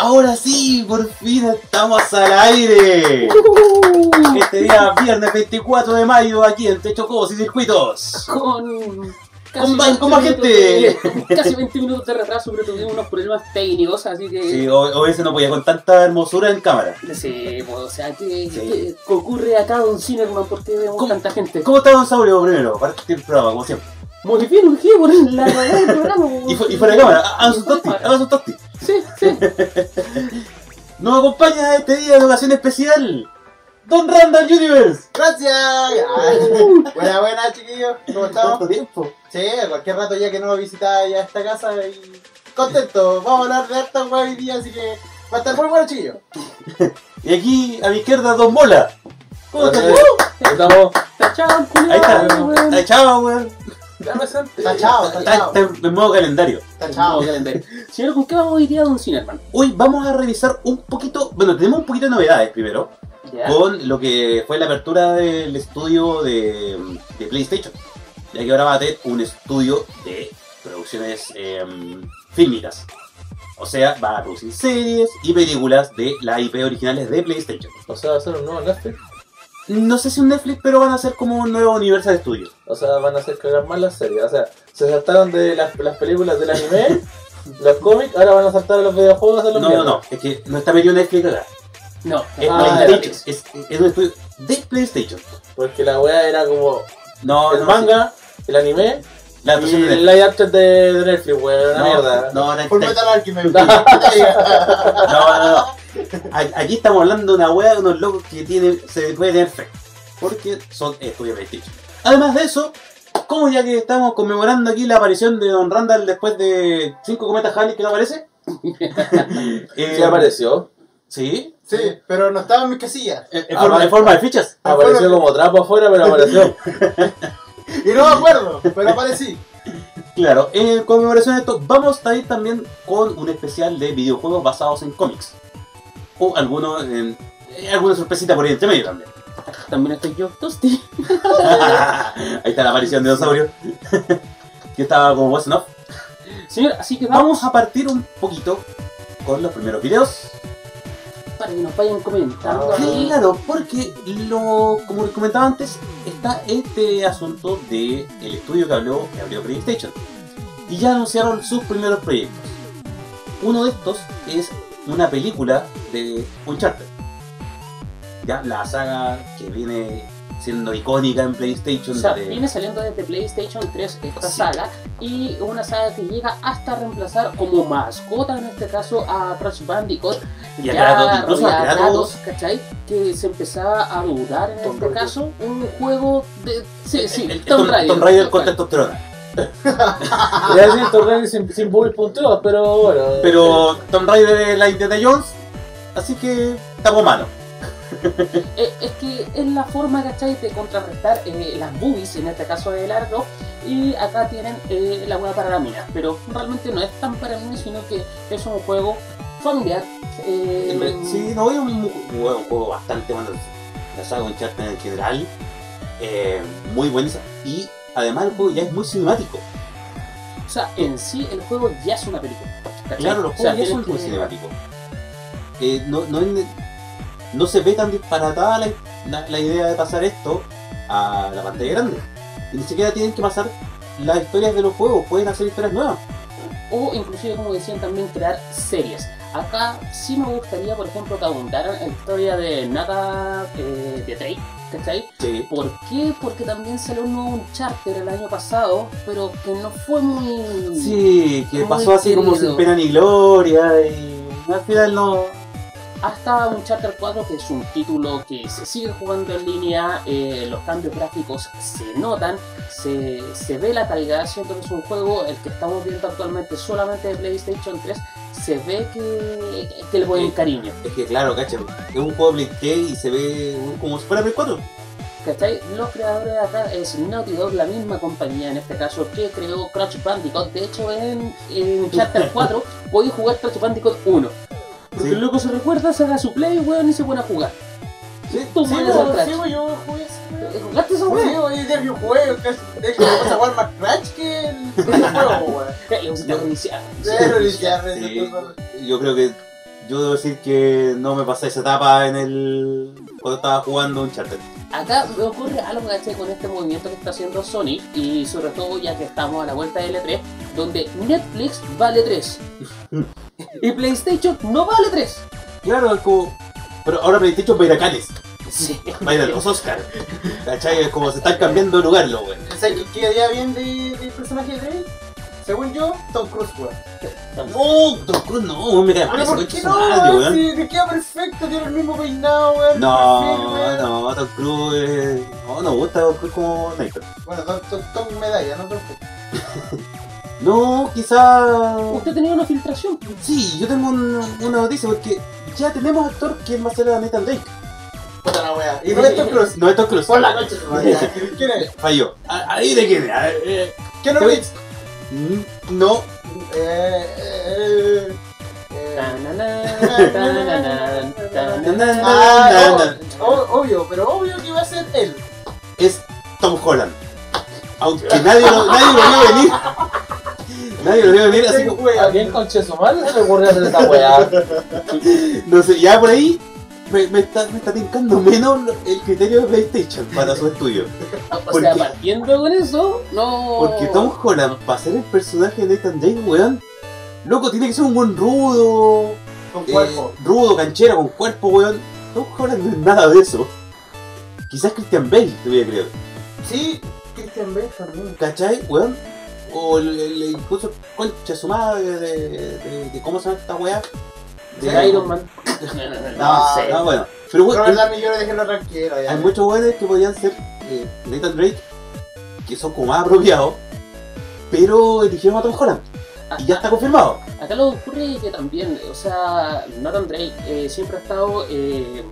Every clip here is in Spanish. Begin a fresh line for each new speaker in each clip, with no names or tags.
Ahora sí, por fin estamos al aire. Este día, viernes 24 de mayo, aquí en Techo Cobos y Circuitos.
Con.
Con ba-
20
con más
minutos
gente.
de- casi 20 minutos de retraso, pero tuvimos unos problemas técnicos, así que.
Sí, hoy, hoy se no podía con tanta hermosura en cámara.
Sí, pues, o sea, ¿qué,
Sí.
qué ocurre acá, Don Cinerman? ¿Por qué vemos
¿Cómo?
tanta gente?
¿Cómo está Don Saurio primero? Parte el programa, como siempre.
Muy bien, urgido por la verdad del programa.
Y, fu- y fuera de cámara, hagan sus tosti, hagan sus tosti.
Sí, sí.
Nos acompaña este día de ocasión especial. Don Randall Universe.
¡Gracias! Buena, buena, chiquillos. ¿Cómo estamos?
¿Cuánto tiempo?
Sí, a cualquier rato ya que no visitaba ya esta casa y contento. Vamos a hablar de harta weá hoy día, así que va a estar muy bueno, chiquillos.
Y aquí a mi izquierda, Don Mola. ¿Cómo
Hola,
estás?
eh, Estamos.
Tachado, culiao,
Ahí está.
weón.
Está echado, weón.
Está chao, está
Está,
chao.
está en en modo calendario.
Está chao.
Señor, ¿con qué vamos hoy día, Don Cinerman?
Hoy vamos a revisar un poquito, bueno, tenemos un poquito de novedades primero,
Ya.
con lo que fue la apertura del estudio de, de PlayStation, ya que ahora va a tener un estudio de producciones eh, fílmicas. O sea, va a producir series y películas de la IP originales de PlayStation.
O sea, hacer un nuevo Netflix.
No sé si un Netflix, pero van a ser como un nuevo universo de estudios.
O sea, van a hacer cagar más las series. O sea, se saltaron de las, las películas del anime, los cómics, ahora van a saltar a los videojuegos a los
No, no, no, es que no está metido Netflix acá.
No,
Es,
Ah,
PlayStation, es, es un estudio de PlayStation.
Porque la wea era como
No,
el
no,
manga, el anime
sí. La
y
adaptación de
el
Netflix.
live action de, de Netflix, wea, una mierda.
No, no, no,
Full
no,
Metal Alchemist.
No, no, no. A- Aquí estamos hablando de una wea de unos locos que tienen, se puede tener fe. Porque son estudios de PlayStation. Además de eso, como ya que estamos conmemorando aquí la aparición de Don Randall después de 5 cometas Halley que no aparece. eh,
Sí apareció.
Sí.
Sí, pero no estaba en mis casillas.
En, en forma, en forma de fichas.
Ah,
Apareció
bueno.
como trapo afuera, pero apareció.
Y no me acuerdo, pero aparecí.
Claro. En conmemoración de esto, vamos a ir también con un especial de videojuegos basados en cómics. O alguno, en- eh, alguna sorpresita por ahí entre medio también.
también estoy yo, Tosti.
Ahí está la aparición de dinosaurio. que estaba como voz en off.
Señor, así que vamos
Vamos a partir un poquito con los primeros videos.
para que nos vayan comentando.
Ah.
ahí.
Claro, porque lo, como les comentaba antes, está este asunto de el estudio que habló, que abrió PlayStation. Y ya anunciaron sus primeros proyectos. Uno de estos es una película de Uncharted. Ya, la saga que viene siendo icónica en
O
PlayStation.
sea,
de-
viene saliendo desde PlayStation 3 esta
Sí.
saga y una saga que llega hasta reemplazar como mascota en este caso a Crash Bandicoot
Y a Kratos, incluso a
y
Kratos.
Kratos, ¿cachai? que se empezaba a dudar en
Tomb
este
Raider.
caso un juego de sí, sí,
el- el
Tomb
Eh, Tomb
Raider,
Tomb Raider
tal
con
cual.
testosterona.
Ya es esto, Rey, sin, sin bullies punteos, pero bueno.
Pero Tomb Raider es la Indiana Jones, así que estamos malo.
Eh, es que es la forma, ¿cachai?, de contrarrestar eh, las boobies, en este caso de largo, y acá tienen eh, la hueá para la mina, pero realmente no es tan para mí, sino que es un juego familiar. eh,
Sí, no, es un, mu- un juego- un juego bastante bueno. La saga Uncharted en general, eh, muy buena. Y además el juego ya es muy cinemático.
O sea, en sí el juego ya es una película. ¿cachai?
Claro, los
O sea,
juegos ya
tienes
son muy
que-
cinemáticos. Eh, no, no, es- no se ve tan disparatada la, la- la idea de pasar esto a la pantalla grande. Y ni siquiera tienen que pasar las historias de los juegos, pueden hacer historias nuevas.
O inclusive, como decían, también crear series. Acá sí me gustaría, por ejemplo, que abundaran en la historia de Nada eh, de Trey, ¿cachai?
Sí.
¿Por qué? Porque también salió un nuevo Uncharted el año pasado, pero que no fue muy...
Sí, que
Muy
pasó así como
querido.
sin pena ni gloria y al final no.
Hasta Uncharted 4, que es un título que se sigue jugando en línea, eh, los cambios gráficos se notan, se, se ve la calidad, siento que es un juego, el que estamos viendo actualmente solamente de PlayStation 3, se ve que, que le ponen
Sí.
cariño.
Es que claro, cacha, es un juego de Play y se ve un- como si fuera Play 4.
¿Cachai? Los creadores de acá es Naughty Dog, la misma compañía en este caso que creó Crash Bandicoot. De hecho, en, en Uncharted 4 podéis jugar Crash Bandicoot 1. Porque
Sí.
el loco se recuerda, saca su play, weón, y se pone a jugar.
Sí,
Tú,
Sí,
mano,
yo-
esa
sí, pues,
Crash.
yo jugué esa weá.
Eh, ¿Jugaste esa
Sí,
weón?
hoy día yo jugué, de hecho, me pasa a jugar más Crash que el que el juego, weón.
Le gusta reiniciar.
Sí, pero ya,
Sí, yo creo que Yo debo decir que no me pasé esa etapa en el. cuando estaba jugando un charter.
Acá me ocurre algo ¿cachai? con este movimiento que está haciendo Sony y sobre todo ya que estamos a la vuelta de L3, donde Netflix vale 3 y PlayStation no vale 3.
Claro, es como. Pero ahora PlayStation va a ir a Cannes,
Sí.
va a ir a los Oscars. ¿Cachai? Es como se están cambiando de lugar, los güey.
O sea, que quedaría bien de- del personaje de Drake? Según yo, Tom Cruise, weón.
No, Tom Cruise no, güey, me cae mal
Pero
ese
¿por
coche
qué
su madre,
no?
güey.
Si te queda perfecto, tiene el mismo peinado, weón. perfil,
No,
weón.
no, Tom Cruise. No, no me gusta Tom Cruise como Sniper.
Bueno, Tom, Tom, Tom medalla, no perfecto.
No, quizá.
Usted tenía una filtración.
Sí, yo tengo un- una noticia porque ya tenemos actor que va a ser a Nathan Drake.
Puta la wea. Y no es Tom Cruise.
No es Tom Cruise.
Por la noche, ¿Quién es?
Falló. A- Ahí de quién es. a- eh,
¿Quién es
Te voy-
Rich?
mm, No,
Eh, eh, eh.
Tanana, tanana, tanana.
Ah,
no, no,
ob- ob- obvio, pero obvio que iba a ser él.
es Tom Holland. Aunque nadie lo, nadie lo vio venir. Nadie lo vio venir, así
Sí,
como,
weón.
¿A quién conche su madre se le ocurrió hacer esa weá?
no sé, ya por ahí me, me está, me está tincando menos lo- el criterio de PlayStation para su estudio.
O sea,
Porque-
partiendo con eso, no.
Porque Tom Holland, para ser el personaje de Nathan Drake, weón, loco, tiene que ser un buen rudo,
Con
eh,
cuerpo.
rudo, canchero, con cuerpo, weón. Tom Holland no es nada de eso. Quizás Christian Bale te voy a creer.
Sí, Christian Bale también.
¿Cachai, weón? O le, le impuso concha su madre de, de- de cómo se llama esta weá.
De Iron Man. No, no, no,
No,
no sé.
no, bueno. Pero
Pero
weón,
verdad, yo lo dejé lo tranquilo. ya.
hay muchos weones que podían ser eh, Nathan Drake, que son como más apropiados, pero eligieron a Tom Holland.
Ah,
Y ya está confirmado.
Acá lo que ocurre es que también, o sea, Nathan Drake eh, siempre ha estado eh,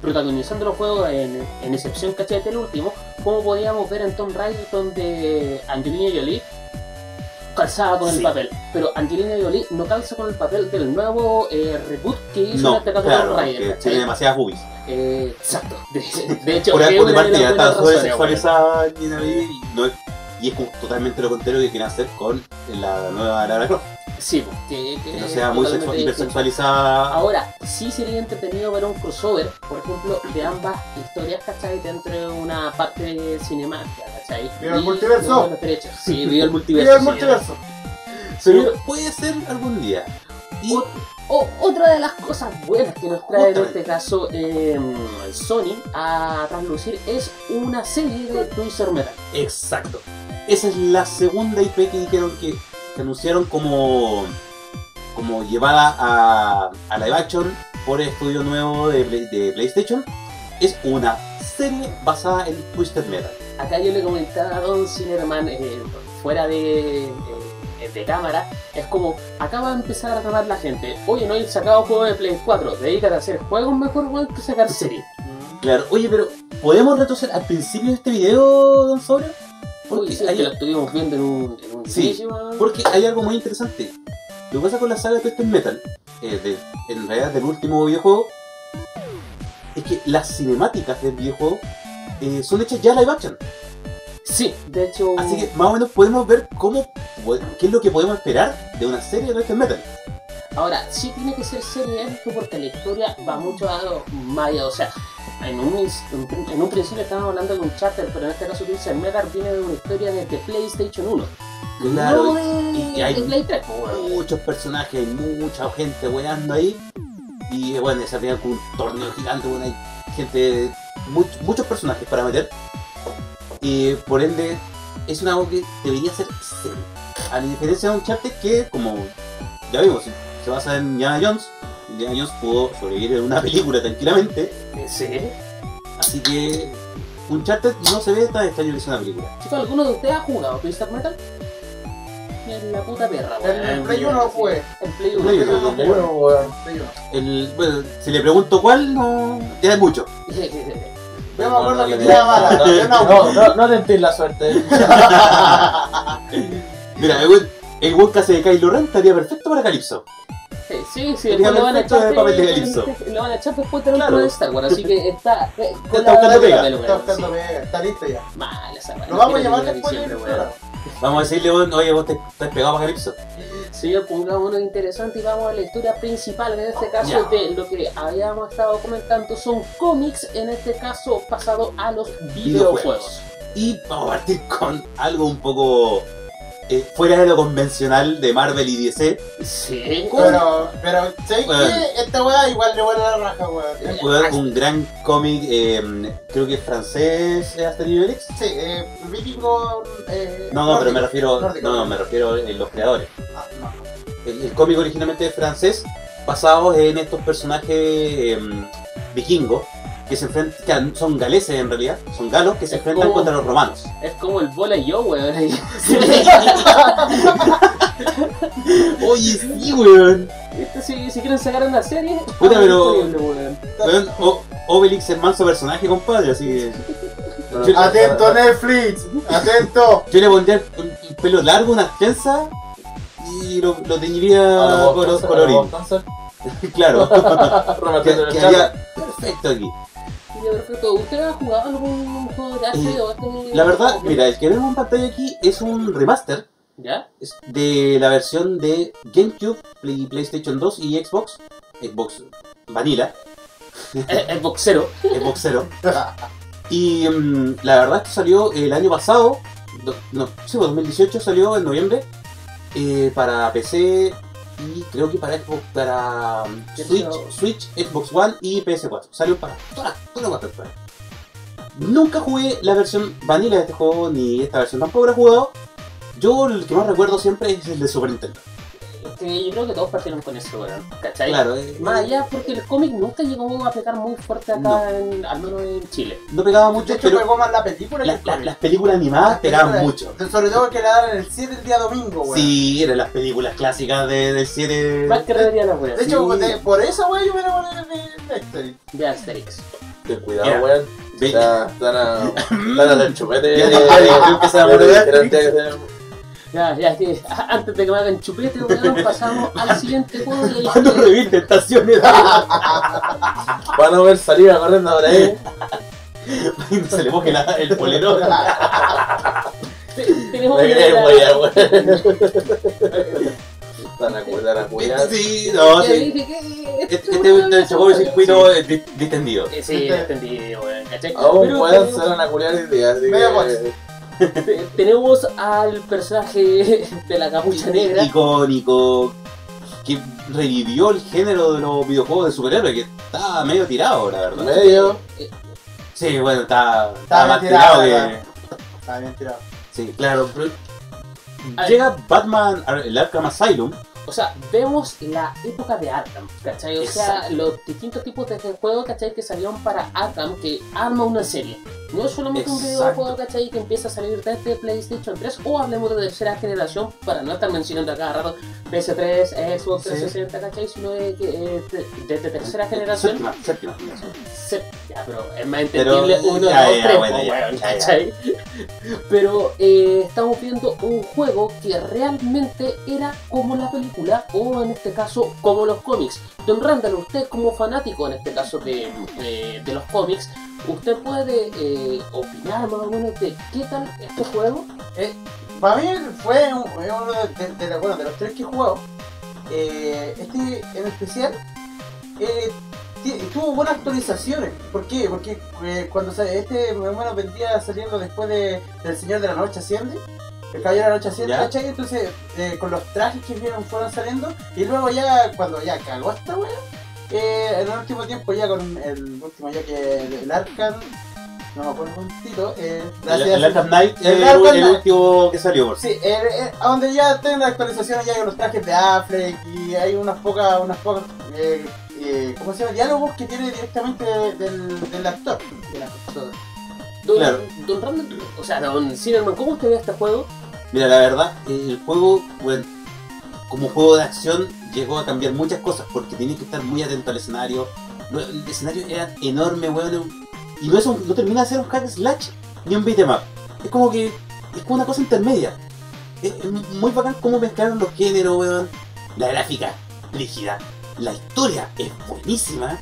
protagonizando los juegos, en, en excepción, ¿cachai? del último, como podíamos ver en Tomb Raider, donde Angelina Jolie calzaba con el
Sí.
papel. Pero Angelina Jolie no calza con el papel del nuevo eh, reboot que hizo en
No,
este caso
claro,
Tomb
porque
Raider.
tiene
¿cachai?
demasiadas boobies.
Eh, exacto. De, de hecho,
Por
es
algo de
una de
partida,
las
está
buenas razones, bueno.
sobresexualizada Angelina Jolie y no es- y es como totalmente lo contrario que quieren hacer con la nueva Lara Croft.
Sí, pues, que, que
Que no
es
sea muy sexua-
totalmente distinto.
hipersexualizada.
Ahora, sí sería entretenido ver un crossover, por ejemplo, de ambas historias, ¿cachai? Dentro de una parte cinemática, ¿cachai?
Viva el
Y-
multiverso.
uno de los derechos. Sí, viva el multiverso.
Viva el
señores.
multiverso.
Pero puede ser algún día. Y
O- o- otra de las cosas buenas que nos trae en
Justamente.
este caso eh, Sony a traslucir es una serie de Twister Metal.
exacto. Esa es la segunda IP que dijeron que, que anunciaron como como llevada a, a live action por el estudio nuevo de, Play- de PlayStation. Es una serie basada en Twisted Metal.
Acá yo le comentaba a Don Zimmerman eh, fuera de, eh, de cámara, es como, acaba de empezar a tomar la gente, oye, no he sacado juego de Play 4, dedícate a hacer juegos mejor weón, que sacar series.
Mm.
Claro, oye, pero ¿podemos retroceder al principio de este video, Don Sobre? Porque,
Uy, sí, es que lo
hay,
estuvimos viendo en un... En un
Sí,
inicio, weón.
porque hay algo muy interesante. Lo que pasa con la saga de Twisted Metal, eh, de- en realidad del último videojuego, es que las cinemáticas del videojuego eh, son hechas ya live action.
Sí, de hecho...
Así que más o menos podemos ver cómo, qué es lo que podemos esperar de una serie de Twisted Metal.
Ahora, sí tiene que ser serie esto porque la historia va mucho a lo maya. O sea, en un, ins- en un principio estábamos hablando de un charter, pero en este caso dice Metal viene de una historia desde PlayStation 1. no de,
y que hay-
de Play 3. pues, weón.
muchos personajes, hay mucha gente weando ahí. Y eh, bueno, se final con un torneo gigante, bueno, hay gente, much- muchos personajes para meter. Y por ende, es una algo que debería ser serio. A la diferencia de un charter que, como ya vimos, se basa en Indiana Jones. Indiana Jones pudo sobrevivir en una película tranquilamente.
¿En serio?
Así que un charter no se ve tan extraño que sea una película.
Chicos, ¿alguno de ustedes ha jugado Twisted Metal? En la puta perra,
En el Play uno
no
jugué.
En Play
En Play
1.
uno,
Bueno, weón.
El, bueno, si le pregunto cuál, no. Ya es mucho.
Yo me acuerdo que
No,
tenía
Ah,
bala. Yo no,
No, no, no tentéis la suerte.
Mira, el buen, el buen que hace de Kylo Ren estaría perfecto para Calypso.
Sí, sí,
Tenía
después lo van a
perfecto
echar.
de papel de
de-
Galindo.
Lo van a echar después de
Claro.
otro de Star Wars, así que está. eh,
Está
con la-
buscando
la-
pega,
la- la- la-
Está
la-
buscando pega, está listo ya.
sí. Mal esa weá,
Lo vamos a
quiero
llamar
terminar
después
diciembre,
del
weón.
programa.
Vamos a decirle, bueno, oye, vos te estás pegado para Calypso.
Señor, pongamos uno interesante y vamos a la historia principal, en este caso
Ya.
de lo que habíamos estado comentando, son cómics, en este caso pasado a los videojuegos.
Y vamos a partir con algo un poco eh, fuera de lo convencional de Marvel y DC.
Sí,
Pero, pero, ¿sabes
Bueno.
qué? Esta weá igual le vuelve la raja, weón.
Fue un gran cómic, eh, creo que es francés, eh, Asterix y Obelix.
Sí, eh, vikingo. Eh,
No, no, pero me
nórdico.
refiero,
Nórdico.
no, no, me refiero en los creadores.
Ah, no.
El, el cómic originalmente es francés, basado en estos personajes eh, vikingos que se enfrentan, que son galeses en realidad, son galos que se
Es
enfrentan
como-
contra los romanos.
es como el bola y yo, weón. ahí.
Oye, sí, weón.
Este, si, si quieren sacar una serie,
Puta,
está
pero-
disponible, weón.
Weón, o- Obelix es manso personaje, compadre, así que
Atento, Netflix. Atento.
yo le pondría un, un pelo largo, unas trenzas y lo, lo teñiría con los Ah, colorín. Claro, que,
Remetiendo en el chat.
quedaría perfecto aquí.
Ya, perfecto. ¿Usted ha jugado algún juego de arte
Eh,
o ha tenido-
La verdad, mira, el que vemos en pantalla aquí es un remaster
¿Ya?
es de la versión de GameCube, Play- PlayStation 2 y Xbox, Xbox Vanilla,
El, el boxero.
Xbox Zero. Y mm, la verdad es que salió el año pasado, do- no, sí, pues, 2018 salió en noviembre eh, para PC y creo que para Xbox, para mm, Switch, Switch, Xbox One y PS4. Salió para todas las- todas las plataformas. Nunca jugué la versión vanilla de este juego, ni esta versión tampoco la he jugado. Yo el que más recuerdo siempre es el de Super Nintendo.
Este, yo creo que todos partieron con eso, weón. ¿Cachai?
Claro, eh,
Más allá porque el cómic nunca llegó a pegar muy fuerte acá,
No.
en, al menos en Chile.
no pegaba
De
mucho,
hecho,
pero
pegó más la película
la-
que
la-
el
las películas animadas pegaban mucho.
Sobre todo que la dan en el 7 el día domingo, weón.
Sí, eran las películas clásicas de, del 7.
Más que revería la weón
De hecho,
Sí.
de- por eso, weón, yo me enamoré de Netflix.
de Asterix.
Ten
Mira.
cuidado, weón.
Ve-
Ya, Están a. Están a dar chupete. eh,
Ya,
Ya,
ya, ya, empieza a
eh,
morder.
Ya, ya, que a- antes de que me hagan chupete, weón, pasamos al siguiente juego de la
Cuando
historia.
reviste estaciones
Van a ver salir corriendo ahora eh. ahí.
se le moje la- el polero.
Te-
No
Tenemos una de
crees,
las-
Eh, weón, weón. Están a cuidar, a cuidar.
Sí, no,
Ya
sí.
dije que-
Este este es un este juego de circuito eh, di- distendido.
Eh, Sí,
Este-
entendí, weón, ¿cachai?
Ah,
Aún
Pero
pueden
tenemos-
ser a culiar hoy día, así
Media box.
que.
te- tenemos al personaje de la capucha negra.
Icónico. Que revivió el género de los videojuegos de superhéroes, que estaba medio tirado, la verdad.
Medio.
Sí, bueno, estaba,
Estaba
estaba más
bien tirado,
tirado que.
¿verdad? Está bien tirado.
Sí, claro. pero-
Ay.
Llega Batman, ar- el Arkham Asylum.
O sea, vemos la época de Arkham, ¿cachai? O sea,
Exacto.
los distintos tipos de juegos, ¿cachai? Que salieron para Arkham, que arma una serie. No es solamente un
Exacto.
videojuego, ¿cachai? Que empieza a salir desde PlayStation 3 o hablemos de tercera generación para no estar mencionando a cada rato PS3, Xbox
Sí.
360, ¿cachai? Sino de que, eh, de- desde tercera generación.
Séptima, séptima generación.
se- ya, pero eh, es más
Pero,
entendible uno,
ya,
dos,
ya,
tres,
bueno,
po,
ya,
weón,
ya, ya.
¿cachai? Pero eh, estamos viendo un juego que realmente era como la película, o en este caso, como los cómics. Don Randall, usted como fanático en este caso de, de- de los cómics, ¿usted puede eh, opinar más o menos de qué tal este juego?
Eh, Para mí fue un- fue uno de, de- de los- bueno, de los tres que he jugado. Eh, este en especial eh, ti- tuvo buenas actualizaciones. ¿Por qué? Porque eh, cuando sa- este bueno, vendía saliendo después de, del Señor de la Noche Asciende. El Caballero de la Noche Asciende,
Ya.
¿cachai? Entonces, eh, con los trajes que vieron fueron saliendo. Y luego ya, cuando ya cagó esta wea, eh, en el último tiempo ya con el último ya que el, el Arkham, no me acuerdo un poquito, eh,
El,
gracias-
el Arkham Knight,
El
el,
Arkham
el
Knight.
último que salió, por
Sí, el- el- a donde ya tienen las actualizaciones ya hay unos trajes de Affleck y hay unas pocas, unas pocas, eh, eh, ¿cómo se llama? Diálogos que tiene directamente de- del, del actor. del actor.
Don,
Claro.
Don Randall, o sea, Don Cinnamon, ¿cómo usted ve este juego?
Mira, la verdad, eh, el juego, bueno, como juego de acción, llegó a cambiar muchas cosas porque tenías que estar muy atento al escenario. Lo- El escenario era enorme, bueno, y no, es un- no termina de ser un hack slash ni un beat'em up. Es como que es como una cosa intermedia. Es, es muy bacán cómo mezclaron los géneros, weón. La gráfica, rígida. La historia es buenísima.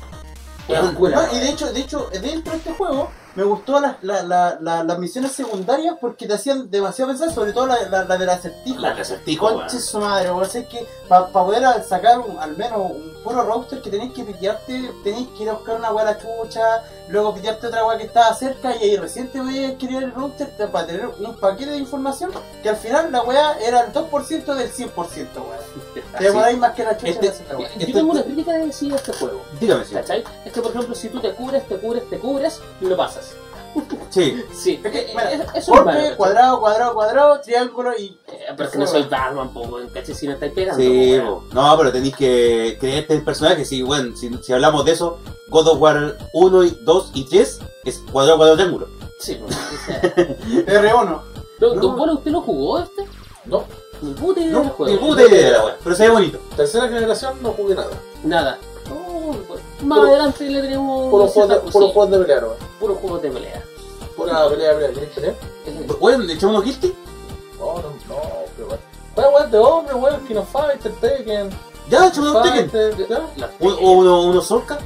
Es
Weón,
oscura.
No, y de hecho, de hecho, dentro de este juego me gustó las, la- la- la- las misiones secundarias porque te hacían demasiado pensar, sobre todo la, la, la del acertijo.
La acertijo, weón.
Conche su madre, weón. Es que para poder sacar un- al menos un puro roster que tenés que pillarte, tenés que ir a buscar una weá a la chucha, luego pillarte otra weá que estaba cerca y ahí recién te voy a adquirir el roster te- para tener un paquete de información que al final la weá era el 2% del 100%, weón. Te demoráis más que la chucha
Este-
en hacer la weá.
Yo tengo una crítica de decir este juego.
Dígame, señor.
¿Cachai? Es que, por ejemplo, si tú te cubres, te cubres, te cubres, lo pasas.
Sí,
Sí,
Es que,
eh,
mira,
eh, eso es malo,
Golpe,
¿cachai?
cuadrado, cuadrado, cuadrado, triángulo y.
Eh, pero es que no soy Batman, po, weón, ¿cachai? Si no estáis pegando.
sí,
weón.
po. No, pero tenéis que creerte el personaje. Sí, bueno, si, si hablamos de eso, God of War 1, y 2 y 3 es cuadrado, cuadrado, triángulo.
Sí, po, o sea,
R1.
Don,
No.
Don Bola, ¿usted lo jugó este?
No.
Ni puta idea del
No, ni
juego.
puta idea de la wea, pero se ve bonito.
Tercera generación no jugué nada.
Nada. Oh, pues, más
Puro-
adelante le tenemos.
Puro
cierta
juegos de,
cosa,
puro
sí,
juegos de pelear, weón.
puro juego de pelea.
Pura pelea, pelea. ¿Quieres pelear?
Eh,
Bueno, le echamos unos guilty.
No, no, no, pero weón. Juega weón de hombre, weón. Kino Fighter, Tekken.
Ya, echamos unos Tekken.
Fighter, ya.
las-
O, o uno, uno Solka.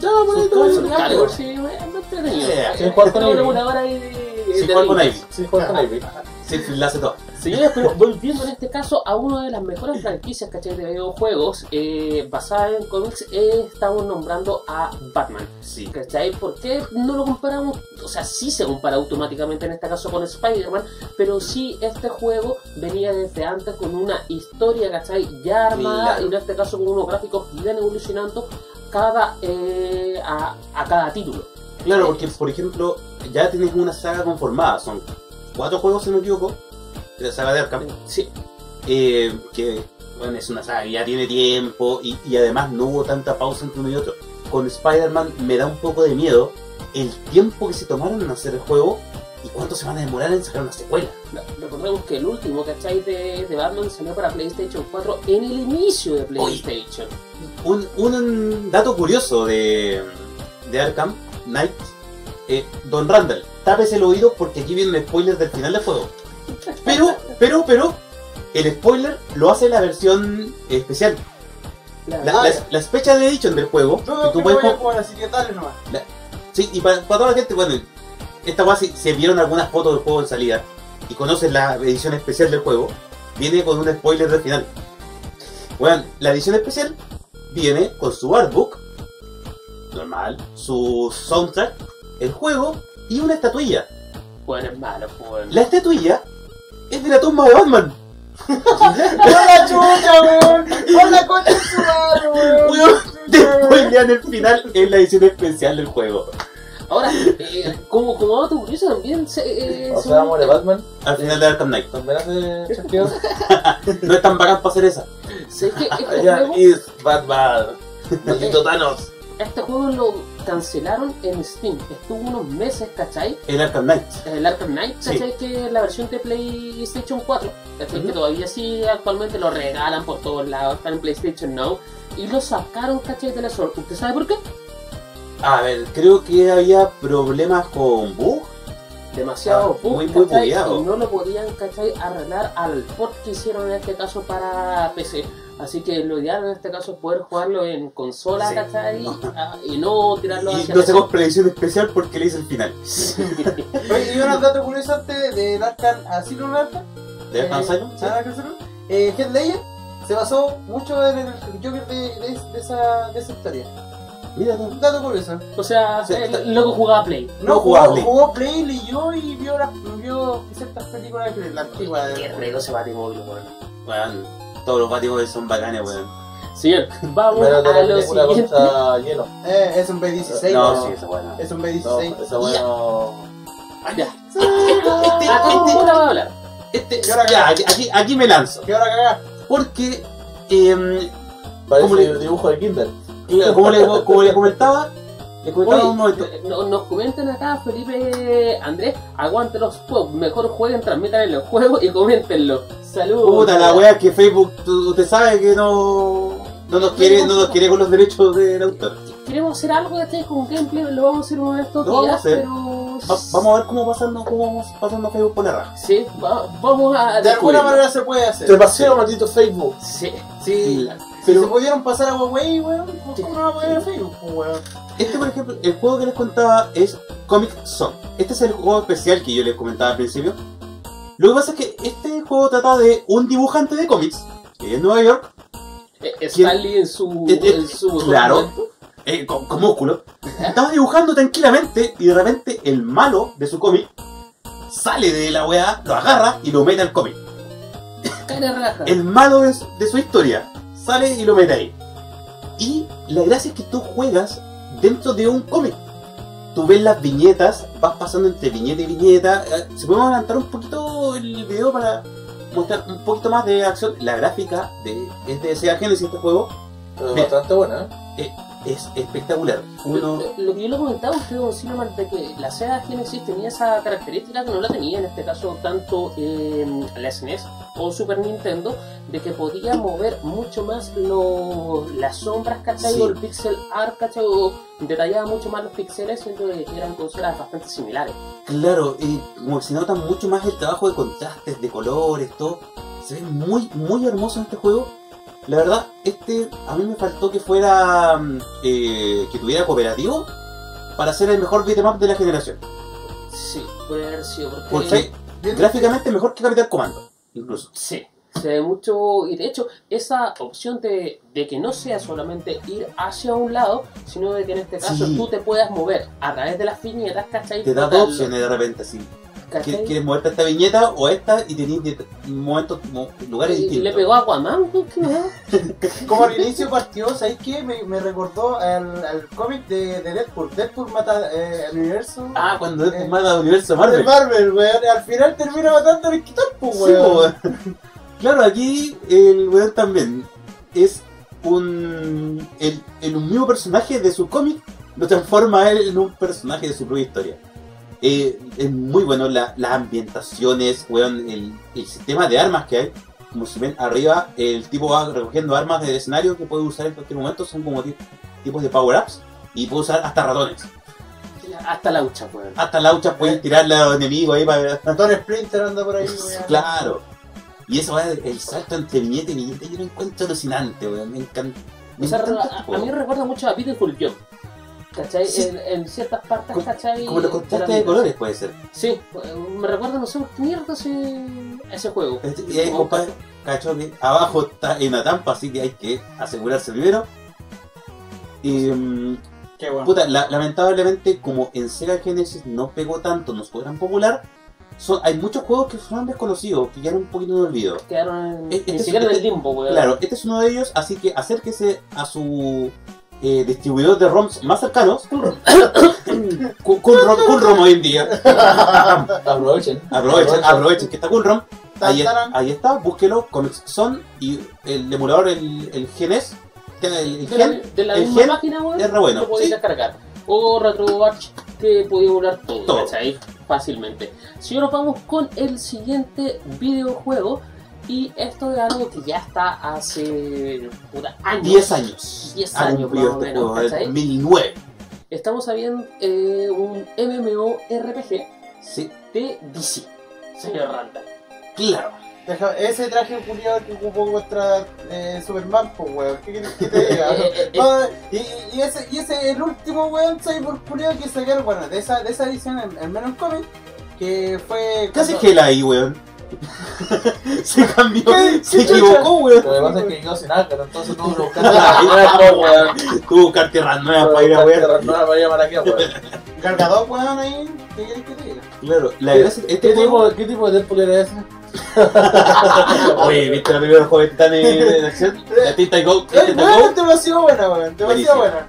Ya, por ahí te voy a
Son
enseñar,
Calibur,
weón.
sí, me me entretenido. Eh,
Yeah.
Sin jugar con
Tengo
Ivy.
una hora ahí de- de
Sin jugar con
niños.
Ivy.
Sin jugar con Ivy.
Sí, la hace todo.
Señores, pero volviendo en este caso a una de las mejores franquicias ¿cachai? de videojuegos eh, basada en cómics, eh, estamos nombrando a Batman.
Sí.
¿Cachai? ¿Por qué no lo comparamos? O sea, sí se compara automáticamente en este caso con Spider-Man, pero sí este juego venía desde antes con una historia, ¿cachai? Ya armada
Claro.
y en este caso con unos gráficos que iban evolucionando cada, eh, a, a cada título.
Claro, porque por ejemplo, ya tienes una saga conformada. Son cuatro juegos, si no me equivoco, de la saga de Arkham.
Sí,
eh, que bueno, es una saga que ya tiene tiempo y, y además no hubo tanta pausa entre uno y otro. Con Spider-Man me da un poco de miedo el tiempo que se tomaron en hacer el juego y cuánto se van a demorar en sacar una secuela.
No, Recordemos que el último, ¿cachai? De, de Batman salió para PlayStation 4 en el inicio de PlayStation.
Un, un dato curioso de, de Arkham Knight, eh, Don Randall, tapes el oído porque aquí viene un spoiler del final del juego. Pero, pero, pero, el spoiler lo hace la versión especial.
La-
Ah,
La, la, la Special Edition del juego, que
Dudo
tú
que
puedes
voy
jugar-
a jugar, así que dale nomás.
Sí, y para, para toda la gente, bueno, esta weá, si se vieron algunas fotos del juego en salida y conocen la edición especial del juego, viene con un spoiler del final. Bueno, la edición especial viene con su artbook, normal, su soundtrack, el juego y una estatuilla.
Bueno, es malo, weón.
La estatuilla es de la tumba de Batman.
¡Hola chucha, weón! ¡Hola concha de su madre, weón!
Weón, Después lean el final en la edición especial del juego.
Ahora, eh, como, como dato curioso también, se, eh,
O
se-
sea, amor, Batman.
Al final de Arkham Knight.
También hace chasqueos.
No es tan bacán para hacer esa.
sé que este
Ya
juego,
is Batman. Maldito Thanos.
este juego lo cancelaron en Steam. Estuvo unos meses, ¿cachai? Eh,
El Arkham Knight.
El Arkham Knight,
Sí.
¿cachai? Que es la versión de PlayStation 4, ¿cachai? Que
Ujú.
todavía sí, actualmente lo regalan por todos lados, están en PlayStation Now. Y lo sacaron, ¿cachai? De la Sword. ¿Usted sabe por qué?
A ver, creo que había problemas con bug.
demasiado
Ah, muy,
bug,
muy
¿cachai?
bugueado.
y no lo podían ¿cachai? arreglar al port que hicieron en este caso para PC. Así que lo ideal en este caso es poder jugarlo en consola,
Sí.
¿cachai? Ah, Y no tirarlo
Y
hacia
no
la-
se compra edición especial porque le hice el final.
Oye, y unos datos curiosos antes del Arkham Asylum, Arkham.
¿De
Eh,
Arkham Asylum? Sí.
¿Ah, Arkham Asylum? Eh, Heath Ledger se basó mucho en el Joker de, de- de esa, de esa historia.
Mira,
Un
no.
dato curioso.
O sea,
Sí.
el loco jugaba Play.
No
No
jugaba
jugó,
Play.
jugó Play, leyó y vio, las- vio ciertas películas de la antigua.
Qué rico ese batimóvil, weón.
Weón, todos los Batimobiles son bacanes, weón.
Señor, vamos
Menos de
a
la
lo
película
siguiente.
contra hielo.
Eh, es un B16.
No,
weón.
sí, eso bueno.
Es un
No,
B16.
esa weá no.
Ya.
Este,
Ah, ¿cómo
este,
la va a hablar?
este, ya, aquí, aquí- aquí me lanzo.
¿Qué hora cagá?
Porque, em,
Parece
¿Cómo le-
el dibujo de Kinder.
como, le, como le comentaba, le comentaba
Oye, eh,
un momento.
no- nos comentan acá, Felipe Andrés, aguante los pop, mejor jueguen, transmitan el juego y coméntenlo. Saludos.
Puta la weá que Facebook, tú- usted sabe que no, no nos quiere, no nos quiere con los derechos del autor.
queremos hacer algo ¿cachai? con gameplay, lo vamos a hacer uno de estos
Lo vamos
días,
a hacer.
pero.
Va- vamos a ver cómo pasando, cómo vamos pasando Facebook por la raja.
Sí, va- vamos a.
De alguna
descubrirlo.
manera se puede
Te
hacer.
paseo, maldito Facebook.
Sí.
Sí, si se
Pero
pudieron pasar a Huawei, weón, ¿cómo no va a poder a Facebook, pues, weón?
este, por ejemplo, el juego que les contaba es Comic Zone. Este es el juego especial que yo les comentaba al principio. Lo que pasa es que este juego trata de un dibujante de cómics que vive en Nueva York,
Eh, Stanley en su.
Eh, eh,
en su
claro. eh, con, con músculo, estaba dibujando tranquilamente y de repente el malo de su cómic sale de la weá, lo agarra y lo mete al cómic.
Cara raja.
el malo de su, de su historia. Sale y lo mete ahí. Y la gracia es que tú juegas dentro de un cómic. Tú ves las viñetas, vas pasando entre viñeta y viñeta. Eh, Si podemos adelantar un poquito el video para mostrar un poquito más de acción. La gráfica de, es de Sega Genesis este juego
Pero
Bien.
bastante buena, ¿eh?
es espectacular. Uno,
Lo- Lo que yo lo comentaba a usted, don Silverman, de que la Sega Genesis tenía esa característica que no la tenía en este caso tanto en la SNES o Super Nintendo, de que podía mover mucho más los las sombras, ¿cachai?
Sí.
O el pixel art, ¿cachai? O detallaba mucho más los píxeles, siendo que eran consolas bastante similares.
claro, y como que se nota mucho más el trabajo de contrastes, de colores, todo. Se ve muy, muy hermoso en este juego. La verdad, este a mí me faltó que fuera. mm, eh, que tuviera cooperativo para ser el mejor beat'em up de la generación.
Sí, puede haber sido porque...
Porque gráficamente mejor que Capital Comando, incluso.
Sí, se ve mucho. Y de hecho, esa opción de, de que no sea solamente ir hacia un lado, sino de que en este caso
Sí.
tú te puedas mover a través de las viñetas, ¿cachai?
Te da
Puta,
dos opciones de repente, así.
¿cachai?
¿Quieres, quieres moverte a esta viñeta o a esta y tenés de- momentos, mo- lugares
Y- y le
distintos.
pegó a Guamán, ¿qué weá?
Como al inicio partió, ¿sabéis qué? Me, me recordó al, al cómic de, de Deadpool. Deadpool mata eh, al universo.
Ah, cuando es
Eh,
formada de universo Marvel.
De Marvel, weón. Al final termina matando al Esquitorpo,
Sí,
weón.
po, weón. claro, aquí el weón también es un. El, el mismo personaje de su cómic lo transforma a él en un personaje de su propia historia. Eh, es muy bueno la- las ambientaciones, weón, el, el sistema de armas que hay. Como si ven arriba, el tipo va recogiendo armas del escenario que puede usar en cualquier momento. Son como ti- tipos de power-ups y puede usar hasta ratones.
Hasta la hucha, weón.
Hasta lauchas pueden tirarle a los enemigos ahí para
Don Splinter anda por ahí, weón.
Pues, Claro. Y eso va el salto entre viñeta y viñeta, yo lo encuentro alucinante, weón. Me encanta. Me
O sea,
encanta
a,
este
a
juego.
mí me recuerda mucho a Beautiful Job. ¿Cachai?
Sí.
En, en ciertas partes,
Como-
¿cachai?
Como los contrastes de colores puede ser.
Sí, eh, me recuerda, no sé, qué mierda ese, ese juego.
Este- Y ahí, compadre, cacho que abajo está en la tampa, así que hay que asegurarse primero. Y mm,
Qué bueno.
puta, la- lamentablemente, como en Sega Genesis no pegó tanto, no fue tan popular, son, hay muchos juegos que son desconocidos, que quedaron un poquito en el olvido.
Quedaron
Eh,
en, ni
este-
siquiera en el
este-
limbo, weón.
Claro, este es uno de ellos, así que acérquese a su eh, distribuidor de ROMs más cercanos. Cool- Coolrom Coolrom hoy en día.
eh. Aprovechen.
Aprovechen, aprovechen que está Coolrom. Ahí, es-
Tantaran.
ahí está, búsquelo, Comics Son y el emulador, el, el Genes, que el, el
de la,
Gen,
de la
el
misma
gen
máquina, weón,
es re bueno,
lo podéis
sí.
descargar. O RetroArch, que podía volar todo,
Todo.
¿cachai? Fácilmente. Si ahora vamos con el siguiente videojuego, y esto es algo que ya está hace puta, años.
10 años.
10
ha
años,
cumplido
más o
este
menos,
juego, el
¿cachai?
2009.
Estamos sabiendo eh, un MMORPG
Sí,
de DC, señor Randa.
claro.
Deja- Ese traje culiado que ocupó contra eh, Superman, pues, weón. ¿Qué quieres que te diga?
Eh,
Eh,
Ah,
No, y, y ese, y ese es el último weón cyborg culiado que sacaron, bueno, de esa, de esa edición, al al menos cómic, que fue...
¿Qué hace
cuando-
Gela ahí, weón? se cambió,
¿Qué-
se
qué chucha?
equivocó,
Lo
weón.
que pasa es que yo sin ácaro, entonces tuve que buscar una nueva,
Tuvo cartera nueva Ah, para ir a weón.
weón. Nueva para pues. ir a Maraquea, weón.
Gargador, weón, ahí, ¿qué quieres que te diga?
Claro, la gracia este
¿Qué
juego.
tipo, ¿Qué tipo de Deadpool era ese?
Oye, ¿viste la primera juego de Titanes en acción? La Tita Go,
Eh,
Tita
weón,
Go.
demasiado buena, weón, demasiado
Este, Buenísimo.
buena.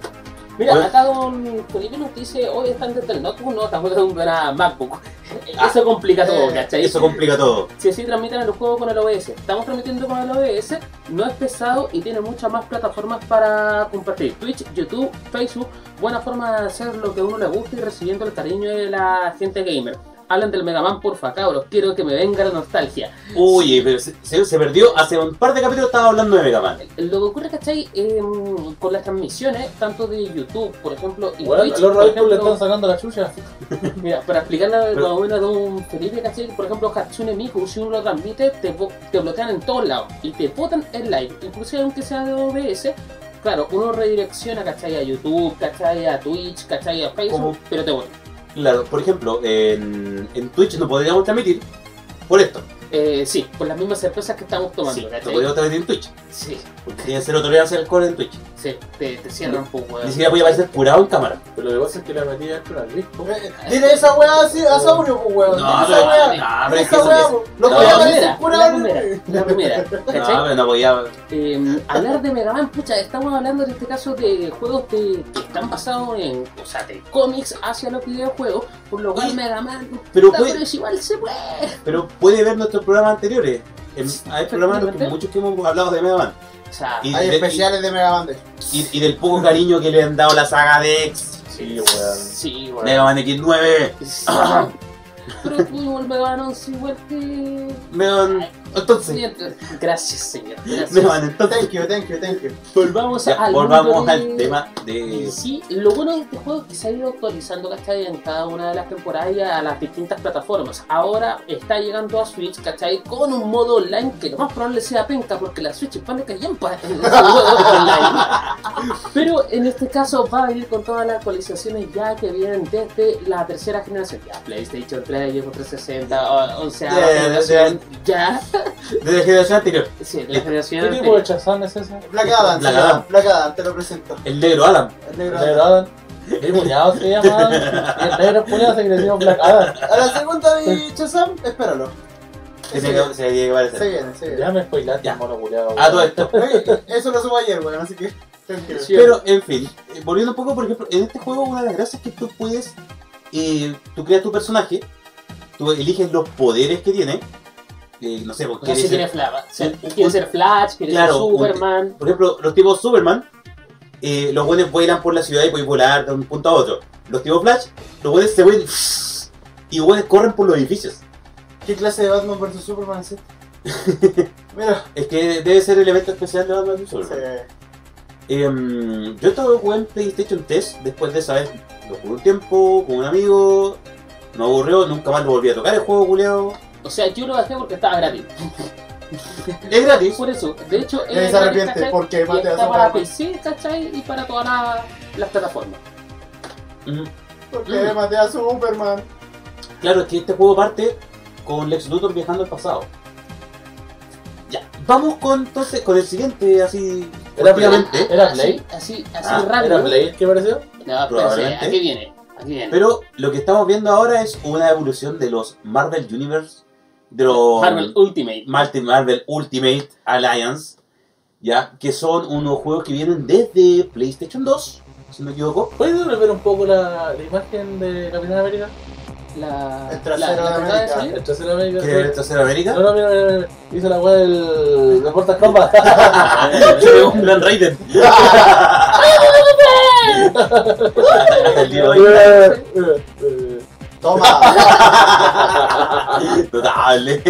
Mira,
Bueno.
acá Don Felipe nos dice, hoy están desde el notebook, no, tampoco es una MacBook. Eso complica todo,
Eh,
¿cachai?
Eso complica todo.
si así transmiten el juego con el OBS. Estamos transmitiendo con el OBS, no es pesado y tiene muchas más plataformas para compartir. Twitch, YouTube, Facebook, buena forma de hacer lo que a uno le gusta y recibiendo el cariño de la gente gamer. Hablan del Mega Man, porfa, cabros, quiero que me venga la nostalgia.
Oye, pero se, se- se perdió. Hace un par de capítulos estaba hablando de Mega Man.
Lo que ocurre, ¿cachai? Em, con las transmisiones, tanto de YouTube, por ejemplo, y
Weón,
Twitch,
los
por
Radicals le
ejemplo,
están sacando la chucha.
Mira, para explicarle
Pero-
más o menos a Don Felipe, ¿cachai? Por ejemplo, Hatsune Miku, si uno lo transmite, te, bo- te bloquean en todos lados y te botan el live. Inclusive aunque sea de OBS, claro, uno redirecciona, ¿cachai? A YouTube, ¿cachai? A Twitch, ¿cachai? A Facebook,
Como-
pero te botan.
Claro, por ejemplo, en, en Twitch no podríamos transmitir por esto.
Eh, sí, por las mismas cervezas que estamos tomando,
Sí, no
¿cachai?
podríamos transmitir en Twitch.
Sí,
Porque tienen cero tolerancia al alcohol en Twitch.
sí, te, te cierran un poco,
Ni siquiera voy a aparecer curado en cámara.
Pero lo que pasa es que la metí dentro de una disco.
Dile Eh, esa weá así a Saurio, pues weón.
No,
Dile esa
no,
weá.
no, pero
Dile
es que
esa
eso-
weá,
eso-
pues. No
no,
podía
la
aparecer
primera,
curado
la primera,
en-
la primera,
No,
¿cachai?
pero no podía.
Eh, hablar de Mega Man, pucha, estamos hablando en este caso de juegos que, que están basados en, o sea, de cómics hacia los videojuegos, por lo cual
Oye,
Mega Man,
Pero
puta, pero
puede,
es igual se puede.
pero puede ver nuestros programas anteriores. En- hay programas en los que muchos que hemos hablado de Mega Man.
O sea,
Y,
Hay
de-
especiales de Mega Man de hecho.
y- y del
Mm.
poco cariño que le han dado la saga de X.
Sí, weón.
sí, bueno.
Mega Man X9.
Sí. Pero tuvimos el Mega Man 11 igual que...
Mega Man. Entonces.
Gracias, señor. Gracias.
Mega Man, entonces.
Thank you, thank you, thank you.
Volvamos,
Ya,
al
volvamos
mundo
al
de-
tema de.
Sí, lo bueno de este juego es que se ha ido actualizando ¿cachai? en cada una de las temporadas y a las distintas plataformas. Ahora está llegando a Switch, ¿cachai? Con un modo online que lo más probable sea penca porque la Switch hispana que ya empa- en ¿eh? ese modo online. Pero en este caso va a venir con todas las actualizaciones ya que vienen desde la tercera generación. Ya, PlayStation 3, Xbox 360, o, o sea,
Ya, ya, ya,
ya,
De la generación anterior.
sí, de la
¿Qué
generación
tipo de
anterior.
chazán es ese?
Black Adam,
Black
señor.
Adam.
Black Adam, te lo presento.
El negro Adam.
El negro
Black
Adam.
Adam. El cuñado se llama. Y el negro cuñado se creció Black Adam.
A la segunda de Shazam, espéralo.
Que se, que- se tiene que parecer.
Se viene, se viene.
Ya me spoilaste,
Ya. Ah,
mono culiado.
A todo esto.
Oye, Eso lo subo ayer, weón, así que. tranquilo.
Sí.
Pero, en fin, eh, volviendo un poco, por ejemplo, en este juego una de las gracias es que tú puedes, eh, tú creas tu personaje, tú eliges los poderes que tiene, eh, no sé,
O
porque
sea, si tiene Flava. o sea,
un-
quiere ser Flash, quiere
claro,
ser
un-
Superman.
por ejemplo, los tipos Superman, eh, los buenos vuelan por la ciudad y pueden volar de un punto a otro. Los tipos Flash, los buenos se vuelan y los buenos corren por los edificios.
¿Qué clase de Batman vs Superman es este? Mira,
Es que debe ser el evento especial de Batman y Superman.
se-
Em, yo estaba jugué en PlayStation 3 después de esa vez. Lo jugué un tiempo con un amigo. No aburrió, nunca más lo volví a tocar el juego, culeado.
O sea, yo lo bajé porque estaba gratis.
Es gratis.
Por eso, de hecho, es
él se
gratis,
arrepiente
¿cachai?
porque
Y
mate a
está para
Superman.
PC, ¿cachai? Y para todas las- las plataformas.
Mm,
Porque maté a Superman.
Claro, es que este juego parte con Lex Luthor viajando al pasado. Ya, vamos con entonces con el siguiente, así
Era
rápidamente.
¿Era
así,
Blade?
así, así
Ah,
rápido.
¿Era Blade que pareció?
No, espérense,
Probablemente.
aquí viene. Aquí viene.
Pero lo que estamos viendo ahora es una evolución de los Marvel Universe, de los
Marvel Ultimate.
Martin Marvel Ultimate Alliance, ya que son unos juegos que vienen desde PlayStation 2, si no me equivoco.
¿Puedes volver un poco la, la imagen de Capitán América?
La,
El
la- la
trasero de
que acaba
América.
salir.
El tercer América.
Que debe estar en
No,
América.
no, mira, mira, mira. Hizo la weá del. de Mortal Kombat.
Eh, Un gran Raiden. Hasta el día de hoy.
Toma.
Notable.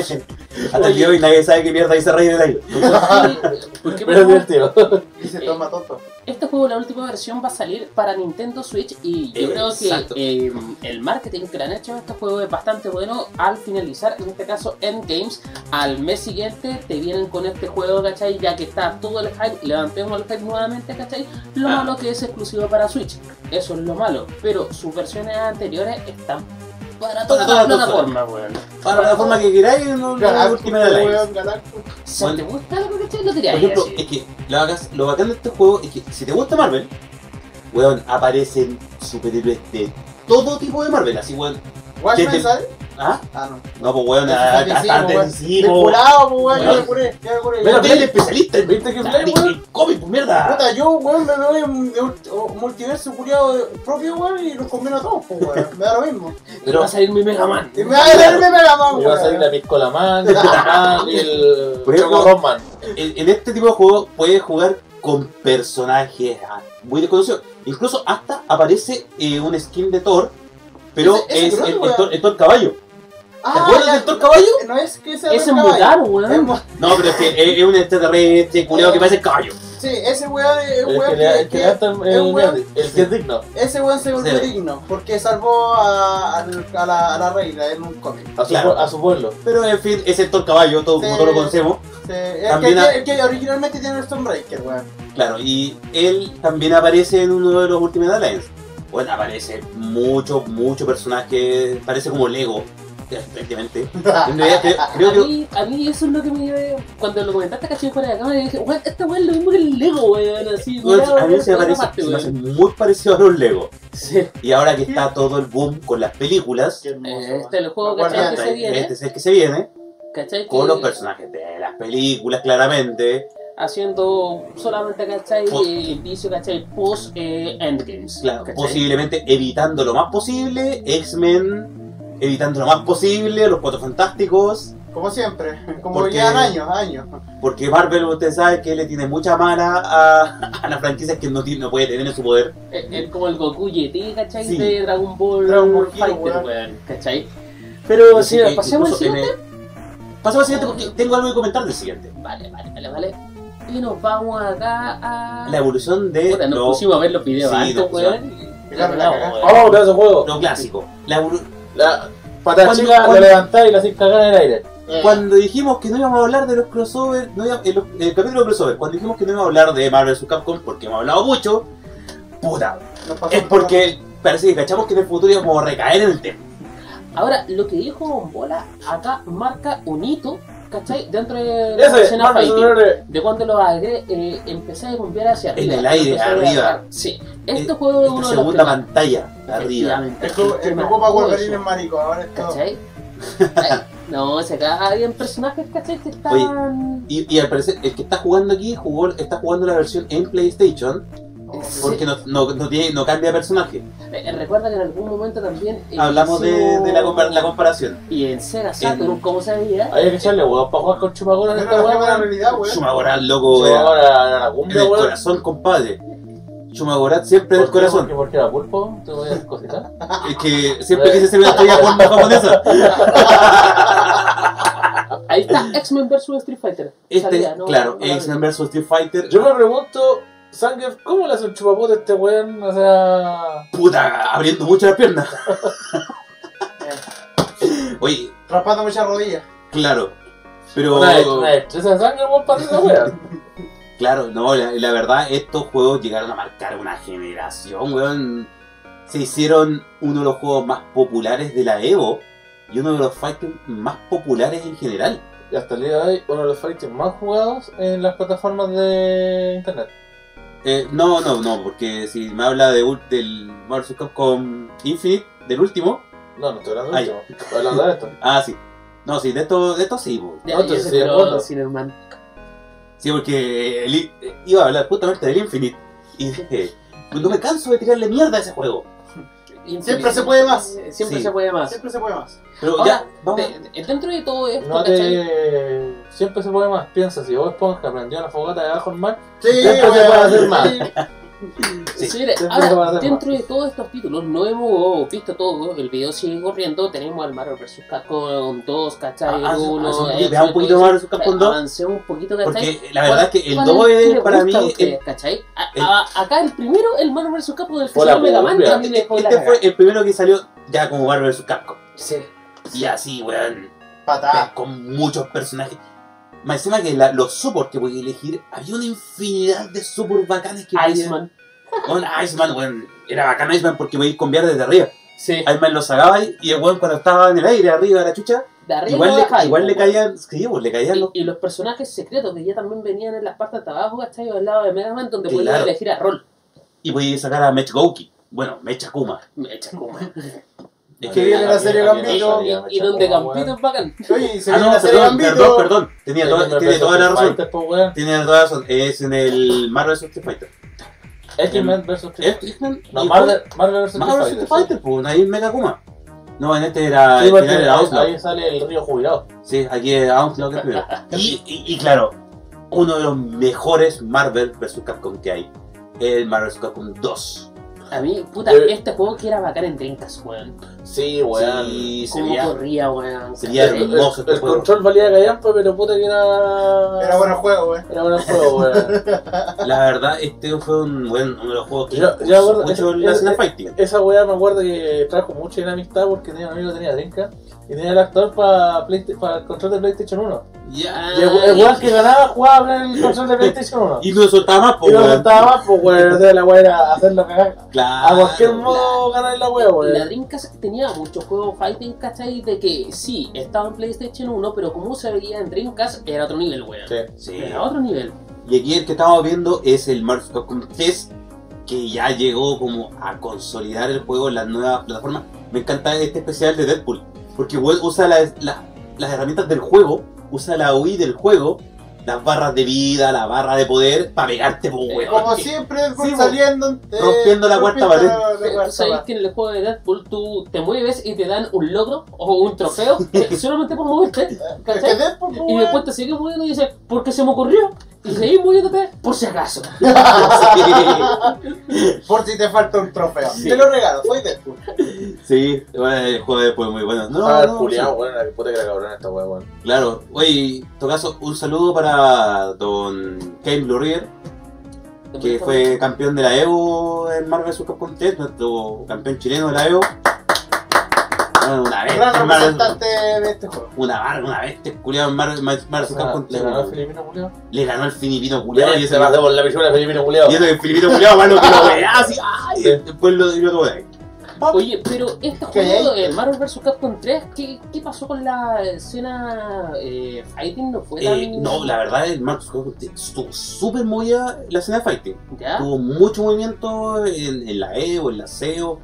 Hasta el día de hoy nadie sabe qué mierda dice Raiden ahí.
Sí, ¿Por qué?
Pero es divertido.
y se toma tonto.
Este juego, la última versión, va a salir para Nintendo Switch y yo
Exacto.
creo que eh, el marketing que le han hecho a este juego es bastante bueno al finalizar, en este caso Endgames, al mes siguiente te vienen con este juego, ¿cachai? Ya que está todo el hype, levantemos el hype nuevamente, ¿cachai? Lo
Ah.
malo que es exclusivo para Switch, eso es lo malo, pero sus versiones anteriores están para
Para
todas
todas
las
las
plataformas, weón.
Para la forma que queráis, no no, la
Galactus,
última de la
weón, Galactus.
Si
Bueno.
te gusta algo, ¿cachai? Lo
Por
tiráis
ejemplo,
así.
es que lo, hagas- lo bacán de este juego es que si te gusta Marvel, weón, aparecen superhéroes de todo tipo de Marvel. Así, weón.
Watchmen,
te-
¿sabes?
¿Ah?
Ah, no.
No, pues weón,
Eso
a-
está
hasta
diciendo,
antes
Me
encima.
curaba, pues, weón. Yo
Weón.
me curé. Yo me curé.
Pero
Yo-
el especialista en
¿Viste que Blade,
en
weón?
el cómic, pues, mierda.
Puta, yo, weón, me veo en de ult- o- multiverso culiado propio, weón, y los combino a todos, pues, weón. Me da lo mismo.
Pero
va a salir mi Mega Man.
Y me va a darme Mega Man,
Iba a salir la
weón.
Piscola Man, el Man y el.
Por ejemplo-
Choco Man.
en, en este tipo de juego puedes jugar con personajes ah, muy desconocidos. Incluso hasta aparece eh, un skin de Thor, pero
Ese- ese
es
creo que,
el, el
weón.
Thor, el Thor caballo. ¿Te
Ah,
acuerdas
ya,
del Thor caballo?
No es que sea
Es
del
en
caballo.
Butar,
Es
weón.
mu-
No, pero es que es, es un extraterrestre culeado que
Eh.
parece caballo.
Sí, ese weón es un
El que
weón
le-
que,
el que
que-
le ata el-
es un weón-
el que es digno.
Ese weón se volvió
Sí.
digno, porque salvó a, al- a la, a la reina en un cómic.
A su,
Claro.
pue- a su pueblo.
Pero en fin, es el Thor caballo, todo, como
Sí.
todos lo conocemos.
Sí, el, que,
También a-
el que originalmente tiene el Stormbreaker, weón.
Claro, y él también aparece en uno de los Ultimate Alliance. Bueno, aparece mucho, mucho personaje, parece como Lego, prácticamente. En realidad, creo- creo
a,
que
mí, a mí eso es lo que me dio- Cuando lo comentaste caché fuera de la cámara, y dije, weón, esta weón es lo mismo que el Lego, weón. Así,
Pues,
weón,
a mí se me parece,
parte,
se me hace
weón.
muy parecido a los Lego.
Sí.
Y ahora que está todo el boom con las películas,
Qué hermoso,
Eh, Este
man.
es el juego,
Me acuerdo
¿cachai?
este
Que
es
se
el
viene.
que se viene,
¿Cachai?
con
que-
los personajes de las películas, claramente.
haciendo solamente, ¿cachai?
Post-
Eh, Indicio, ¿cachai? Post eh, Endgames.
Claro,
¿cachai?
posiblemente evitando lo más posible, X-Men, evitando lo más posible, los Cuatro Fantásticos.
Como siempre, como
Porque-
llevan años, años.
Porque Marvel, usted sabe que le tiene mucha mala a, a las franquicias que no, tiene- no puede tener en su poder.
Es, es Eh, como el Goku Yeti, ¿cachai?
Sí.
De Dragon Ball,
Dragon Ball Hero,
Fighter,
weón.
weón, ¿cachai? Pero
Así
si
que
pasemos al
incluso en
siguiente.
el- Pasemos al siguiente porque tengo algo que comentar del siguiente.
Vale, vale, vale, vale. Y nos vamos acá a.
La evolución de
Ah. Puta, nos
lo,
pusimos a ver los videos
Sí,
antes,
nos pusimos.
weón.
Y la
Cagao,
cagá.
weón.
¡Oh, claro, ese juego!
lo clásico. La evolu-
La patada
¿Cuándo-
chica, la
cuándo?
levantáis y la hacéis cagar en el aire.
Eh,
Cuando dijimos que no íbamos a hablar de los crossovers, no iba- el, el capítulo de crossover, cuando dijimos que no íbamos a hablar de Marvel vs Capcom porque hemos hablado mucho, puta,
nos pasó
es porque parece que cachamos que en el futuro íbamos a recaer en el tema.
Ahora, lo que dijo Bombola acá marca un hito, ¿cachai? Dentro de la
Ese,
escena
Marvel
fighting.
Superhéroe.
De cuando lo agregué, eh, empecé a bombear hacia
En
arriba.
el aire,
empecé a
arriba. Eh,
viajar. Sí, este juego es
Esta
uno de los
segunda
primeros.
pantalla, arriba.
Efectivamente. este
Es como, es
Qué
como para Wolverine en
maravilloso,
marico, ahora es todo.
¿Cachai? Ay, No, se acá hay un personaje, ¿cachai? Que están...
Y, y al parecer, el que está jugando aquí jugó, está jugando la versión en PlayStation
Oh,
Sí.
porque no, no, no tiene, no cambia de personaje.
Eh, Recuerda que en algún momento también... eh,
Hablamos de,
hicimos-
de la, compar- la comparación.
Y en Sega
En-
Saturn, ¿cómo se veía?
Hay que echarle huevos para jugar con chupacabras en
Pero
esta
no es la
hueá.
realidad, weón.
Shumagorat, loco, era
Chupacabras era la
en
cumbia,
el
hueón.
corazón, compadre. Shumagorat siempre en el
¿Por qué?
corazón.
¿Por qué? ¿Por qué era pulpo? Te voy a descostar.
Es que siempre quise ser una estrella porno japonesa.
Ahí está, X-Men vs Street Fighter.
Este,
Salía, ¿no?
claro,
No la
X-Men vs Street Fighter.
Yo me pregunto, Sanger, ¿cómo le hace un chupapote a este weón? O sea.
Puta, abriendo mucho las piernas. Oye,
Raspando muchas rodillas.
claro. Pero,
Una una destreza de sangre, weón, para hacer esa wea.
claro, no, la, la verdad, estos juegos llegaron a marcar una generación, weón. Se hicieron uno de los juegos más populares de la Evo y uno de los fighters más populares en general.
Y hasta el día de hoy, uno de los fights más jugados en las plataformas de internet.
Eh, no, no, no, porque si me habla de, ul- del Marvel Capcom Infinite, del último,
No, no estoy hablando
Ay.
de último. Estoy hablando de esto.
ah, sí. No, sí, de esto, de esto sí, po.
Ya,
Otro
ya se
sería
paró
bueno.
Cinerman.
Sí, porque el i- eh, iba a hablar justamente del Infinite. Y dije, "Pues no me canso de tirarle mierda a ese juego.
Siempre se puede más.
Eh, Siempre
Sí.
se puede más.
Siempre se puede más.
Pero
Ahora,
ya, vamos.
De- de- dentro de todo esto,
No
¿cachai?
te... Siempre se puede más. Piensa, si vos esponja prendió la fogata de abajo el mar,
Sí,
Siempre se
weón.
puede hacer más.
Sí,
Sí, mira,
siempre se van a
ahora,
hacer
dentro de todos estos títulos, no hemos visto todo, el video sigue corriendo, tenemos al Marvel vs. Capcom 2, ¿cachai?
Ah, ah,
Uno,
ah, sí,
eh,
vea un poquito
todo
más Marvel vs.
eso.
Capcom 2.
Avancemos un poquito, ¿cachai?
Porque la verdad es que el
¿Cuál
2
que
es
le
para mí.
gusta a
el-
ustedes, ¿cachai? A-
el-
a- acá el primero, el Marvel vs. Capcom del que
Hola,
se Mega Man
Colombia.
también dejó la
este
cagada.
fue el primero que salió ya como Marvel vs. Capcom.
Sí.
Y así, weón.
Patada.
Con muchos personajes. Más encima que la- los supports que podía elegir, había una infinidad de supports bacanes que podía-
Iceman.
Weón, Iceman, weón. Era bacán Iceman porque podía cambiar desde arriba.
Sí.
Iceman lo sacaba y y el weón cuando estaba en el aire arriba de la chucha,
De arriba
igual
abajo,
le, igual le
weón.
caían, sí, pues, le caían los...
Y, y los personajes secretos que ya también venían en las partes de abajo, ¿cachai? Al lado de Mega Man, donde
Claro.
podías elegir a Roll.
Y podía sacar a Mech Gouki. Bueno, Mech Akuma.
Me echa como-
Es
Que viene la serie Gambito.
Y, y donde Campito es bacán.
Oye, y se
Ah,
viene
no,
la serie
perdón,
Gambito.
perdón, perdón. Tenía, toda- tiene toda la razón.
razón.
Tiene toda la razón. Es en el Marvel vs. Street Fighter.
X-Men vs. Street
¿Es
Fighter.
X-Men?
No,
¿Eh? ¿Y
Marvel Marvel vs.
fue- Marvel vs.
Street
Street
Fighter. Ah,
Fighter, pues ahí es Mega Akuma. No, en este era,
Sí,
el
porque
final era Outlaw.
Ahí sale el río jubilado.
Sí, aquí es Outlaw que es primero. Y, y, y claro, uno de los mejores Marvel vs. Capcom que hay. El Marvel vs. Capcom 2.
A mí, puta,
Yo-
este juego que era bacán en Dreamcast, weón.
Sí,
Sí,
Cómo
sería.
corría, weón.
sería
¿cachai?
hermoso.
el,
este
el
juego.
control valía gallampa, pero puta que era.
Era buen juego, weón.
Era buen juego, weón.
La verdad, este fue un buen, uno de los juegos que
Yo-
usó
yo acuerdo-
mucho
ese-
en la escena
ese-
fighting.
Esa weá me acuerdo que trajo mucha gran amistad porque tenía un amigo que tenía Drinka y tenía el actor para para el control de PlayStation 1.
Ya.
Y el, el
Ay.
weón que ganaba jugaba con el control de PlayStation 1.
Y no soltaba más, po,
Y no
weón.
estaba más, pues weón, entonces la weá era hacerlo cagar.
Claro.
A cualquier modo ganar la weá,
La
weón.
Dreamcast tenía muchos juegos fighting, ¿cachai? De que sí, estaba en PlayStation 1, pero como se veía en Dreamcast, era otro nivel, weón.
Sí.
Sí.
Era otro nivel.
Y aquí el que estamos viendo es el Marvel Capcom 3, que ya llegó como a consolidar el juego en las nuevas plataformas. Me encanta este especial de Deadpool, porque weón usa las- las- las herramientas del juego, usa la UI del juego, las barras de vida, la barra de poder, para pegarte, po, weón.
Como siempre, pues,
po.
saliendo. eh,
Rompiendo la cuarta
rompiendo
pared.
la- la
Tú
cuarta
sabes
pared.
que en el juego de Deadpool tú te mueves y te dan un logro o un trofeo eh, solamente por moverte,
Es que
¿cachai?
Deadpool, pues,
Y
weón,
después te sigues moviendo y dices, ¿por qué se me ocurrió? Y seguís moviéndote por si acaso.
Por si te falta un trofeo.
Sí.
Te lo regalo, soy Deadpool.
Sí, bueno, el juego de Deadpool es muy bueno. No,
Ah,
no,
culiao,
sí,
weón, la puta que la cabrón esta weá, weón.
Claro, oye, en todo caso, un saludo para don Kane Blue River, que fue campeón de la EVO en Marvel vs. Capcom 3, nuestro campeón chileno de la EVO. Bueno, una vez,
Gran
Marvel-
representante de este juego.
una barra, una vez, este culiado en Marvel Mar Mar vs. Capcom
¿Le
3.
ganó el
weón.
Ah, filipino, culiao?
Le ganó el filipino culiado
Ya,
y
y
ese
se mató por la pichula filipino, culiao.
y eso que el filipino culiado va lo que lo vea así, ay,
Sí.
después lo lo tomó de ahí.
Oye, pero este
¿Qué hay
juego, el Marvel vs. Capcom 3, ¿qué, ¿qué pasó con la escena eh, fighting? ¿No fue tan...?
Eh, no, la verdad, el Marvel vs. Capcom 3 estuvo súper movida la escena de fighting.
¿Ya?
Tuvo mucho movimiento en, en la EO, en la SEO.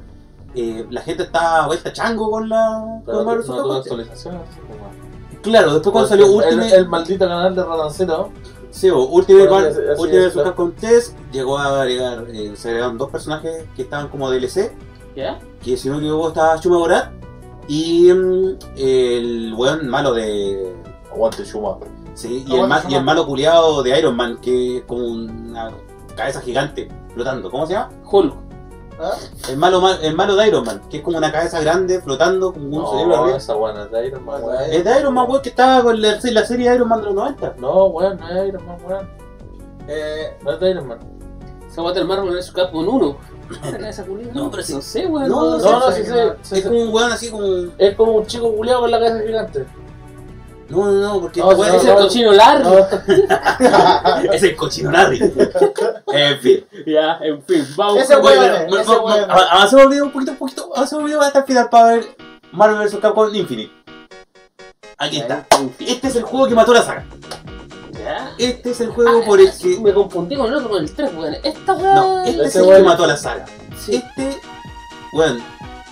eh, la gente estaba vuelta chango con la
Pero
con Marvel vs.
no tuvo
Capcom.
actualizaciones, así, pues, weón.
Claro, después cuando salió
El-
Ultimate,
El maldito canal de Ronancero.
sí, o Ultimate,
Bueno,
Mar-
así- así
Ultimate
es,
vs.
claro.
Capcom 3 llegó a agregar, eh, se agregaron dos personajes que estaban como DLC,
¿Ya?
que si no me equivoco estaba Shuma Borat y mm, el weón malo de...
Aguante, Shuma.
Sí, y,
Aguanta,
el, ma- y
Shuma.
el malo culiado de Iron Man, que es como una cabeza gigante flotando, ¿cómo se llama?
Hulk.
¿Ah?
El malo, ma- el malo de Iron Man, que es como una cabeza grande flotando, como un cerebro
No,
arriba.
esa weón es de Iron Man, weón.
Es de Iron Man, weón, que estaba con la, la serie Iron Man de los 90.
No, weón, no es Iron Man, weón.
Eh,
No es de Iron Man.
Se va a el Marvel vs. Capcom 1. Esa cabeza culiada.
No, pero sí.
No sé, weón.
No,
No,
Sí,
no,
sí,
sí, sí.
no.
sí,
Es
sí.
como un weón así como...
Es como un chico culiao con la cabeza gigante.
No, no, no, porque
No,
este weón
no,
Es
es,
el
no.
cochino largo.
No,
el, es el cochino Larry. en fin.
Ya, en fin, vamos.
Ese
con-
weón
Bueno,
es,
bueno,
ese
bueno, ah,
weón es.
av- Avancemos el video un poquito, un poquito. ah, Avancemos el video hasta el final para ver Marvel vs. Capcom Infinite. Aquí está.
En fin,
Este es el juego que mató la saga.
ya.
Este es el juego
Ah,
por el que...
Me confundí con el otro, con el 3, weón. Esta weón.
No, este es
Ese
el que
weón-
mató la saga.
Sí.
Este, bueno,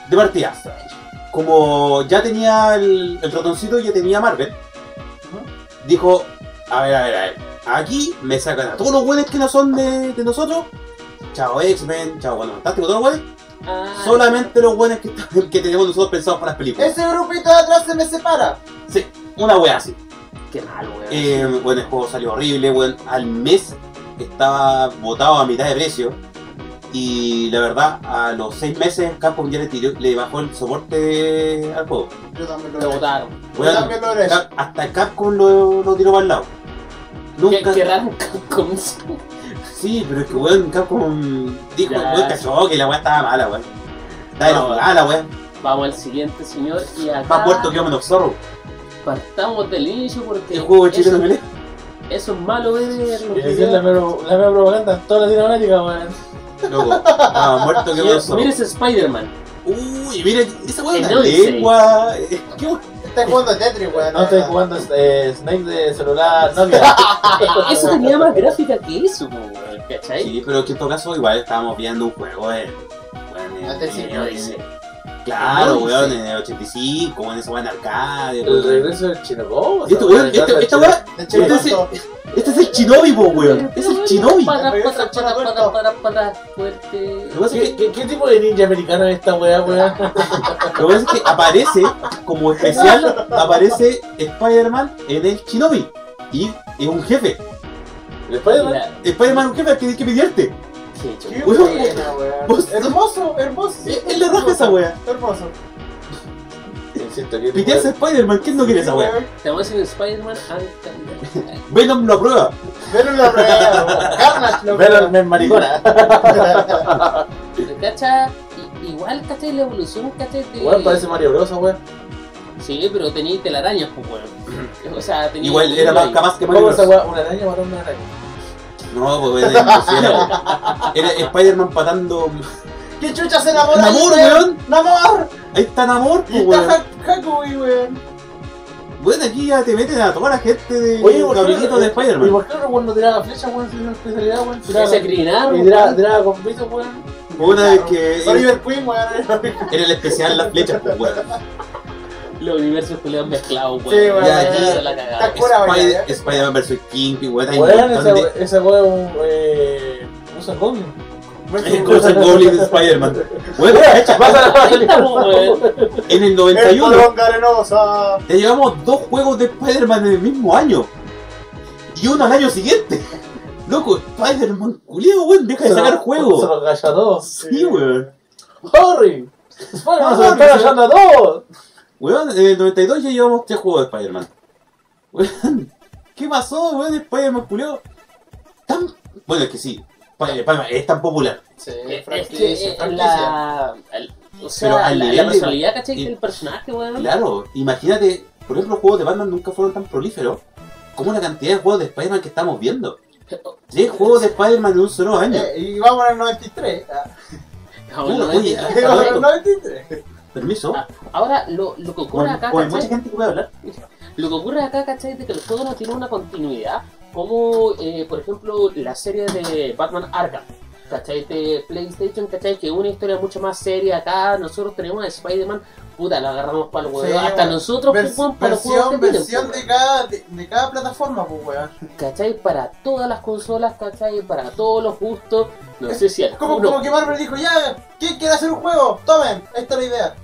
de partida, como ya tenía el, el ratoncito, ya tenía Marvel, dijo, a ver, a ver, a ver, aquí me sacan a todos los güeyes que no son de, de nosotros, chao X-Men, chao Cuando Fantástico, todos los güeyes,
Ah,
solamente los güeyes que, están- que tenemos nosotros pensados para las películas.
Ese grupito de atrás se me separa.
Sí, una wea así.
Qué mal, weón.
Eh, bueno, el juego salió horrible, bueno, al mes estaba botado a mitad de precio. Y la verdad, a los seis meses Capcom ya le, tiró- le bajó el soporte al juego.
Yo también
Lo
lo haré.
botaron.
Yo
Bueno,
también lo haré.
Cap- hasta Capcom lo, lo tiró para el lado.
Qué,
Nunca.
qué raro con
Sí, pero es que weón, Capcom dijo,
Ya.
weón, cachó que la weá estaba mala, weón. Estaba
No.
enojada la weá.
Vamos al siguiente, señor. Y acá
Más muerto que Omen of Zorro.
partamos del inicio porque
El juego chileno
eso,
de
eso es malo ver eh, en los
Y decir la
videos.
mero- la mera propaganda en toda Latinoamérica, weón.
Loco, estaba muerto que Omen
Mira-
of
Mira
Zorro.
ese Spider-Man.
Uy, mira, esa weá es
El
una
Odyssey.
lengua. ¿Qué weá?
Estás jugando a Tetris, weón.
No estoy jugando eh, Snake de celular, no mira.
Eso tenía más gráfica que eso, weón, ¿cachai?
Ah, Sí, pero que en todo caso igual estábamos viendo un juego en... Bueno, en-
Antes sí,
en-
Yo dice,
Claro,
Odyssey.
weón, en el 85, en esa weón arcade,
El
weón.
regreso del Chinobo.
Este weón, este- esta weá,
De hecho,
Entonces-
yo
este es el Shinobi, po, weón. Es el Shinobi.
Para,
Pero
para,
eso es
para,
para
para, para, para, fuerte.
Lo que pasa es
¿Qué,
que-
qué, qué tipo de ninja americano es esta weá, weón?
Lo que pasa es que aparece, como especial, aparece Spider-Man en el Shinobi. Y es un jefe.
El Spider-Man.
Mira,
Spider-man es un jefe al que tienes que pelearte.
qué hecho.
Qué
Uy,
buena, weón.
vos-
Hermoso, hermoso. sí,
Es la raja esa weá.
Hermoso.
Insisto, que
Pitearse a Spider-Man, ¿quién no quiere esa weá?
Te vamos a decir Spider-man al
Venom lo aprueba.
Venom lo prueba, weón. Carnage lo
Pero
prueba.
me maricona.
¿Cacha? I- Igual, ¿cachai? La evolución, ¿cachai? De...
Weón parece Mario Bros, weón.
Sí, pero tenía telarañas, pues, weón. O sea, tenía.
Igual era más capaz que Mario
¿Cómo
Bros.
esa weá? ¿Una araña mató a una araña?
No, pues era imposible. Era Spider-Man patando.
¿Qué chucha se enamora?
¡Namor,
ahí,
weón!
¡Namor!
Ahí está Namor,
Y
pues,
está
weón.
Hak- Hakui, weón.
Bueno, aquí ya te meten a toda la gente de
Oye, ¿por qué-
gabinete de
¿Y
Spider-Man.
por qué no weón no tiraba flecha, weón? Si era una especialidad, weón. Tiraba-
Ese crinaron.
Y tiraba, tiraba con piso, weón.
Una vez que era
Oliver Queen, weón.
era el especial las flechas, pues, weón.
Los universos pelean mezclados, weón.
Sí, weón.
Ya, aquí-
Esa es la cagada.
Está cura,
Spider-
weón.
Spider-Man vs. King, y weón, hay un
Weón,
montón
esa
de.
esa weá es un. eh, No sé, Goblin.
Es como el Goblin de Spider-Man. Weón, cacha, pasa.
Ahí está, weón.
En el
El
91
polvón arenosa.
ya llevamos dos juegos de Spider-Man en el mismo año. Y uno al año siguiente. Loco, Spider-Man culiado, weón, deja de sacar
Se
juegos.
los calla a todos.
Sí, weón.
¡Harry! ¡Spider-Man se los
Harry,
está
sí.
callando a todos!
Weón, en el 92 ya llevamos tres juegos de Spider-Man. Weón, ¿qué pasó, weón? Spider-Man culiado. Tan. Bueno, es que sí. Spider- Spider-Man es tan popular.
Sí,
Es que
franquicia,
eh,
franquicia.
la. el- O
Pero
sea,
al
la,
nivel
la
de-
personalidad, ¿cachai?
y-
Del personaje, weón.
Claro, imagínate, por ejemplo, los juegos de Batman nunca fueron tan prolíferos como la cantidad de juegos de Spider-Man que estamos viendo. Tres juegos de Spider-Man en un solo año.
Eh, y vamos al 93. ah.
Ahora,
Claro, oye,
weón.
ah,
Vamos al 93.
Permiso.
Ah, Ahora, lo, lo que ocurre
Bueno,
acá,
como hay
¿cachai?
mucha gente que puede hablar.
Lo que ocurre acá, ¿cachai? Es de que el juego no tiene una continuidad, como eh, por ejemplo la serie de Batman Arkham, ¿cachai? De PlayStation, ¿cachai? Que es una historia mucho más seria acá. Nosotros tenemos a Spider-Man, puta, lo agarramos para el
Sí,
huevo. Hasta
weón.
nosotros,
Vers-
jugamos para los juegos que
versión,
vienen,
versión
pues,
de cada, de, de cada plataforma, pues, weón.
¿cachai? Para todas las consolas, ¿cachai? Para todos los gustos. No sé si
Como,
alguno-
como que Marvel dijo, ya, ¿quién quiere hacer un juego? Tomen, esta es la idea.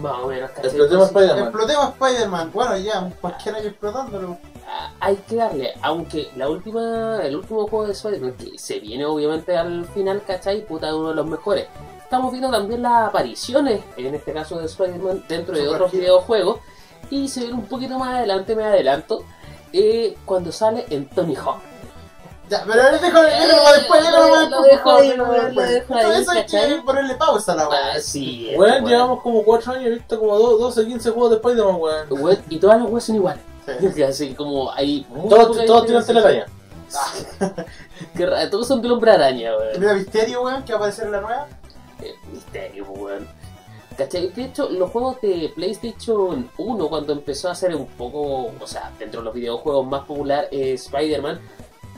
Más o menos, ¿cachai?
Explotemos Spider-Man.
Explotemos Spider-Man. Bueno, ya, cualquier año explotándolo.
Ah, hay que darle, aunque la última, el último juego de Spider-Man que se viene obviamente al final, ¿cachai? Puta, es uno de los mejores. Estamos viendo también las apariciones, en este caso de Spider-Man, dentro de
Super
otros
Hero.
videojuegos. Y se viene un poquito más adelante, me adelanto, eh, cuando sale en Tony Hawk.
Ya, pero él dijo, déjalo para después, déjalo para
Eh, lo
después.
dejo
por favor,
ahí,
déjalo
weón,
para
lo
después.
dejo ahí,
Entonces hay que
¿cachai? Ah,
ponerle pausa a la weá.
Así es,
Ah, Weón,
este weón.
llevamos como 4 años y he visto como do- 12, 15 juegos de Spider-Man, weón.
Weón, Y todas las weas son iguales.
Sí.
Así como hay. muy
Todos,
poca
todos tiran
diferencia.
telaraña.
Qué raro, Todos son de hombre araña, weón.
Mira, Misterio, weón, que va a aparecer en la nueva.
Eh, Misterio, weón. ¿Cachai? De hecho, los juegos de PlayStation 1, cuando empezó a ser un poco, o sea, dentro de los videojuegos más popular, eh, Spider-Man,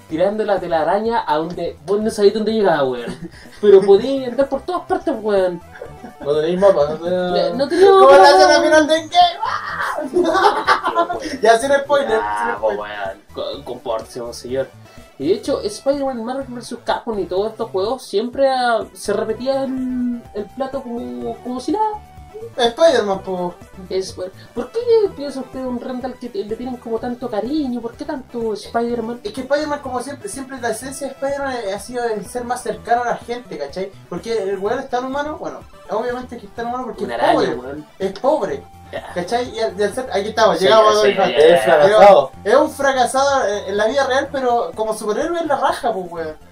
tirando la telaraña a donde vos no sabés dónde llegaba, weón. Pero podías andar por todas partes, weón.
No tenéis mapa, no
Eh,
tenéis.
No tenía
Ah. ¿Cómo
otra,
la hacen la
weón.
final de Endgame? Ya, sin spoiler, sin
Ah,
spoiler.
weón. Co- Compórtese, vos, señor. Y de hecho, Spider-Man, Marvel vs. Capcom y todos estos juegos siempre ah, se repetían el plato como, como si nada.
Spider-Man, pues.
Es, bueno, ¿Por qué piensa usted un Randall que te- le tienen como tanto cariño? ¿Por qué tanto Spider-Man?
Es que Spider-Man, como siempre, siempre la esencia de Spider-Man eh, ha sido el ser más cercano a la gente, ¿cachai? Porque el weón es tan humano, bueno, obviamente que es tan humano porque
Una
es
araña,
pobre,
weón.
es pobre,
Ya.
¿cachai? Y al, y al ser- aquí estamos,
Sí,
llegamos
ya,
a
sí,
Dory Hall.
ya,
Es fracasado.
Es un fracasado eh, en la vida real, pero como superhéroe es la raja, pues, weón.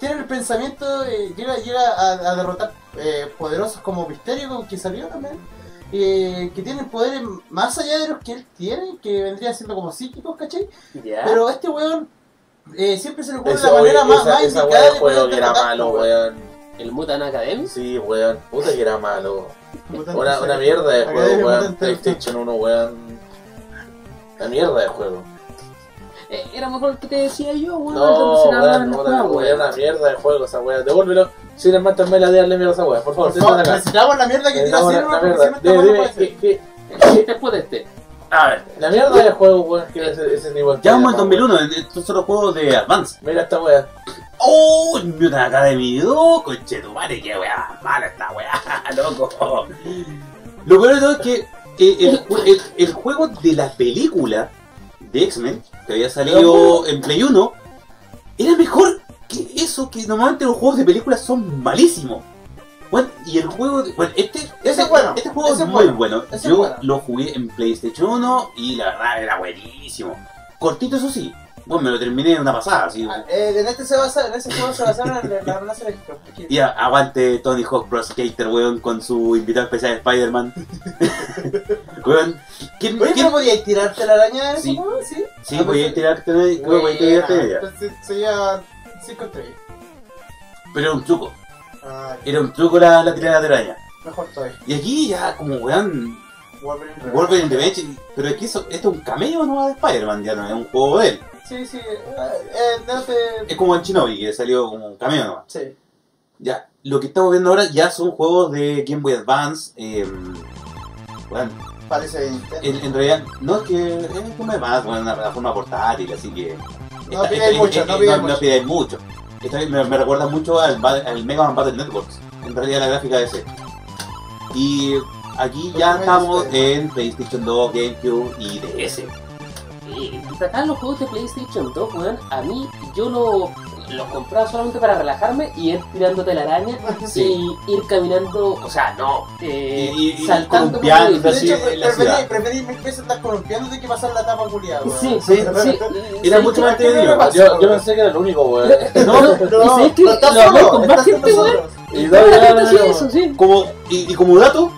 Tiene el pensamiento, eh, llega, llega a, a derrotar eh, poderosos como Misterio, con que salió también, eh, que tienen poderes más allá de los que él tiene, que vendrían siendo como psíquicos, ¿cachai?
Ya.
Pero este weón eh, siempre se le ocurre
Ese-
la manera
oye,
más,
esa-
más
Esa
indicada
weá del
de
juego
poder
que era
derrotar,
malo,
weón.
weón.
¿El Mutant Academy?
Sí, weón. Puta que era malo.
Mutante,
Una,
sí.
una mierda de
Academia
juego, weón.
Mutante.
PlayStation 1, weón. Una mierda de juego.
Eh, era mejor el que te decía yo, weón.
No,
donde se la
weón,
armaban las
puta,
weas,
weón, una mierda de juego esa weá. Devuélvelo. Sin el Master Mela, darle mierda a esa weá. Por
Por
favor, siéntate
favor,
acá.
necesitamos la mierda que tira
Necesitamos
Silver
una
porque si no
mierda. Dime,
esta weá no
dime,
puede ser.
¿qué- qué-
weón. Después de este.
A ver, la mierda de juego, weón, que ese, ese tipo de
Ya vamos al
weón.
2001, en- estos son los juegos de Advance.
Mira esta weá.
¡Oh! Mutant Academy 2, conchetumare, qué weá mala esta weá, loco. Lo peor de todo es que eh, el, ju- el- el juego de la película de X-Men, que había salido en Play 1, era mejor que eso, que normalmente los juegos de películas son malísimos. Bueno, y el juego, de- bueno, este, este,
es bueno,
este juego
ese
es
es
muy
bueno,
bueno.
ese es
Yo
bueno.
lo jugué en PlayStation 1 y la verdad era buenísimo. Cortito eso sí, Bueno, me lo terminé en una pasada, así.
Ah, eh, en este se basa, en ese juego se basaron en la- la amenaza electro. Aquí.
Y a- aguante Tony Hawk Pro Skater, weón, con su invitado especial Spider-Man. weón, ¿quién,
Oye,
quién-
pero podías tirarte la araña en ese
Sí.
juego, sí.
Sí,
Ah,
voy a
pues,
tirarte, weón, voy a tirarte media.
Entonces sería 5 estrellas.
Pero era un truco,
Ah,
era un truco la, la tirada de araña.
mejor todavía.
Y aquí ya, como weón,
Wolverine. Reverse.
Wolverine Revenge, pero aquí eso, esto es un cameo no de Spider-Man, ya no es un juego de él.
Sí, sí. ah, eh, no te...
Es como el Shinobi, que salió como un cameo nomás.
Sí.
Ya, lo que estamos viendo ahora ya son juegos de Game Boy Advance. Eh, bueno,
Parece de Nintendo.
en, en realidad, no es que es un Game Boy Advance, bueno, una plataforma portátil, así que.
No pidáis
eh,
mucho, no pidáis mucho.
pidáis mucho. Esta vez me, me recuerda mucho al, ba- al Mega Man Battle Networks, en realidad la gráfica de ese. Y aquí ya
Porque
estamos
me dice-
en PlayStation 2, GameCube y DS.
Eh, acá los juegos de PlayStation 2, weón, a mí yo lo, los compraba solamente para relajarme y ir tirándote la araña
Sí.
y ir caminando, o sea, no, eh,
Y- y- y
saltando por
columpiando,
la
De
así
hecho,
en la
preferí-
ciudad.
preferí mil veces andar columpiándote que pasar la tapa culiada. weón.
Sí,
Sí,
sí, sí.
Era
Sí,
mucho
sí.
más entretenido.
Yo-
Yo, yo pensé que era el único, weón.
No,
No, y sabes que
estás
lo hablé
solo,
con
estás
más gente,
con
weón.
nosotros.
Y
Toda
dale,
la gente
dale,
hacía
dale,
eso, sí.
Como, y, y como dato,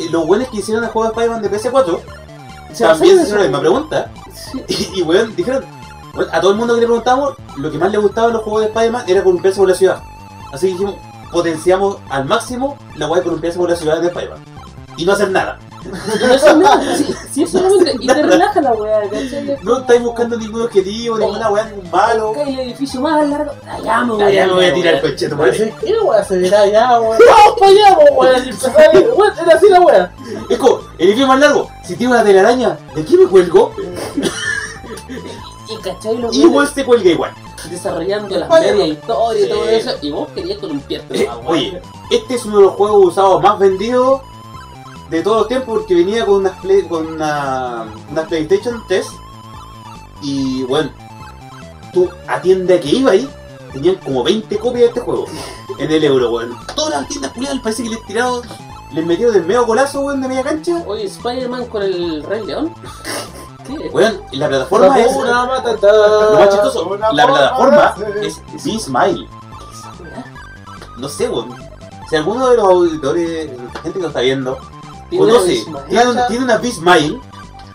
eh, los buenos que hicieron el juego de Spider-Man de PS4 también
Se basaron
se hicieron
en
la
eso.
misma pregunta.
Sí.
Y, y weón, dijeron, weón, a todo el mundo que le preguntamos, lo que más le gustaba de los juegos de Spider-Man era columpiarse por la ciudad. Así que dijimos, potenciamos al máximo la weá de columpiarse por la ciudad de Spider-Man. Y no hacer nada.
No es nada, sí, sí, es solamente- y te relaja la weá, ¿cachai?
No estáis buscando ningún objetivo, ninguna weá, ningún malo.
Busca el edificio más largo. Allá me voy,
Ya, ya me voy a
weón.
tirar el concheto,
Parece
weón.
que la weá se verá pues ya, weón. ¡Vamos para allá, po, weón! Y empezar ahí, weón, Era así la weá.
Es como, el video más largo, si tiro la telaraña, ¿de qué me cuelgo? pues.
Y cachai los
Y igual
weones
se cuelga igual.
desarrollando las
Vale.
medias historias y todo
Sí.
eso. Y vos querías columpiarte.
Eh, Oye, este es uno de los juegos usados más vendidos de todos los tiempos porque venía con unas play- con una, una PlayStation 3 y bueno, tú a tienda que iba ahí tenían como 20 copias de este juego en el euro, weón. Todas las tiendas culiadas parece que les tiraron, les metieron del medio golazo, weón, de media cancha.
Oye, Spider-Man con el Rey León. ¿Qué?
Weón, y la plataforma es.
Una matata.
Lo más chistoso,
Una
la
forma
plataforma
de-
es Be Smile. No sé, weón. Si alguno de los auditores, de la gente que lo está viendo,
Tiene una
conoce,
misma.
tiene, un- tiene una Bismail,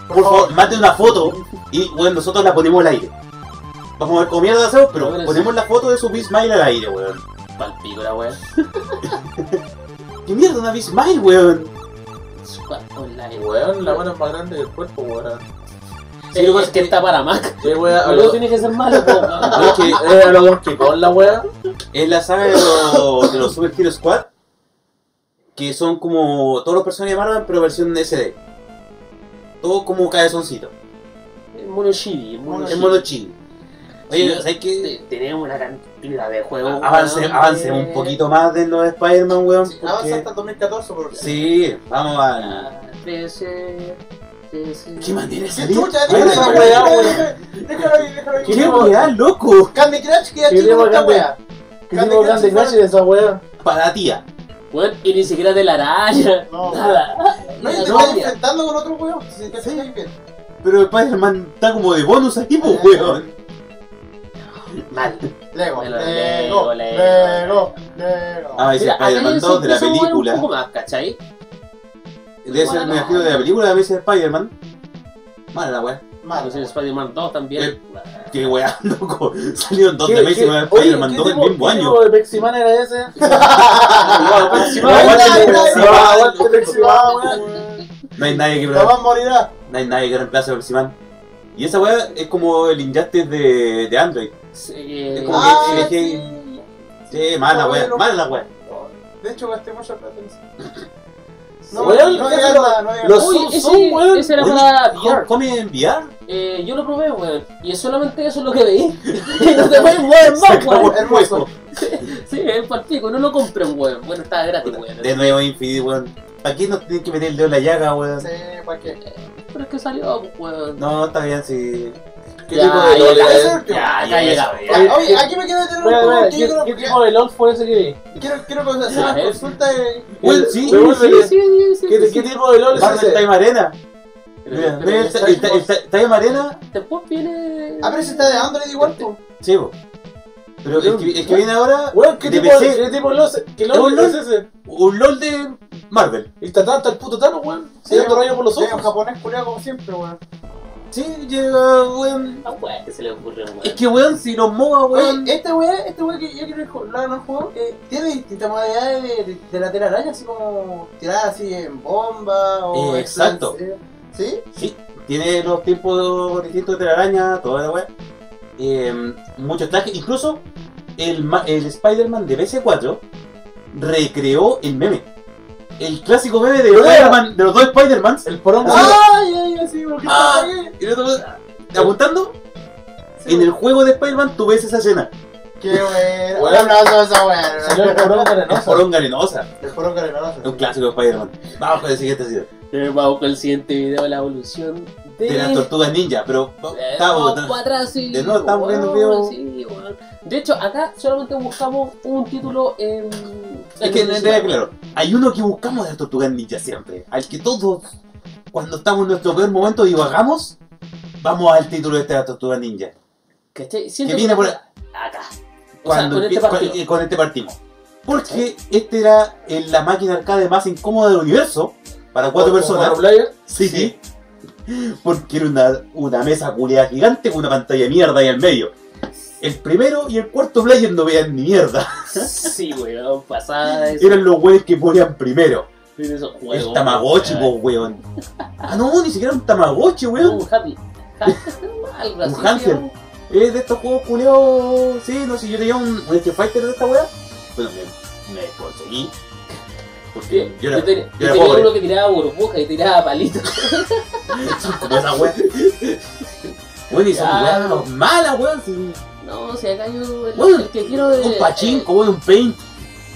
por favor, mate una foto y bueno, nosotros la ponemos al aire. Vamos a ver cómo mierda hacemos, pero
Ahora sí.
ponemos la foto de su Bismail al aire, weón.
Palpico la weá.
¿Qué mierda una Bismail, weón?
Squad Online.
Weón, la mano es más grande que el cuerpo, weón.
Sí, lo
es
que-
que está para Mac.
Qué weá, Eh,
Luego tiene que ser malo, po, weón.
Weón, que
Era lo Donkey Kong la weá.
es la saga de los, de los Super Hero Squad, que son como todos los personajes de Marvel, pero versión SD. Todo como cabezoncito.
Es Mono Shiri, es mono
Es
shiri.
mono chill. Oye,
Sí.
¿sabes qué?
Te- Tenemos una cantidad de juegos.
Avance,
weón.
avance un poquito más de los Spider-Man, weón.
Sí, Avanza
porque-
hasta el 2014, por
Sí, vamos a...
Ah, PC, PC.
¿Qué manera de
Sí,
salir?
chucha,
Ay,
déjalo
esa
ahí,
weá,
déjalo ahí,
weón.
déjalo ahí, déjalo ahí.
¡Qué
¿Qué
weá, loco!
Candy Crush queda
¿Qué
chido con esta
Candy-
weá.
Que tipo grande Crash de esa weá.
Para tía.
Weón, y ni siquiera de la araña.
No,
Nada.
No, y
La
te
novia.
estás enfrentando con otro weón. Si te fijas bien.
Pero Spider-Man está como de bonus aquí, pues, weón.
Mal. Lego,
Lego,
Lego,
Lego, Lego, Lego.
Ah, ese
Mira, acá
Spider-Man
ellos
2 de la
empiezan a jugar Un
película. Eh,
poco más, ¿cachai?
De ese, me imagino, de la película de Amazing Spider-Man. Mala la weá.
Malo,
Entonces, Spider-Man 2
ah, Eh,
también.
Qué weá, loco. Salieron dos de
¿Qué- qué-
Amazing Spider-Man
oye,
2
¿qué
en el
tipo-
mismo
qué
año.
tipo de Peximan era ese?
ah,
No hay
Aguante
nadie que
Peximan,
reemplace-
aguante Peximan,
weón.
No hay nadie que
La más morirá.
no hay nadie que reemplace a Perciman. Y esa weá es como el Injustice de, de Android.
Sí, eh,
Es como que-
Ah,
que-
sí.
Sí, mala weá, mala la weá.
De hecho, gasté mucha plata en eso.
No,
No,
weón,
no
eso
digas
era-
nada, no digas
los
nada.
Uy,
Zoom,
ese,
Zoom, weón.
ese era
Oye,
para
¿cómo-
VR.
¿Cómo enviar?
Eh, yo lo probé, weón. Y es solamente eso lo que veí. Y no te voy a mover
Se
más,
acabó
weón.
el juego.
Sí, es palpico. No lo compren, weón. Bueno, estaba gratis, weón.
De nuevo Infinity, weón. Aquí no tienen que meter el dedo en la llaga, weón.
Sí, ¿para qué?
Pero es que salió, weón.
No, está bien, sí.
¿Qué
Ya,
tipo de
ya,
LOL
ya,
era ese?
ya,
Ya, ya llegaba.
Oye,
Ya, Oye,
¿qué-
aquí me quiero detener un
Espera,
poco.
espera,
porque yo
¿qué-
creo-
¿Qué tipo de LOL fue ese que vi?
Quiero, quiero hacer una
Ya, eh.
consulta de...
Weón, sí.
Pero,
Sí, sí, sí, sí,
¿Qué,
sí.
qué tipo de LOL es
Barça
ese?
Time Arena. Mira, mira, está- está- está- está ahí Amarela,
Después viene.
Ah, pero si está de Android igual, pues.
sí, po. Pero el que, el que viene ahora,
Weón, ¿qué
De
tipo
PC.
¿Qué tipo lo hace? ¿Qué
¿Un
LOL
LOL?
es ese?
un LOL de Marvel.
El Tatán está el puto Tano, weón.
Sí,
Se dando rayos por los
Sí, un
ojos.
japonés culiao como siempre, weón.
Sí, llega, weón.
Ah, weón, que se le ocurre, weón.
Es que, weón, si los MOBA,
Oye,
weón.
este weón, este weón que yo quiero jugar, no juego, eh, tiene distintas modalidades de, de, de la telaraña, así como tirada así en bomba o.
Eh,
en
exacto.
plan- eh, ¿Sí?
Sí, tiene los tipos distintos de la araña, toda la weá. Eh, muchos trajes, incluso el, ma- el Spider-Man de PS4 recreó el meme. El clásico meme de, Spider-Man- de los dos Spider-Mans.
El porongo.
¡Ay, ay, ay! Sí, porque
Ah.
está ahí.
Y el otro, apuntando,
Sí,
en el juego de Spider-Man tú ves esa escena.
Qué weón. Un
Weón.
aplauso a esa weón.
Salió el porongo
Es
arenoso.
poronga arenosa.
El juro que le
Es un clásico de Spider-Man. Vamos con el siguiente video.
Eh, Vamos con el siguiente video, la evolución de.
De las tortugas ninja, pero
Eh,
estamos...
vamos para atrás, sí,
de nuevo estamos viendo video.
weón, sí, weón. De hecho, acá solamente buscamos un título en.
Es que en realidad, claro, hay uno que buscamos de las tortugas ninja siempre. Al que todos, cuando estamos en nuestro peor momento, divagamos, vamos al título de esta tortuga ninja.
¿Cachai? Siento
Que viene por
Acá. O sea,
cuando
con este
empie- con-
partido.
eh, con este partimos. Porque este era eh, la máquina arcade más incómoda del universo para cuatro
Con- con
personas.
Power Player.
Sí, sí. Porque era una, una mesa culeada gigante con una pantalla de mierda ahí al medio. El primero y el cuarto player no veían ni mierda.
Sí, weón, pasada de
Eran los güeyes que ponían primero.
de esos juegos.
El Tamagotchi, po, weón.
weón.
Ah, no, ni siquiera un Tamagotchi, weón.
Un happy. Algo así,
Un hamster.
weón.
Es de estos juegos culeados. Sí, no sé, yo tenía un, un Street Fighter de esta weá. Bueno, me, me conseguí. Porque yo
Yo,
era, yo
tenía, yo
era
tenía
pobre.
uno que tiraba burbuja y tiraba palitos.
Como esa weá. Weón, y son
Ya.
weas malas, weón. sí.
No, o sea, acá yo el,
Weón,
el que quiero es.
Un pachinko, weón, un paint.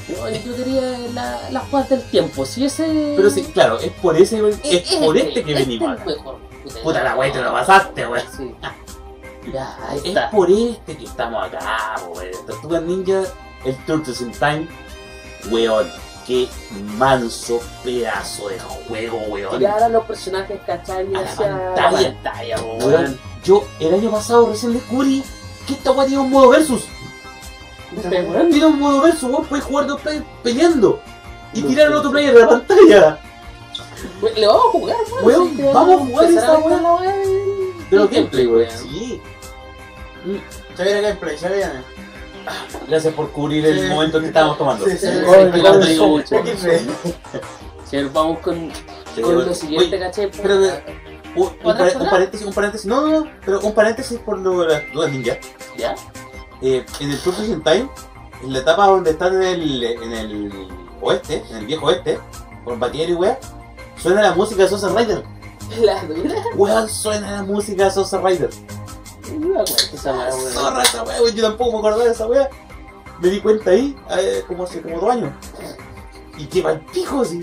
No, el que yo quería es la, las jugadas del tiempo. Si ese.
Pero sí, claro, es por ese, weón,
Eh,
es por este que venimos
es
acá.
mejor.
Puta la weá, te lo pasaste, weón.
Sí. Ya, ahí
Es
está.
por este que estamos acá, weón. Tortuga Ninja, el Turtles in Time, weón. Qué manso pedazo de juego, weón.
Tirar a los personajes, ¿cachai?
este. A la
Hacia la
pantalla.
pantalla, po,
Weón,
weón.
Yo el año pasado recién descubrí que esta weá tiene un modo versus.
Puta, Este weón.
Tiene un modo versus, weón. Puedes jugar dos players peleando y
No
tirar al
sé.
otro player de la pantalla.
Weón, Le vamos a jugar, weón.
Weón,
Sí, te
vamos a jugar
empezar
esa
a la weá del-
De los
del gameplay,
gameplay, weón.
weón.
Sí.
Ya viene gameplay, ya viene.
Gracias por cubrir
Sí.
el momento que estábamos tomando.
Sí, sí, sí.
Oye,
sí,
cuando
sí,
digo,
sí.
weón,
Bueno.
Gameplay.
Sí, vamos con,
sí,
con
weón.
lo siguiente,
Oye,
¿cachai? po.
pero, Un, un
¿Podrás
par- un
hablar?
paréntesis, un paréntesis, no, no, no, pero un paréntesis por lo de las dudas ninja.
¿Ya?
Eh, en el Turtles in Time, en la etapa donde están en el, en el oeste, en el viejo oeste, con Batiery y weá, suena la música de Sosa Rider.
La dura.
Weón, suena la música de Sosa Rider.
No me acuerdo esa weá, weón.
Zorra esa weá, weón, yo tampoco me acordaba de esa weá. Me di cuenta ahí, eh, como hace como dos años. Y qué mal pijo, sí.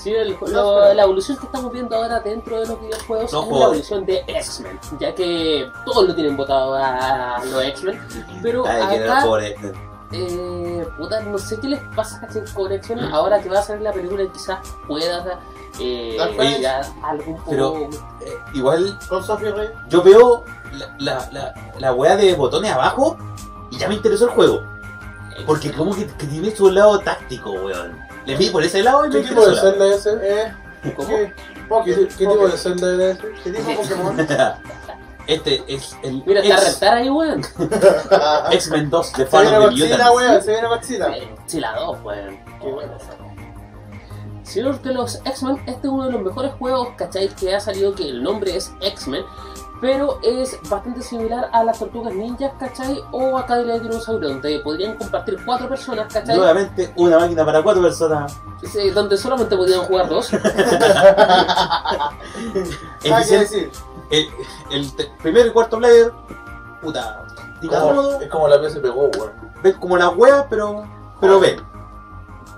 Sí, el- lo-
No, pero-
la evolución que estamos viendo ahora dentro de los videojuegos
No
es la
jodas.
evolución de X-Men, ya que todos lo tienen votado a los X-Men. Pero
Ay, que era
acá-
pobre.
Eh, puta, no sé qué les pasa ¿cachai? con X-Men
Mm.
ahora que va a salir la película y quizás pueda eh,
Dark Knight.
dar algún poco
Pero- Eh, igual
Con Sofía Rey.
yo veo la, la, la, la weá de botones abajo y ya me interesó el juego. Porque como que, que tiene su lado táctico, weón. Le vi por ese lado y me
¿Qué tipo
interesó.
de celda es ese?
Eh,
¿Cómo?
¿qué?
¿Qué,
Pocket.
qué tipo de celda era ese?
¿Qué tipo de Pokémon?
la- este es el
Mira, está
ex-
rentar ahí, weón.
Se
X-Men 2 de
viene
Phantom de
Maxila,
Mutants.
weón, se viene Maxila.
Eh, Sí, la dos, weón. Qué
Oh.
bueno.
Señor de los X-Men, este es uno de los mejores juegos, ¿cachai? Que ha salido, que el nombre es X-Men, pero es bastante similar a las tortugas ninjas, ¿cachai? O a Cadillac Dinosaurio, donde podrían compartir cuatro personas, ¿cachai?
Nuevamente una máquina para cuatro personas.
Sí, Donde solamente podían jugar dos.
Nada que
Eficien-
decir.
el, el te- primero y cuarto player, puta,
Como-
Oh.
digamos,
Es como la PSP Go, weón.
ven como las weas, pero,
Ah.
pero ven.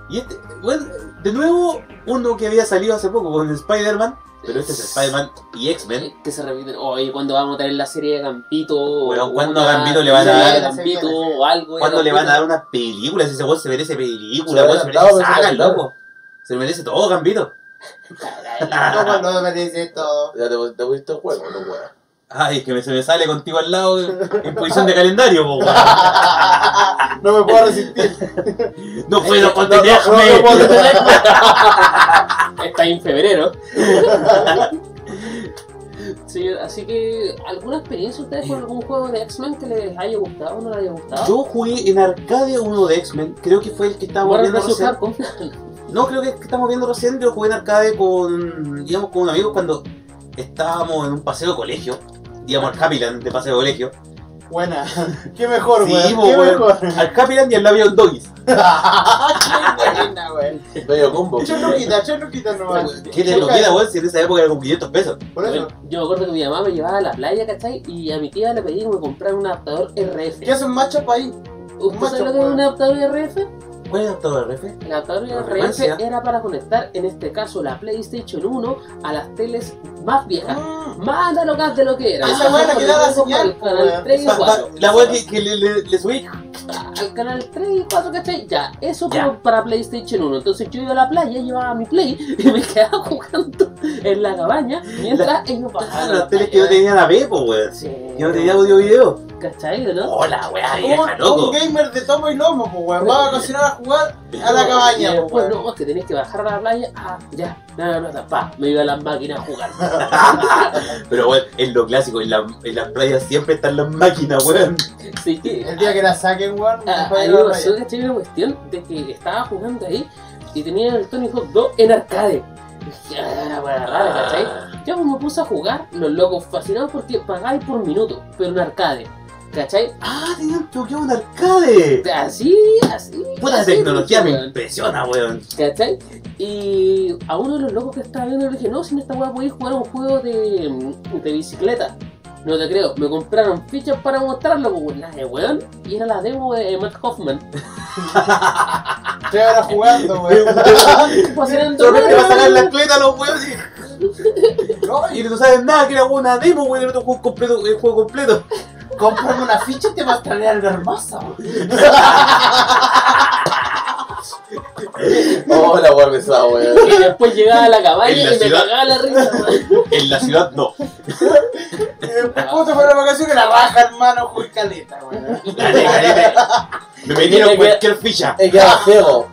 Y este, bueno, de nuevo, uno que había salido hace poco con Spider-Man, pero este es Spider-Man y X-Men.
que se repiten. Oye, ¿cuándo vamos a tener la serie de Gambito?
Bueno,
O
¿cuándo
una
a Gambito le van a
serie
dar?
de Gambito o algo. de
¿Cuándo le van a dar
Gambito?
una película? Si ese weón se merece película,
Se lo
weón, se
han dado,
merece
pero se lo
saga,
han dado.
loco. Se lo merece todo, Gambito.
¿Cómo no me dice todo?
Ya te, te pusiste el juego, no weón.
Ay, que me, se me sale contigo al lado en posición de calendario, po, weón.
No me puedo resistir.
No puedo
Eh, No, no, no puedo
contenerme.
detenerme.
Está ahí en febrero. Sí, así que, ¿alguna experiencia ustedes con algún juego de X-Men que les haya gustado o no les haya gustado?
Yo jugué en Arcadia uno de X-Men, creo que fue el que estábamos
Marvel
viendo
vs.
recién.
Capcom.
No, creo que el que estamos viendo recién, yo jugué en Arcade con, digamos, con un amigo cuando estábamos en un paseo de colegio, íbamos al Happyland de paseo de colegio.
Buena. Qué mejor,
Sí,
weón.
po,
Qué
weón.
mejor.
Al Happyland y al labio Doggies.
Qué buena, weón.
Medio combo.
Chorruquita, chorruquita nomás.
¿Qué te lo queda, weón? Si en esa época era con 500 pesos.
Por eso.
Yo me acuerdo que mi mamá me llevaba a la playa, ¿cachai? Y a mi tía le pedí que me comprara un adaptador RF.
¿Qué hace un matchup ahí?
¿Usted sabe
macho,
lo que es un
weón.
adaptador RF?
¿Cuál era todo el refe?
El adaptador
La
RF
frecuencia.
era para conectar, en este caso, la PlayStation 1 a las teles más viejas.
Mm.
Más análogas de lo que era.
Ah, esa weá la que da la señal,
Al
weón.
canal 3 y
Esa-
4.
La weón que, que le, le- le subí.
Al canal 3 y 4, ¿cachai? Ya, eso
Ya.
como para PlayStation 1. Entonces yo iba a la playa, llevaba mi Play y me quedaba jugando en la cabaña mientras ellos
Ah,
bajaban.
las teles que yo tenía la B, po, pues, weón.
Sí.
Yo no tenía audio video.
¿Cachai, no?
Hola, weá, vieja,
Un,
loco.
un gamer de tomo y lomo, pues, weón. Va a vacacionar a jugar a la
Y
cabaña, pues,
después,
weón.
no, es que tenés que bajar a la playa. Ah, ya, nada, nada, pa, me iba a las máquinas a jugar.
Pero, weón, es lo clásico. En, la- en las playas siempre están las máquinas, weón.
Así que.
El día que la saquen, weón.
Ah,
va a
ahí
ir a
me
la
pasó
playa.
que tenía una cuestión de que estaba jugando ahí y tenía el Tony Hawk 2 en arcade. Y dije, "Ah, Era para rara, ¿cachai? Ya pues me puse a jugar, los locos fascinados porque pagáis por minuto, pero en arcade. ¿Cachai?
Ah, tenían truqueado un arcade.
Así, así.
Puta
así,
tecnología me
weón.
impresiona, weón.
¿Cachai? Y a uno de los locos que estaba viendo le dije, no, si en esta weá podéis jugar un juego de, mm, de bicicleta. No te creo, me compraron fichas para mostrarlo, pues weón, las de weón, y era la demo de Matt Hoffman.
Tres horas jugando, weón.
Fascinando,
Solamente va a sacar la
weón.
escleta a los weón
No,
y no sabes nada que era una demo, weón, era otro juego completo, el juego completo.
Comprame una ficha y te vas a traer algo hermoso.
Oh, la weón pesada, weón.
Y después llegaba a la
En
cabaña
la
y me
ciudad.
cagaba la risa, weón.
En la ciudad no.
Y después justo para la vacación que la baja, hermano, juega caleta, weón.
Dale, dale, Me metieron cualquier ficha.
Es que era ciego.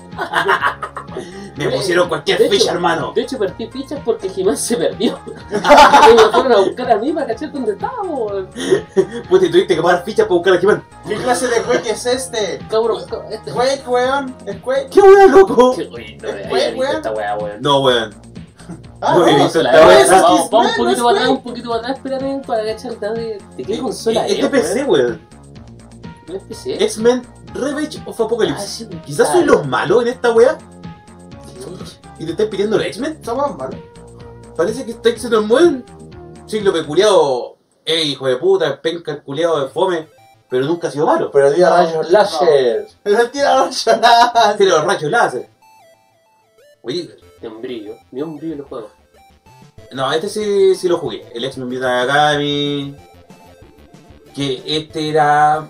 Me pusieron cualquier
De hecho-
ficha, hermano.
De hecho, perdí fichas porque Jimán se perdió. y me fueron a buscar a mí para cachar dónde estaba, weón.
Puta, y Pues tuviste que pagar fichas para buscar a Jimán.
¿Qué clase de juego es este?
Cabrón, cabrón, este.
Quake, weón, es Quake.
¡Qué weón, loco!
Qué weón, no
Weón,
había visto
weón.
esta weá, weón.
No, weón.
Ah,
Muy
no,
bien,
es
la
verdad,
verdad.
es
Vamos,
Kiss
vamos un poquito
Man, es
para atrás,
Quake.
un poquito para atrás, espérate para cachar de, de qué consola
Es de PC, weón.
No es PC.
X-Men Revenge of
Ah,
Apocalypse.
sí,
Quizás
ah,
soy los malos en esta weá y te estés pidiendo el X-Men.
Somos malos.
Parece que estáis siendo un buen siglo peculiado. Ey, hijo de puta, penca, el culiado de fome. Pero nunca ha sido malo.
Pero tira rayos láser.
Pero tira ocho nada.
Tiene los rayos láser. Oye,
Ni un brillo, ni un brillo en los juegos.
no, este sí, sí lo jugué. El X-Men Mutant Academy. Que este era.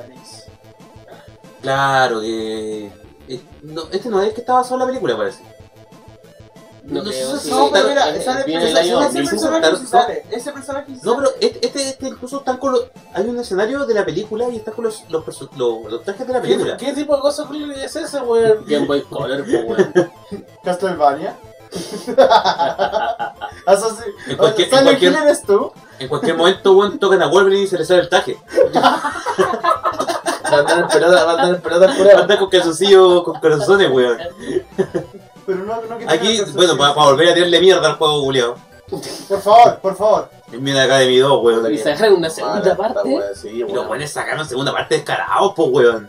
Claro, que. eh, no, este no es el que estaba solo en la película, parece. No,
creo,
no,
sí.
no, pero
mira,
Eh,
sale-
viene el
sale-
año
ese
2000.
personaje sí sale, ese personaje sí
No,
sale.
pero este, este, este incluso están con los. Hay un escenario de la película y están con los, los, perso- los- los trajes de la película.
¿Qué tipo de cosa horrible es ese, weón?
Game Boy Color, pues, weón.
Castlevania. Assassin-
En cualquier- en
Silent
cualquier-
Hill eres tú?
En cualquier momento, weón, tocan a Wolverine y se le sale el traje.
Va a andar en pelota, va a andar en pelota curado.
Anda con calzoncillos, con calzones, weón.
Pero no, no que
Aquí,
tenga
bueno, para,
calzoncillos.
volver a tirarle mierda al juego, culiao.
Por favor, por favor.
Es mierda acá de mi 2, weón.
Y sacaron una segunda parte.
Sí,
Y los
weón.
buenos sacaron segunda parte descarados, po, weón.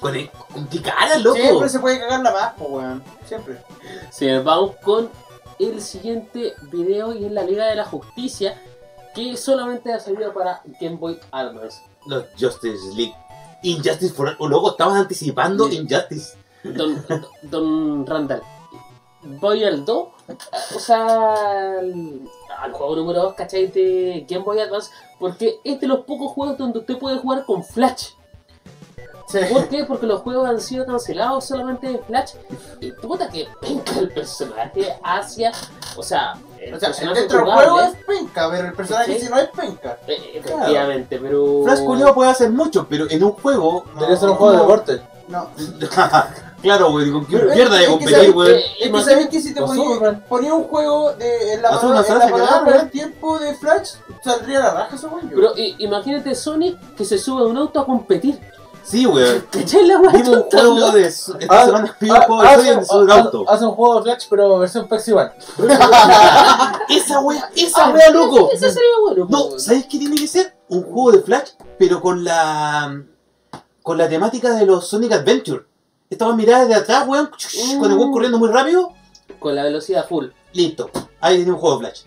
Con, el- con qué cara, loco.
Siempre se puede cagar la más, po, weón. Siempre.
Si nos vamos con el siguiente video y es la Liga de la Justicia, que solamente ha salido para Game Boy Advance.
Los Justice League. Injustice for All. Loco, estabas anticipando
Sí.
Injustice.
Don, don Randall, voy al 2, o sea, al, al juego número 2, ¿cachai? este De Game Boy Advance, porque es de los pocos juegos donde usted puede jugar con Flash.
Sí.
¿Por qué? Porque los juegos han sido cancelados solamente en Flash. Y puta que penca el personaje hacia. O sea, el
O sea, el
personaje
dentro del
jugable,
juego es penca, pero el personaje
¿Cachai?
si no es penca.
eh, Efectivamente, pero.
Flash culiao puede hacer mucho, pero en un juego.
Debería ser un juego de
No.
deporte.
No.
claro, güey, con qué
Pero
mierda
es
de
que
competir,
sabes
güey.
Eh,
Es que
más-
sabes que si te
Los
ponía,
Superman.
ponía un juego de, en la
Las
palabra,
Superman se
en
las
la palabra
sacaron,
el tiempo de Flash, saldría la raja ese güey. yo.
Pero eh, imagínate Sony que se sube a un auto a competir.
Sí, güey.
¿Cachai la wea
Vimos un
tonta,
juego
no?
de. su- Esta
Ah,
semana vi un
ah,
juego de
hace-
Sony en su
ah,
auto.
Hace un juego de Flash, pero versión Pepsi One.
Esa wea,
Ah,
esa wea, loco.
Eso sería bueno.
No,
pues.
¿sabes qué tiene que ser? Un juego de Flash, pero con la. con la temática de los Sonic Adventure. Estaba mirada de atrás, weón, con el weón corriendo muy rápido.
Con la velocidad full.
Listo, ahí tiene un juego de Flash.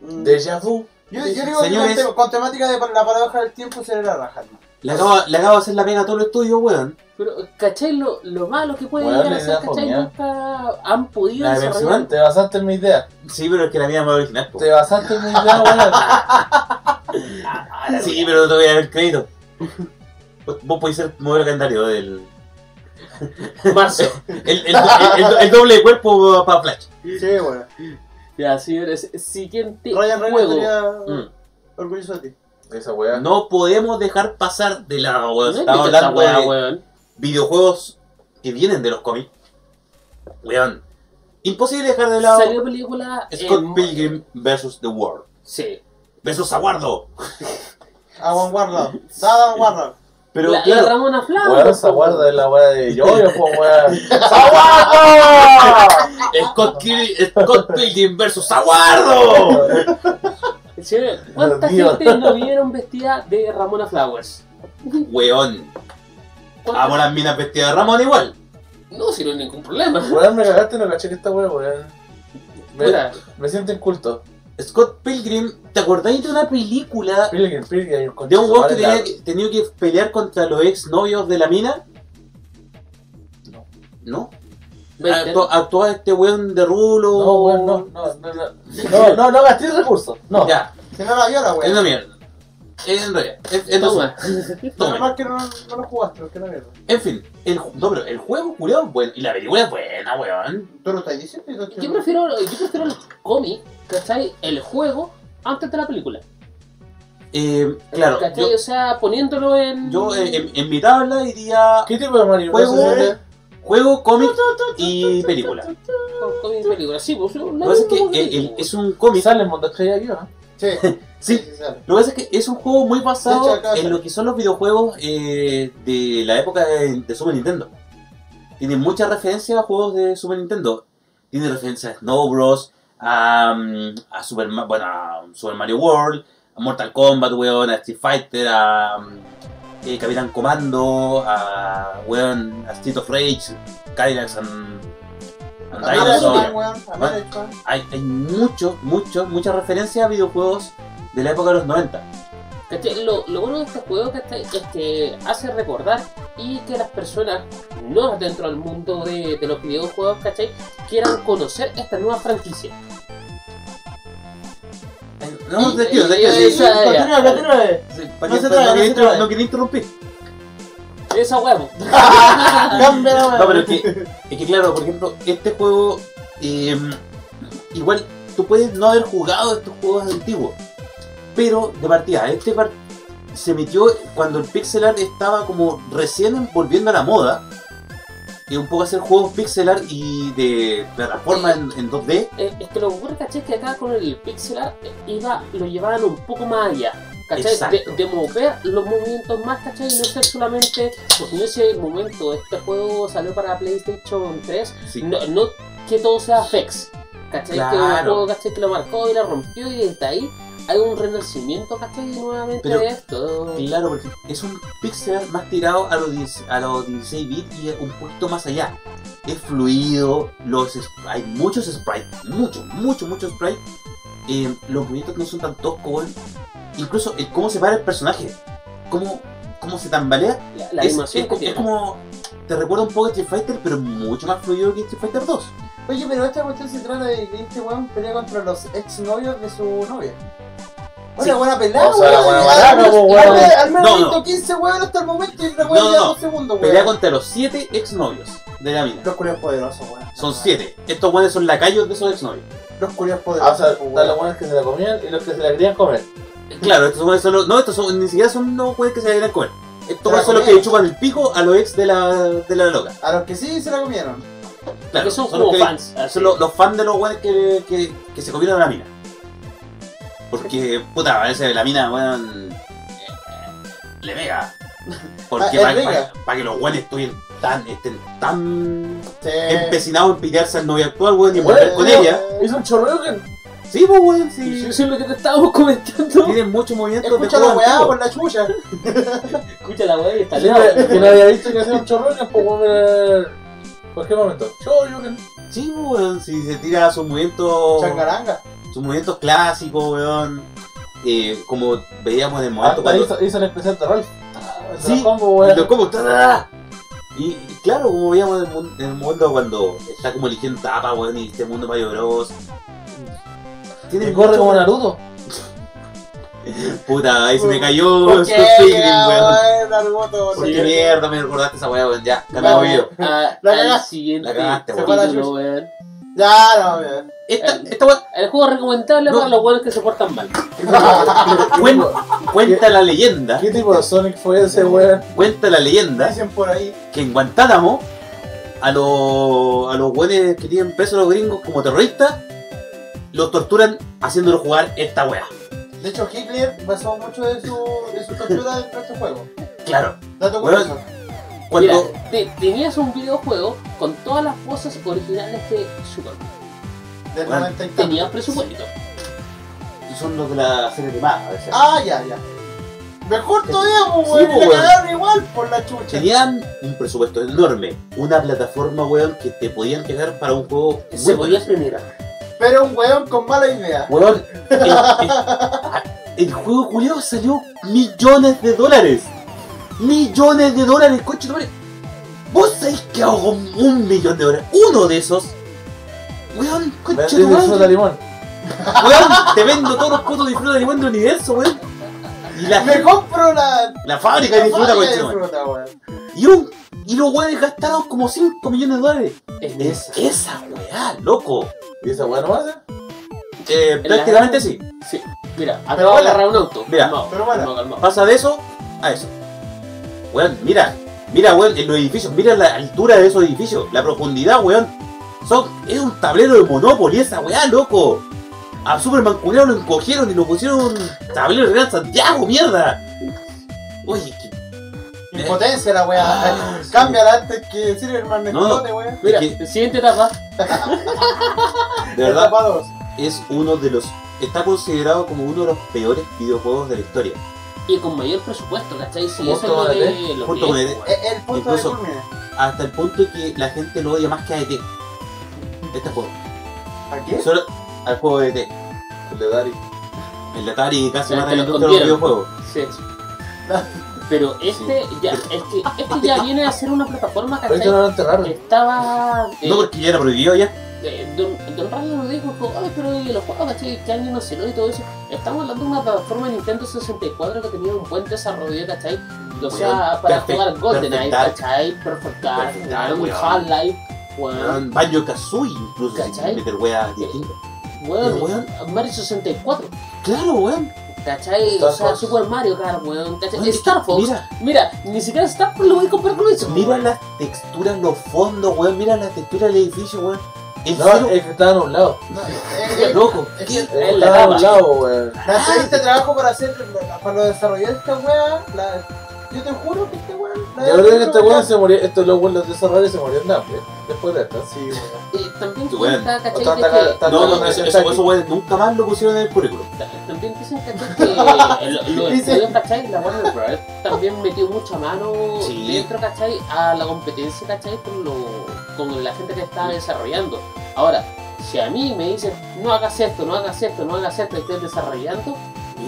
Mm.
Deja vu.
yo, yo digo que con,
Señores-
te- con temática de la paradoja del tiempo sería la raja. hermano.
Le acabo, le acabo de hacer la pega a todo el estudio, weón.
Pero, ¿cachai lo, lo malo que puede
Weón,
llegar a
la
ser?
idea
¿Cachai?
fomea.
Nunca han podido
La de
desarrollar.
Pepsi
Te basaste en mi idea.
Sí, pero es que la mía es más original, po.
Te basaste en mi idea, weón.
Sí, pero no te voy a dar el crédito. Ah, Vos- Vos podés ser modelo calendario del.
Marzo.
El, el, el- el- el doble de cuerpo para Flash.
Sí, bueno.
ya, señores, siguiente
Ryan Reynolds
juego.
sería
Mm.
orgulloso de ti.
Esa weá.
No podemos dejar pasar de la
No
weón.
es
Estamos
esta
hablando
weá,
de
weón.
videojuegos que vienen de los cómics. Weón. Imposible dejar de lado
Salió película.
Scott
en-
Pilgrim vs. The World.
Sí.
Versus Aguardo.
Aguan Warlock. Dadan Warlock.
Pero
la,
claro,
la Ramona Flowers.
Weón, esa
po,
guarda es la weá de Yoyo, po, weón.
Scott, Kil- Scott Pilgrim versus Aguardo.
Señores, ¿cuánta
Dios.
gente no vieron vestida de Ramona Flowers?
Weón.
¿Cuánta-
Amo las minas vestidas de Ramón igual.
No, si no hay ningún problema.
Weón, me cagaste, no caché que esta weá, weón. Me,
Puta,
me siento inculto.
Scott Pilgrim, ¿te acordáis de una película
Pilgrim, Pilgrim,
de un weón que tenía que, tenía que pelear contra los ex novios de la mina?
No.
¿No?
veinte.
Actu- Actuaba este weón de rulo.
Ah, No, weón, no, no, no, no. No, no, no gasté recursos. No.
Ya,
Que no la vio la
es una
wea.
mierda. En realidad, es- es-
Toma.
toma.
Menos mal que no, no lo jugaste, porque no vio.
En fin, el, ju- no, pero el juego culiao es bueno. Y la película es buena, weón.
¿Tú lo estás diciendo? Yo te-
Yo prefiero, yo prefiero el cómic, ¿cachai? El juego antes de la película.
Eh, claro,
¿Cachai?
yo,
o sea, poniéndolo en.
yo, eh, en, en mi tabla diría
¿Qué tipo de marihuana
Juego,
se vende?
juego, cómic y película. Lo
Con cómic y película. Sí, pues. Lo
que pasa es que el- el- es un cómic.
Sale en Mundo Estrella aquí, ¿no?
Sí.
Sí,
sale.
Lo que pasa es que es un juego muy
De
basado
hecho, acá
en
sale.
lo que son los videojuegos eh, de la época de, de Super Nintendo. Tiene muchas referencias a juegos de Super Nintendo. Tiene referencias a Snow Bros, a, mm, a Super, Ma- bueno, a Super Mario World, a Mortal Kombat, weón, a Street Fighter, a mm, eh, Capitán Comando, a, weón, a Street of Rage, Cadillacs and, and
Ah,
Dinosaur.
American, weón. American.
Hay, hay muchos, muchos, muchas referencias a videojuegos de la época de los 90.
¿Cachai? Lo, lo bueno de este juego ¿cachai? es que hace recordar y que las personas no dentro del mundo de, de los videojuegos ¿cachai? quieran conocer esta nueva franquicia.
No,
Y-
tranquilo,
y-
tranquilo.
y-
sí,
y-
sí,
ya, ya.
Continúa, continúa.
sí, pa'
no
que-
se
pa-
trabe,
no
no
quería
se
interrum-
trabe.
No quería interrumpir.
Esa huevo.
Cambia la wea.
No, pero es que, es que claro, por ejemplo, este juego. eh, igual, tú puedes no haber jugado estos juegos antiguos. Pero, de partida, este par- se metió cuando el pixel art estaba como recién volviendo a la moda. Y un poco hacer juegos pixel art y de plataforma en, en 2D.
Eh, es que lo que ocurre, ¿cachai? Que acá con el pixel art eh, iba, lo llevaban un poco más allá. ¿Cachai?
Exacto.
De, de mover los movimientos más, ¿cachai? Y no ser solamente, porque en ese momento este juego salió para PlayStation 3,
Sí.
no, no que todo sea Fex. ¿Cachai? Que un
Claro.
juego ¿cachai? que lo marcó y la rompió y desde ahí hay un renacimiento, ¿cachai? Nuevamente
Pero-
de esto.
Claro, porque es un pixel art más tirado a los, 10 a los 16 bits y un poquito más allá. Es fluido, los es- hay muchos sprites, muchos, muchos, muchos sprites. Eh, los movimientos no son tan toscos, weón. incluso el cómo se para el personaje, cómo, cómo se tambalea,
La, la
es,
animación
es
que
co- es
tiene.
como. Te recuerda un poco a Street Fighter, pero mucho más fluido que Street Fighter 2.
Oye, pero esta cuestión se trata de que este weón pelea contra los ex novios de su novia. Una buena pelada,
O sea, la buena pelada,
Al menos-
pues, weón.
al menos- Al menos
No,
he
no.
visto 15 weón hasta el momento y una
No,
weón ya
no,
dos segundos,
Pelea
weón.
contra los siete exnovios de la mina.
Los culios poderosos, weón.
Son siete. Estos buenos son lacayos de esos exnovios.
Los culios
Ah, o sea,
poderosos,
están los
weón.
buenos que se la comían y los que se la querían comer.
Claro, estos buenos son los. No, estos son, ni siquiera son los güeyes que se deben comer. Estos
Pero
güeyes
eh.
son los
comían.
que chupan el pico a los ex de la, de la loca.
A los que sí se la comieron.
Claro,
que son
los
como
que-
fans. así.
Son los, los fans de los weones que, que, que se comieron a la mina. Porque, puta, a veces la mina, weón. eh, Le pega. Porque
Ah, es
para
rica.
que los weones estuvieran tan, estén tan
Sí.
Eh.
empecinados en pitearse al novio actual, weón, y volver
Weón,
con
no.
ella.
Hizo un chorreo
Sí, pues, weón, sí.
Sí, Eso es lo que te estábamos comentando.
Tienen mucho movimiento de
Escucha la
juego
weá
antiguo.
por la chucha.
Escucha la weá y está
que no- que no había visto que hacía un chorreo pues weón era- cualquier momento. Chorreo
Sí, pues, weón, si se tira sus movimientos,
Changaranga.
sus movimientos clásicos, weón. Eh, como veíamos en el momento
Hasta
cuando
hizo, Ah, hizo el especial de Rolf. El
Sí,
Ah, combo,
Y
weón.
lo como, ¡tarara! Y y claro, como veíamos en el, mun- en el mundo cuando está como eligiendo tapa, weón, y este mundo Mario Bros. Tiene
Y corre
mucho-
como Naruto.
Puta, ahí se me cayó
¿Por
Scott
qué,
Pilgrim, weón.
weón, al voto,
¿Por
weón?
qué mierda me recordaste esa weá, weón? Ya, cambiamos
Vamos.
video.
Ah,
La
al
cagaste.
siguiente
La cagaste,
weón. Se fue la
capítulo,
chucha.
weón.
Ya, no, weón.
Eh,
Esta, esta weá,
El juego recomendable
No.
para los weones que se portan mal.
eh,
cuen- cuenta la leyenda,
¿Qué tipo de Sonic fue ese, weón?
cuenta la leyenda
Dicen por ahí.
que en Guantánamo a los a los weones que tienen presos los gringos como terroristas los torturan haciéndolos jugar esta weá.
De hecho, Hitler basó mucho de su, de su tortura dentro de este juego.
Claro.
Dato
Weón,
curioso.
Cuando
Mira, te- tenías un videojuego con todas las cosas originales de Superman.
Del
weón,
90 y tanto.
Tenías presupuesto.
son los de la serie de más, a veces.
Ah, ya, ya. Mejor todavía, pues,
Sí,
weón.
pues,
le
weón.
cagaron igual por la chucha.
Tenían un presupuesto enorme, una plataforma, weón, que te podían quedar para un juego.
Se
bueno.
podía estrenar.
Pero un weón con mala idea.
Weón, el, el- el juego culiao salió millones de dólares. Millones de dólares, coche, madre. ¿Vos sabés que hago un millón de dólares? Uno de esos. Weón,
Weón,
coche,
tiene fruta
weón,
limón.
te vendo todos los putos disfruta de limón del universo, weón. Y la,
Me compro la.
la fábrica de disfruta, este
la
coche,
de
madre.
fruta, weón.
Y, un, y los weones gastaron como 5 millones de dólares.
Es de
Es esa weá, loco.
¿Y esa weón no hace?
Eh, prácticamente sí.
Sí. Mira, acabo
Pero
de
bueno.
agarrar un auto.
Mira,
Calmado,
pero bueno.
calmado, calmado.
Pasa de eso a eso. Weón, mira, mira, weón, en los edificios, mira la altura de esos edificios, la profundidad, weón. Son, es un tablero de Monopoly esa weá, loco. A Superman culiao lo encogieron y lo pusieron en un tablero de Gran Santiago, mierda. Oye, que-
Impotencia la
Ah,
weá.
sí.
Cámbiala antes que Silverman
No, no.
explote, weón.
Mira,
que-
siguiente etapa.
de verdad,
Etapa 2.
es uno de los. Está considerado como uno de los peores videojuegos de la historia.
Y con mayor presupuesto, ¿cachai? Si
Junto
eso es lo
con el
de los
Junto con
videos,
el-
weón.
E, El punto
Incluso-
de culmina.
Hasta el punto de que la gente lo odia más que a ET. Este juego.
¿A
¿Eh?
qué?
Solo al juego de E ET.
El de Dari.
El de Atari casi
El
mata
que
la
lo
industria de los
escondieron.
videojuegos.
Sí. Pero este ya, este, este ya viene a ser una plataforma,
Pero este no
¿cachai?
lo enterraron.
Que Estaba. eh,
No porque ya era prohibido ya.
eh, Don, Don Radio nos dijo, ay, pero ¿y los juegos, ¿cachai? ¿Qué año no se lo y todo eso? Estamos hablando de una plataforma Nintendo 64 que tenía un buen desarrollo, ¿cachai? O sea,
Weón,
para
perfect-
jugar GoldenEye,
Perfect Dark.
¿cachai? Perfect Dark,
Perfect Dark,
claro, un
weón.
Half-Life, weón,
Banjo Kazooy incluso si
Ah. ¿Cachai?
meter weas distintas.
weón,
weón.
Mario 64,
Claro, weón.
¿cachai?
Star
o sea,
Fox.
Super Mario, claro, weón, ¿cachai?
Weón,
Star Fox,
Mira,
mira, ni siquiera Star Fox lo voy a comprar con eso.
mira
weón.
las texturas, los fondos, weón. Mira la textura del edificio, weón. En
No,
serio,
es que estaban a un lado.
No, eh, eh,
loco.
es
¿qué?
que-
Eh,
En la
Estaban a un
lava.
lado, weón.
La
Ah.
entrevista de trabajo para hacer, para los desarrolladores de esta weá, la- yo te juro que este weón... la-
Yo creo que este weón se murió, estos los weón los desarrolladores se murieron hambre. Después de esto.
Sí, weón.
Eh, también
Qué bueno.
cuenta, ¿cachai?
Otra
de
ataca-
que-
ataca-
No, no,
no,
no, eso,
no,
eso,
no,
eso, weón, nunca más lo pusieron en el currículum.
También dicen ¿cachai? que lo- los
Dice-
estudios, ¿cachai? La Warner Bros. también metió mucha mano
Sí.
dentro, ¿cachai? A la competencia, ¿cachai? Con, lo, con la gente que estaba desarrollando. Ahora, si a mí me dicen, no hagas esto, no hagas esto, no hagas esto, estés desarrollando,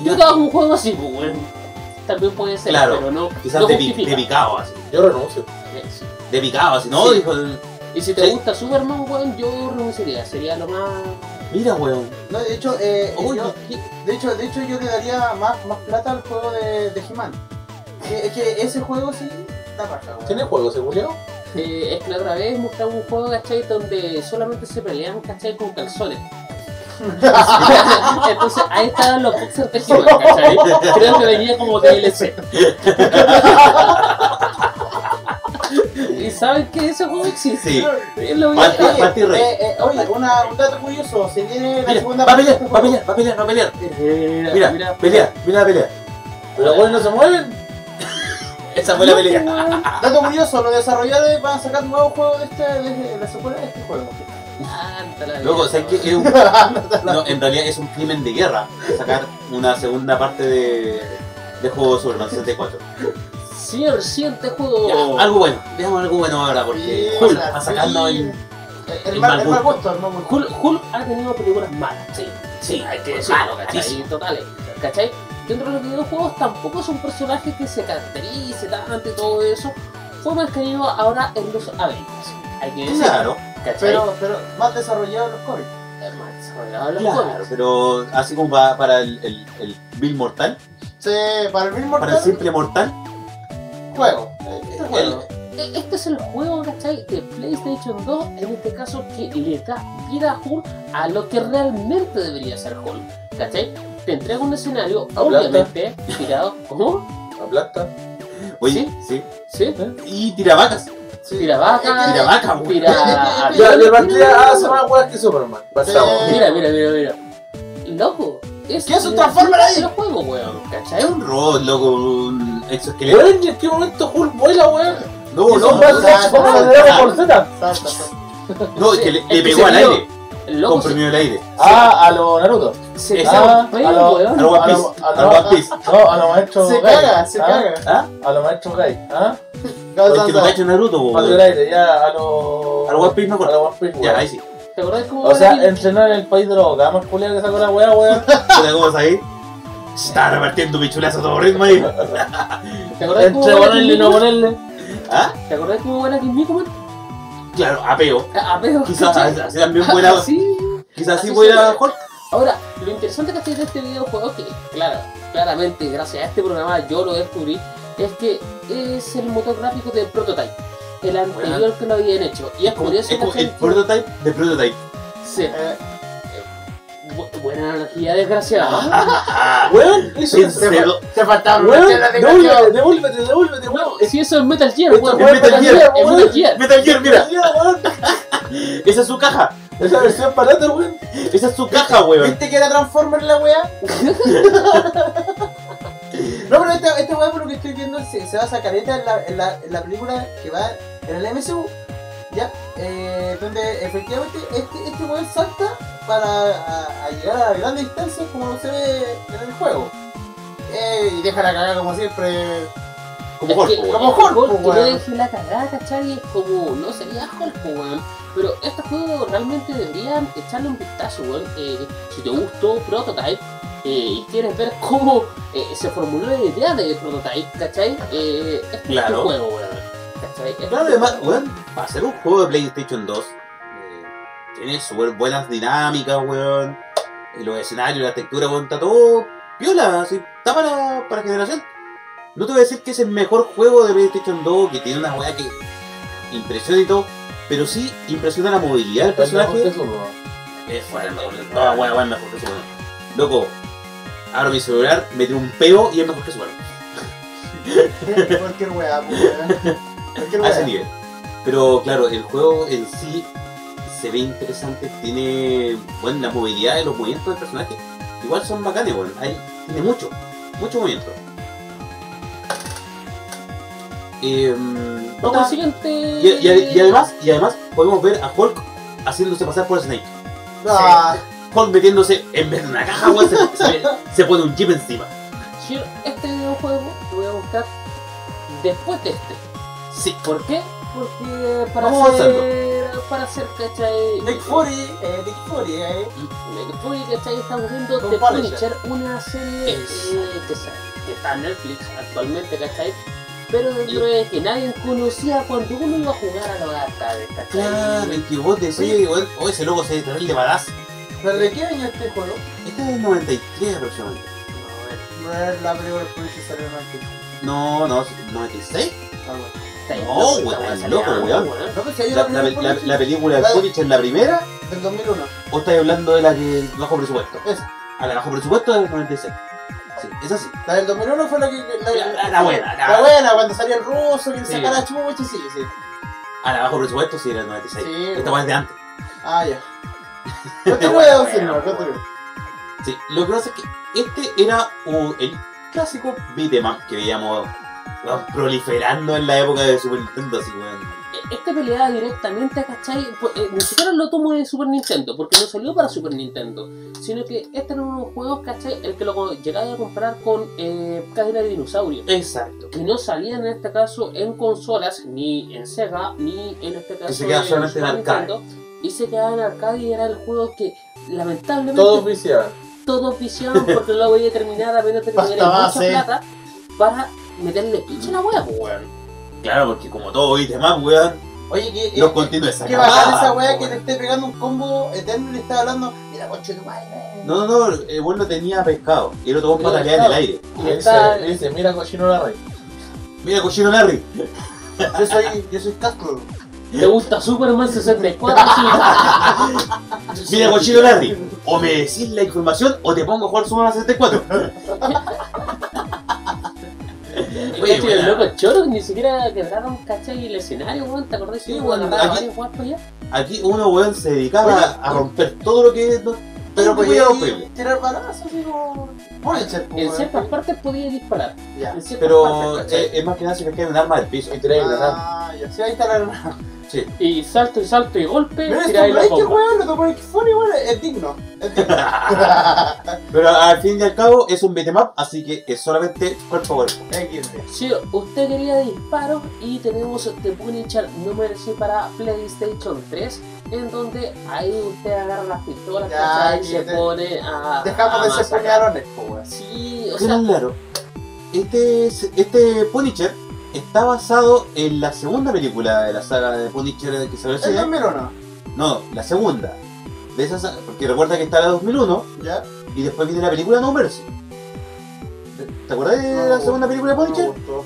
yo te hago un juego así, pues, bueno. También puede ser,
Claro,
pero no,
Quizás
no
de, pi- de
justifica.
picado así.
Yo renuncio.
Sí.
De picado así. No,
Sí.
dijo.
Y si te
Sí.
gusta Superman, weón, yo renunciaría. Sería lo más.
Mira, weón.
No, de hecho, eh,
Oye,
yo,
¿qué?
de hecho, de hecho yo le daría más, más plata al juego de, de He-Man. Que, que ese juego sí está raja, weón.
¿Tiene juego, se culiao?
Eh, es que la otra vez mostraba un juego, ¿cachai? Donde solamente se pelean, ¿cachai? Con calzones. Entonces ahí estaban los boxers de He-Man, ¿cachai? Creo que venía como DLC. ¿Y saben que ese juego existe?
Sí.
Lo vi-
Parte-
Oye,
Mati Rey.
eh, eh, oye, una, un dato curioso, se viene la
Mira,
segunda
va a
parte de
pelear,
este
va a
juego.
pelear, va a pelear, va a pelear.
Mira,
Mira, pelea, mira la pelea.
Pero bueno, no se mueven.
Esa fue la pelea.
Dato curioso, los desarrolladores van a sacar nuevos juegos de, este, de la secuela de este juego.
Tanta la
Luego,
vida,
¿sabes qué?
weón.
Es un- no, en realidad es un crimen de guerra sacar una segunda parte de, de juego de Superman 64.
Señor, siguiente
Ya,
juego.
algo bueno, veamos algo bueno ahora porque
Sí,
Hulk
la-
va sacando
sí.
el.
El,
El
el, mal,
mal
el mal gusto, el mal gusto.
Hulk, Hulk ha tenido películas malas, sí. Sí, hay que decirlo, ¿cachai?
malísimo.
Totales, ¿cachai? Dentro de los videojuegos tampoco es un personaje que se caracterice tanto y todo eso. Fue más querido ahora en los Avengers. Hay que decirlo,
Claro,
¿cachai?
Pero,
eh.
pero más desarrollado en los cómics.
Es más, ahora los
claro,
cómics.
pero así como va para el, el, el Bill Mortal,
Sí, para el mismo
para el simple mortal,
juego. eh, Este juego.
E- Este es el juego, ¿cachai? De PlayStation 2, en este caso, que le da vida a Hulk a lo que realmente debería ser Hulk, ¿cachai? Te entrega un escenario, obviamente, tirado. ¿Cómo?
Aplasta.
oye, sí,
¿Sí?
y tiravacas,
Sí.
Tira vaca,
Tira vaca, weón.
tira-
Ya, ah, de partida hace más weas que Superman. Pasamos.
Mira, mira, mira, mira. Loco, es
¿Qué es un Transformer ahí?
Es un juego, weón,
es
¿cachai?
un robot, loco, un exoesqueleto.
Weón, ¿y ¿en qué momento Hulk vuela, weón?
No,
Y son
no,
brazos
no,
transforman
no,
de Dragon
no.
Ball Z.
Salta, salta.
no, es que le,
Es
le
que
pegó
se
al
vio.
aire,
El Loco se,
comprimió el aire,
Ah, a lo Naruto.
se
eso.
caga un
Ah,
pelo,
a lo-
al
weón.
One
a
Piece,
lo- a
al
lo-
One Piece.
No, a lo maestro
Se
Gai.
caga, se
Ah,
caga.
¿Ah?
A lo maestro Gai. ¿Ah?
Porque no
Salta.
cacho Naruto, po,
Patio
weón.
del aire, ya a lo.
Al One Piece me
A
acuerdo.
lo One Piece,
Ya,
weón.
ahí sí.
¿Te acordás cómo
O sea,
era el-
entrenar en el país de los gamas culiao que sacó la wea, weón.
Puta, ¿Cómo vas ahí? Está repartiendo pichulazo a todo ritmo ahí.
¿Te acordás cómo
Entre
era
ponerle y
Kill
no
Bill?
ponerle.
¿Ah?
¿Te acordás cómo era Kill Bill, weón?
Claro, apeo.
A ver,
Quizás ah,
¿cachai?
así también fuera.
Ah, Sí.
Quizás así
así
fuera
se-
Hulk.
Ahora, lo interesante que tiene este videojuego, que claro, claramente gracias a este programa yo lo descubrí, es que es el motor gráfico de Prototype, el anterior
Bueno.
que lo habían hecho. Y es
Como-
curioso
es como
¿cachai?
el prototype de prototype.
Sí,
Eh,
bu- buena analogía desgraciada.
Ah,
Weón, eso
en
es.
se,
serio.
fa- se faltaba una
Weón,
escena de
devuélvete,
canción.
devuélvete, devuélvete, weón.
si eso es Metal Gear,
Esto
weón.
es Metal Gear,
es
weón.
Metal Gear.
Metal Gear, mira.
Mira, weón,
Esa es su caja.
Esa versión barata, weón.
Esa es su caja, weón.
¿Viste que era Transformer la weá? no, pero esta, esta weá por lo que estoy viendo se, se basa careta en la, en, la, en la película que va en el MCU. Ya, eh, donde efectivamente este, este weón salta para a- a llegar a grandes distancias como se ve en el juego. Eh, y deja la cagada como siempre.
Como
Es que-
Hulk, weón.
como Hulk,
Hulk,
pues,
que
weón.
le dejé la cagada, ¿cachai? Es como, no sería Hulk, pues, weón. Pero este juego realmente deberían echarle un vistazo, weón. Eh, si te gustó Prototype eh, y quieres ver cómo eh, se formuló la idea de Prototype, ¿cachai? Eh, este
Claro.
es tu juego, weón. ¿Cachai? Este
Claro,
es tu
además,
juego.
weón, para ser un juego de PlayStation 2, eh, tiene súper buenas dinámicas, weón. Y los escenarios, la textura, weón, está todo piola, así, está para, para generación. No te voy a decir que es el mejor juego de PlayStation 2, que tiene una weá que impresiona y todo, pero sí impresiona la movilidad del personaje. Es fuera, mejor que- no, weón, weón, mejor que Superman. Loco, abro mi celular, metí un peo y es mejor que Superman.
Cualquier weá, pues, weón. Cualquier
a ese
weá.
nivel. Pero claro, el juego en sí se ve interesante, tiene bueno, la movilidad de los movimientos del personaje. Igual son bacanes, bueno, hay, tiene mucho, mucho movimiento. Em,
Vamos al
puta,
siguiente.
y, y- y además, y además podemos ver a Hulk haciéndose pasar por Snake.
Ah,
Hulk metiéndose en vez de una caja, weón, se, se- se pone un jeep encima.
Shir, este videojuego lo voy a buscar después de este.
Sí,
¿Por qué? Porque para
Vamos
hacer. Para hacer, ¿cachai?
Nick Fury, eh, Nick Fury, eh.
Después que estáis estamos viendo
Con
The
Punisher.
Punisher, una serie eh,
Exacto.
que, sa- que está en Netflix actualmente, ¿cachai? pero dentro de que nadie conocía cuando uno iba a jugar a los arcades, ¿cachai?
Claro, y que vos decís,
Oye.
weón, oh, ese loco se terrible badass.
¿Pero de qué año este juego?
Este es del 93 aproximadamente.
No es la película que salió en el
No, no, 96.
Ah, bueno.
Está ahí,
No,
loco,
weón,
esta weá
estás
salió
loco,
ahora,
weón.
No, pues si hay
La,
una
la-
película
la- la película de
Vale.
Punisher es la primera,
del 2001.
o estás hablando de la que bajo presupuesto.
Esa.
A la bajo presupuesto es del 96. Sí, es así.
La del 2001 fue la que... La,
La- la- la buena, la-
La, buena, cuando salió el ruso, que le
Sí.
sacaba la chucha, sí, sí.
A la bajo presupuesto sí era del 96.
Sí,
Esta
weón.
weá es de antes.
Ah, ya.
Bueno,
Continúe,
bueno,
señor,
bueno.
continúe.
Sí, lo que pasa es que este era uh, el clásico beat'em que veíamos weón, proliferando en la época de Super Nintendo, así weón.
Este peleaba directamente, ¿cachai? Pues, eh, ni siquiera lo tomo de Super Nintendo, porque no salió para Super Nintendo, sino que este era uno de los juegos, ¿cachai? El que lo llegaba a comprar con eh, cadena de dinosaurio.
Exacto.
Que no salían en este caso en consolas, ni en Sega, ni en este caso
se quedaba solamente en
Super
arcade.
Nintendo, Y se quedaba en arcade y era el juego que lamentablemente
Todos viciaban.
todos viciaban porque lo voy a terminar a menos de que me
Pasta
den mucha
base.
plata para meterle pinche a la hueá, pues, weón.
Claro, porque como todo beat'em up, weón,
Oye, que...
los Ah, continuos sacaban.
Eh, Qué bacán esa weá que
weón.
te esté pegando un combo eterno y le está hablando. Mira, conche tu madre.
No, no, no, el weón no tenía pescado. Y el otro weón
Tenía
pataleaba en el aire.
pescado. Y
Y le
está-
dice, le dice, mira cochino la rey.
Mira, cochino Larry.
Yo soy, yo soy Casco.
¿Te gusta Superman 64? Sí.
Mira, cochino Larry. O me decís la información o te pongo a jugar Super Mario 64.
Oye,
Oye,
este, el
buena.
loco Choro ni siquiera quebraron, ¿cachai? El escenario, weón, ¿te acordás?
Sí,
Sí,
weón,
weón,
aquí-
varios cuartos ya.
Aquí uno, weón, se dedicaba
Oye,
a romper todo lo que... no- pues,
Pero
todo lo que
podía
era
ir
horrible.
tirar balazos, digo. Punisher, po,
En
weón.
ciertas partes podía disparar.
Ya.
En ciertas
Pero
partes,
eh,
¿cachai?
es más que nada si me queda un arma del piso.
Y tiráis granada.
Ah, ya. Sí, ahí está la hermana.
Y salto y salto y golpe,
Mira,
tiráis la
esto, que
bomba.
weón, lo tomó el Kifone, weón. Es digno. Es digno.
Pero al fin y al cabo es un beatmap, así que es solamente cuerpo a cuerpo.
Es digno.
Sí, usted quería disparos y tenemos The Punisher número 6 para PlayStation 3, en donde ahí usted agarra las pistolas,
Ya,
¿cachai? Y
que
se
te-
pone a. a
Ah,
Dejamos de ser
masacrar.
puñalones, po, weón.
Sí, o sea,
Pero claro, este, es- este Punisher está basado en la segunda película de la saga de Punisher que se
¿El
recibe.
2001?
No, la segunda. De esa saga, porque recuerda que está la 2001
¿Ya?
y después viene la película No Mercy. ¿Te acuerdas de
No,
la segunda película de
no me
Punisher?
gustó.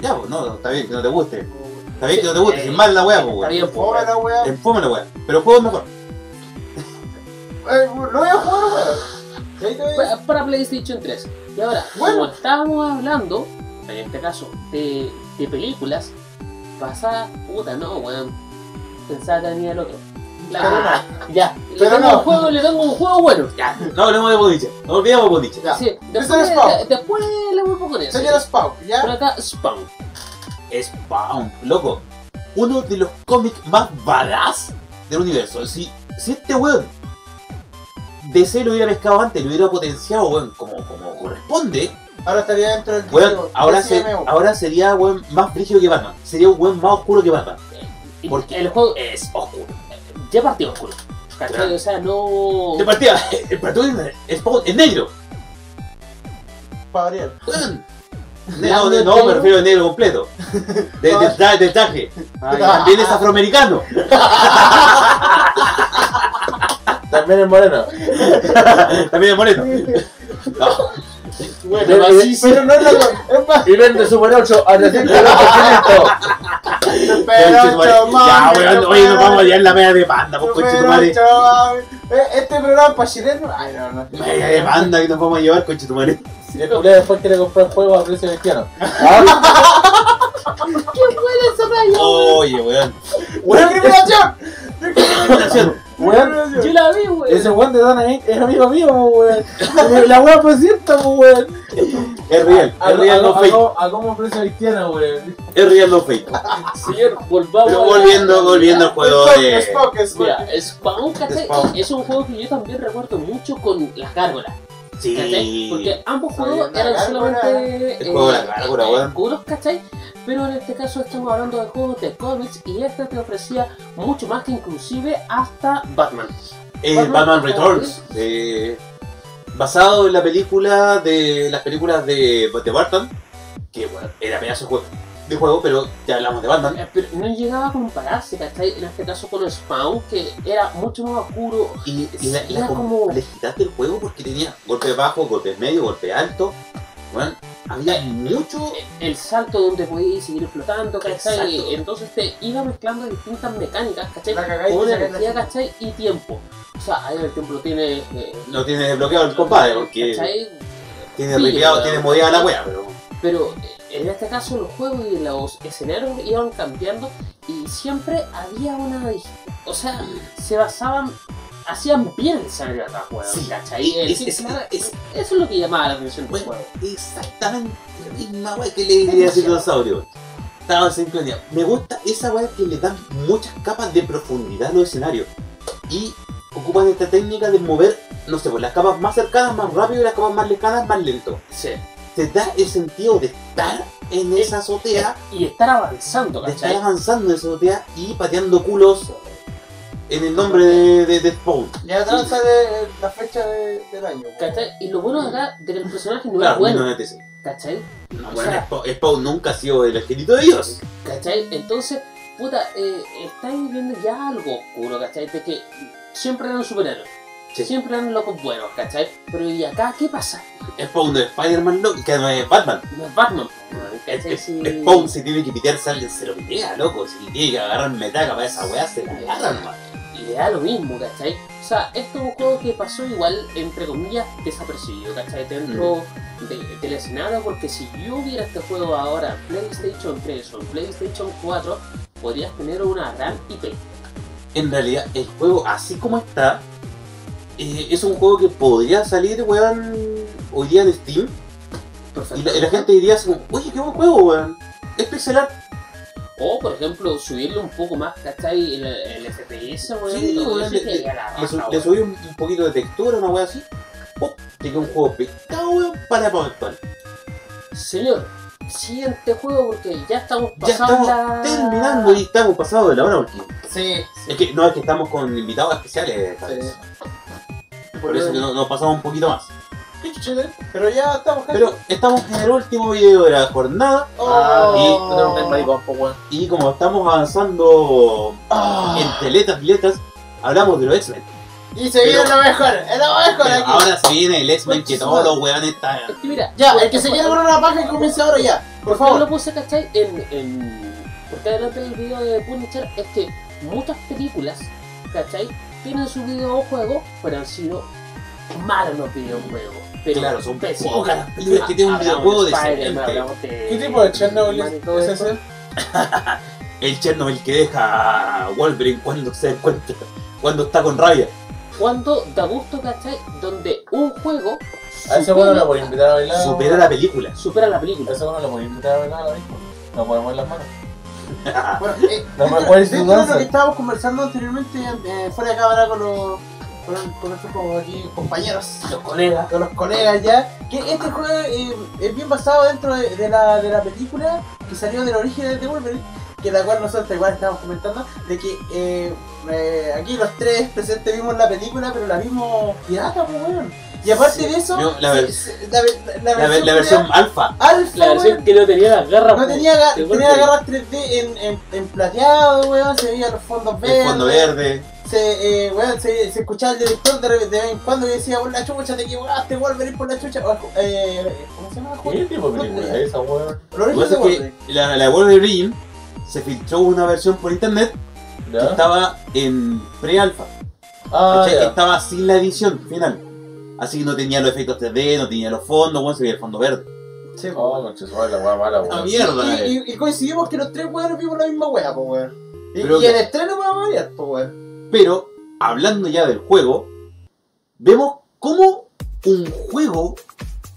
Ya, pues no, está bien que no te guste.
No, weón.
Está bien que no te guste,
Sí. eh,
sin mal la wea, pues
está
weón.
bien, po,
Pobre la weá.
Enfome la wea. Pero el juego es mejor.
Eh, Lo voy a jugar, weón. Y ahí te voy a-
Pues,
para, Pues, para PlayStation 3. Y ahora,
Bueno.
como estábamos hablando, en este caso, de, de películas, pasada, puta, no, weón. Pensaba que venía el otro. Claro, ya, le
Pero
tengo
no.
un juego, le tengo un juego bueno.
Ya, no hablemos de Punisher. No olvidemos de Punisher.
Ya.
Sí,
Mr.
después,
Spawn.
después le vuelvo con eso.
Señora Spawn,
Por
¿ya?
acá, Spawn.
Spawn, loco. Uno de los cómics más badass del universo. Si, si este weón DC lo hubiera pescado antes, lo hubiera potenciado, weón, como, como corresponde,
Ahora estaría dentro del
weón,
DCU,
ahora, se-
DCMU.
ahora sería weón más brígido que Batman. Sería un weón más oscuro que Batman.
Y
¿Por qué?
El juego eh,
Es oscuro.
ya partió oscuro. ¿Cachai? O sea, no.
De partida, el partido es Spawn es negro.
Para abrir.
Weón.
Blanco,
No, no, no,
negro.
me refiero a negro completo. De, de, de- de traje. También es afroamericano.
También el moreno.
También es moreno. No.
Bueno, así sí.
Pero no es la es más. Y vende Super 8 a 300
Conche
Pero
tu madre. Ya, weón, oye, nos vamos a llevar la media de banda, pues, conche tu madre.
Este programa para chileno. Ay, no, no.
Media de banda que nos vamos a llevar, conche tu madre.
Y el culé después quiere comprar juegos a precio cristiano.
Oye, weón.
¡Discriminación!
Discriminación.
Weón,
Yo la vi, weón.
ese weón de Dana Inc. es amigo mío, po, weón. La weá fue cierta, po, weón.
Es real,
A
es real, no fake.
A como precio cristiano, weón.
Es real, no fake.
Señor, volvamos.
Pero
a la-
volviendo, volviendo al juego de.
Es poco, es poco.
Mira, Spawn, ¿cachai?
Spawn.
Es un juego que yo también recuerdo mucho con las gárgolas, ¿cachai?
Sí.
Porque ambos
Oye,
juegos
la
eran
gárgola.
solamente. eh,
El juego de las gárgolas, weón.
oscuros, ¿cachai? Pero en este caso estamos hablando de juegos de cómics y este te ofrecía mucho más que inclusive hasta Batman.
Eh, Batman Returns. eh, basado en la película de. Las películas de, de Barton. Que, weón, era pedazo de juego. de juego, pero ya hablamos de Batman.
Eh, Pero no llegaba a compararse, ¿cachai? En este caso con Spawn, que era mucho más oscuro.
Y, y la, y la
Era como-
complejidad del juego, porque tenía golpes bajos, golpes medios, golpes altos. Bueno, había mucho.
eh, El salto donde podías seguir flotando, ¿cachai?
Exacto.
Entonces te iba mezclando distintas mecánicas, ¿cachai?
La cagáis y
Con
sacáis la
energía,
chucha.
¿cachai? Y tiempo. O sea, ahí el tiempo lo tiene... eh,
No tiene desbloqueado el compadre, porque
¿cachai?
tiene
Sí,
ripeado,
pero-
tiene modiada la wea, pero.
Pero en este caso los juegos y los escenarios iban cambiando y siempre había una... dis- O sea, se basaban... Hacían bien el salir acá, weón,
Sí.
¿cachai? El-
Es- es-
claro, es- eso es lo que llamaba la atención del
Bueno,
juego.
exactamente la misma wea que le diría a ese dinosaurio. Estaba en sincronía. Me gusta esa wea que le dan muchas capas de profundidad a los escenarios. Y ocupan esta técnica de mover, no sé, pues, las capas más cercanas más rápido y las capas más lejanas más lento.
Sí.
Te da el sentido de estar en esa azotea.
Y estar avanzando,
de estar
¿cachai?
avanzando en azotea y pateando culos en el nombre de, de, de Spawn.
Ya tranza de la fecha de- del año.
¿Cachai? Y lo bueno de acá, de que el personaje no era
Claro,
bueno,
1996.
¿cachai?
No,
O
bueno,
sea-
Spawn, Spawn nunca ha sido el angelito de Dios.
¿Cachai? Entonces, puta, eh, estáis viviendo ya algo oscuro, ¿cachai? De que siempre eran superhéroes.
Sí.
Siempre eran locos buenos, ¿cachai? Pero ¿y acá qué pasa?
Spawn de Spider-Man, no, que no es Batman.
No es Batman, ¿cachai?
Es-
Sí.
Spawn si tiene que pitear, sale, se lo pitea, loco. Si tiene que agarrar metaca para esa weá, se la agarran, man.
Y le da lo mismo, ¿cachai? O sea, esto es un juego que pasó igual, entre comillas, desapercibido, ¿cachai? Dentro
Mm.
de- del escenario, porque si yo hubiera este juego ahora en PlayStation 3 o en PlayStation 4, podrías tener una gran IP.
En realidad, el juego, así como está, eh, es un juego que podría salir, weón, hoy día en Steam. Y la, y la gente diría así como, oye, qué buen juego, weón. Es pixel art.
O, por ejemplo, subirle un poco más, ¿cachai? El, el FPS, weón.
Sí,
y todo
weón,
eso,
le-
que a la
Le, su-
raja,
le
weón.
subí un, un poquito de textura, una wea así. ¡Pum! Llegué un juego pescado, weón, para Power actual.
Señor, siguiente juego porque ya estamos
Ya
pasando
estamos
la...
terminando y estamos pasados de la hora porque.
Sí,
Es que no es que estamos con invitados especiales, parece. por eso que no- nos pasamos un poquito más.
¿eh? Pero ya estamos casi.
Pero estamos en el último video de la jornada
Ah,
Oh.
y no tenemos maricón, po, weón.
y como estamos avanzando en teletas filetas, hablamos de los X-Men.
Y se viene lo mejor, es lo mejor
Pero
aquí.
Ahora se viene el X-Men que
Concha
todos
su
los weones están.
Es que mira,
Ya,
por-
el que se
por-
quiere con una paja que comience ahora ya, por
Yo
favor.
lo puse, ¿cachai? En, en... Porque adelante del video de Punisher es que muchas películas, ¿cachai? Tienen su videojuego, pero han sido malos los videojuegos. Pero
Claro, son
pésimos.
pocas las películas que tienen un
Hablamos
videojuego
de Spider-Man,
decente.
hablamos de-
¿Qué tipo de Chernobyl
Man y todo
es
eso.
ese?
El Chernobyl que deja a Wolverine cuando se encuentra, cuando está con rabia.
Cuando da gusto, ¿cachai? Donde un juego
A ese weón no lo podía invitar a bailar.
Supera la película.
supera la película.
A ese weón no lo podía invitar a bailar ahora mismo. No podemos en las manos.
Bueno, eh, dentro-
No me acuerdo
dentro
su
de
danza.
lo que estábamos conversando anteriormente, eh, fuera de cámara con los con, con nuestros como aquí compañeros,
Los colegas.
con los colegas ya, que este juego eh, es bien basado dentro de, de la, de la película que salió del origen de Wolverine, que la cual nosotros igual estábamos comentando, de que eh, eh, aquí los tres presentes vimos la película, pero la vimos pirata, pues weón. Y aparte de eso,
Yo, la ver-
se- se- la, ve- la
La, ve- la versión alfa.
alfa,
La
weón,
versión que no tenía las garras.
No
po.
tenía, ga-
De
tenía
golpe.
garras 3D en, en, en plateado, weón, se veían los fondos verdes.
El fondo verde.
Se, eh, weón, se, se escuchaba el director de, re- de vez en cuando y decía, por la chucha, te equivocaste, Wolverine por la chucha. O, eh, ¿Cómo se llama?
¿Qué tipo de película es esa, weón?
Lo
eh. Lo que
origen de
pasa es
Wolverine.
que la, la de Wolverine se filtró una versión por internet que
¿Ya?
estaba en pre-alfa.
Ah,
¿cachai? Que
ya.
estaba sin la edición final. Así que no tenía los efectos 3D, no tenía los fondos, bueno, se veía el fondo verde.
Sí, po.
Oh, concha, su madre, la weá mala,
Ah,
weón.
mierda,
y,
eh.
y- y coincidimos que los tres weones vimos la misma wea, po, weón. Y,
Pero
y
que-
el estreno va a variar, po, weón.
Pero, hablando ya del juego, vemos cómo un juego,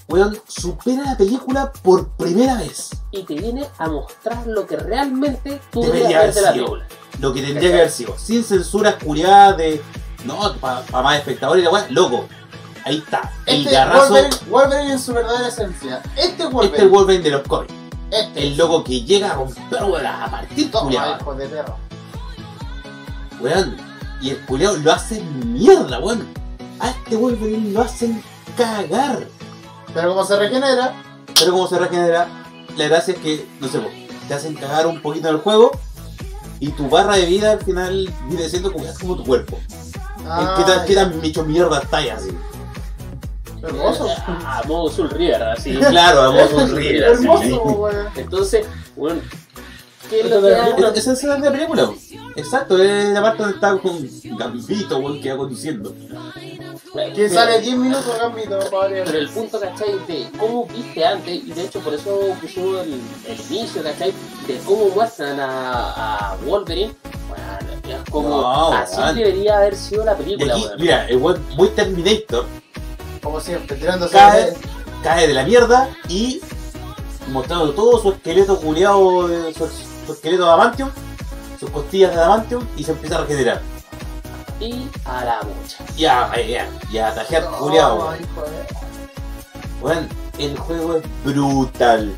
weón, supera la película por primera vez.
Y te viene a mostrar lo que realmente tú
Debería
deberías ver de la
haber sido.
película.
lo que tendría que haber sido. Sin censura oscuridad de. No, para más espectadores y la weá, loco. Ahí está. El
Este
garrazo.
Wolverine, Wolverine en su verdadera esencia. Este
este es el
Wolverine.
Wolverine de los cómics.
Este.
El loco que llega a romper weá, a partir
Toma, eh.
culiado.
hijo de perro.
Weón. Y el culiado lo hace mierda, weón. A este Wolverine lo hacen cagar.
Pero como se regenera,
Pero como se regenera, la gracia es que, no sé, po, te hacen cagar un poquito en el juego y tu barra de vida al final viene siendo como, es como tu cuerpo.
Ah,
¿Qué tan, qué tan hecho mierda estás así?
Hermoso.
Ah, modo Soul River, así.
Claro, vamos a
horrible,
sonreír.
Hermoso, weón.
Entonces, bueno, ¿qué es
Esto
lo que
de-
hay?
Es- Esa escena es la película. weón. Exacto, es la parte donde está con Gambito, weón, que va conduciendo.
Que sale 10 minutos Gambito, padre.
Pero el punto, ¿cachai? De cómo viste antes, y de hecho por eso pusimos el, el inicio, ¿cachai? De cómo muestran a, a Wolverine, bueno, es como
No,
así
weón.
debería haber sido la
Y
película,
aquí,
weón.
mira, el weón muy Terminator
Como siempre, tirándose
cae,
de-
cae de la mierda y mostrando todo su esqueleto culeado, eh, su, su esqueleto de Adamantium, sus costillas de Adamantium y se empieza a regenerar.
Y a la mocha.
Ya, ya, ya, a tajear
No,
culeado, weón.
Oh, hijo de-
Weón, el juego es brutal.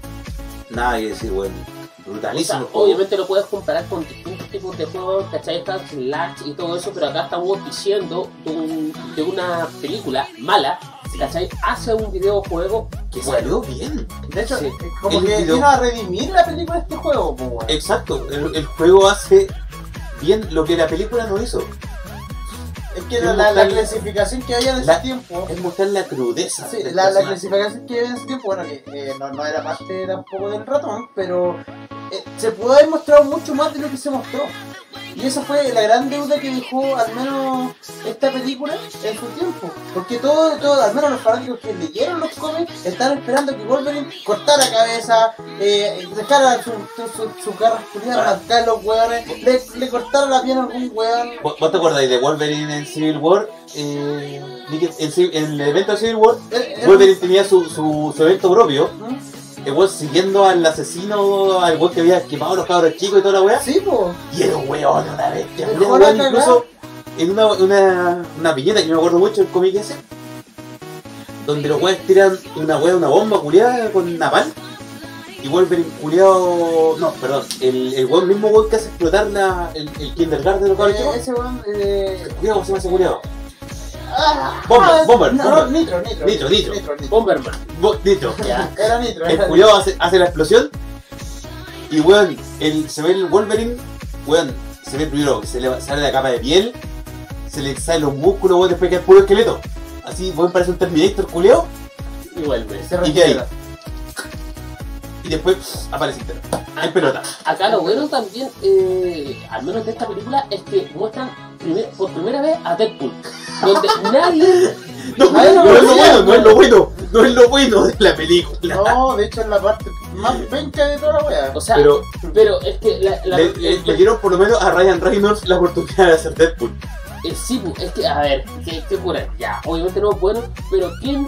Nada que decir, weón.
O sea,
Brutalísimo el juego.
obviamente lo puedes comparar con distintos tipos de juegos, ¿cachai? Estas slash y todo eso, pero acá estamos diciendo de, un- de una película mala, ¿cachai? Hace un videojuego
Que
bueno.
salió bien.
De hecho,
Sí.
es como
El
que
video-
vino a redimir la película este juego, pues,
Eh,
weón.
Exacto, el, el juego hace bien lo que la película no hizo.
Es que
me
la, la,
gusta el-
clasificación que había en ese
La-
tiempo.
Es mostrar la crudeza.
Sí,
del
la, la
Este, personaje.
clasificación que había en ese tiempo, bueno, que eh, no, no era parte tampoco del ratón, pero eh, se pudo haber mostrado mucho más de lo que se mostró. Y esa fue la gran deuda que dejó al menos esta película en su tiempo. Porque todo, todo al menos los fanáticos que leyeron los cómics estaban esperando que Wolverine cortara cabeza, eh, dejara sus su, su, sus garras culiadas,
Ah.
arrancar los hueones, le, le cortara la pierna a algún hueón. Eh,
¿Vos vos te acordáis de Wolverine en Civil War? Eh, Nick, en, Civil- en el evento de Civil War,
Eh, eh,
Wolverine tenía su, su, su evento propio.
¿Mm?
El weón siguiendo al asesino, al weón que había quemado a los cabros chicos y toda la weá.
Sí, pues.
Y era un weón, una bestia.
Dejó
Era un
la
weón,
cagá.
incluso en una, una, una viñeta que me acuerdo mucho, el cómic ese, donde los weones tiran una wea, una bomba culiada con napal. Y Wolverine culiado. No, perdón. El, el weón mismo weón que hace explotar la, el, el kindergarten de los cabros
Eh,
chicos.
ese weón. Eh,
Cuidado, ¿cómo se llama ese culiado?
Ah,
Bomber,
ah,
Bomber,
no,
Bomber.
no, Nitro, Nitro.
Nitro, Nitro.
Nitro.
Bomberman.
Vos, Nitro.
Ya.
Era Nitro.
El
era
culiado hace, hace la explosión. Y weón, el, se ve el Wolverine, weón, se ve primero, se le sale la capa de piel, se le salen los músculos, weón, después queda puro esqueleto. Así, weón, parece un Terminator culiao,
Y vuelve.
Se
¿Y qué hay?
refiere.
y después pff, aparece entero. En pelota.
Acá lo bueno también, eh, al menos de esta película, es que muestran primer- por primera vez a Deadpool. Donde nadie.
No,
Ah, no,
no es lo bueno,
no, no.
no es lo bueno, no es lo bueno de la película.
No, de hecho es la parte más penca de toda la wea.
O sea, pero,
Pero
es que la. la-
le, le- le dieron por lo menos a Ryan Reynolds la oportunidad de hacer Deadpool.
eh, sí, pu, es que, a ver, ¿qué, qué cura? Ya, obviamente no es bueno, pero ¿quién.?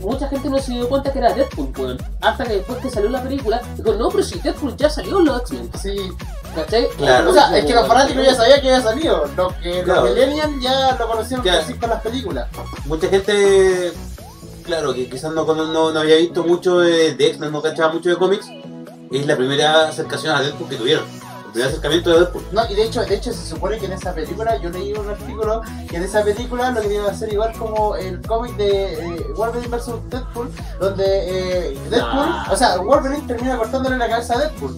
Mucha gente no se dio cuenta que era Deadpool, weón. Hasta que después que salió la película, digo, no, pero si Deadpool ya salió en los X-Men.
Sí.
¿Cachai?
Claro. pues,
O sea, es que los fanáticos ya sabían que había salido. Los que
Claro.
los millennials ya lo conocieron
Claro.
así con las películas.
mucha gente, claro, que quizás no, cono- no, no había visto mucho de, de X-Men, no cachaba mucho de cómics, es la primera acercación a Deadpool que tuvieron. El primer acercamiento de Deadpool.
No, y de hecho, de hecho se supone que en esa película, yo leí un artículo que en esa película lo querían hacer igual como el cómic de eh, Wolverine vs Deadpool, donde eh, Deadpool,
Ah.
Nah.
o sea, Wolverine termina cortándole la cabeza a Deadpool.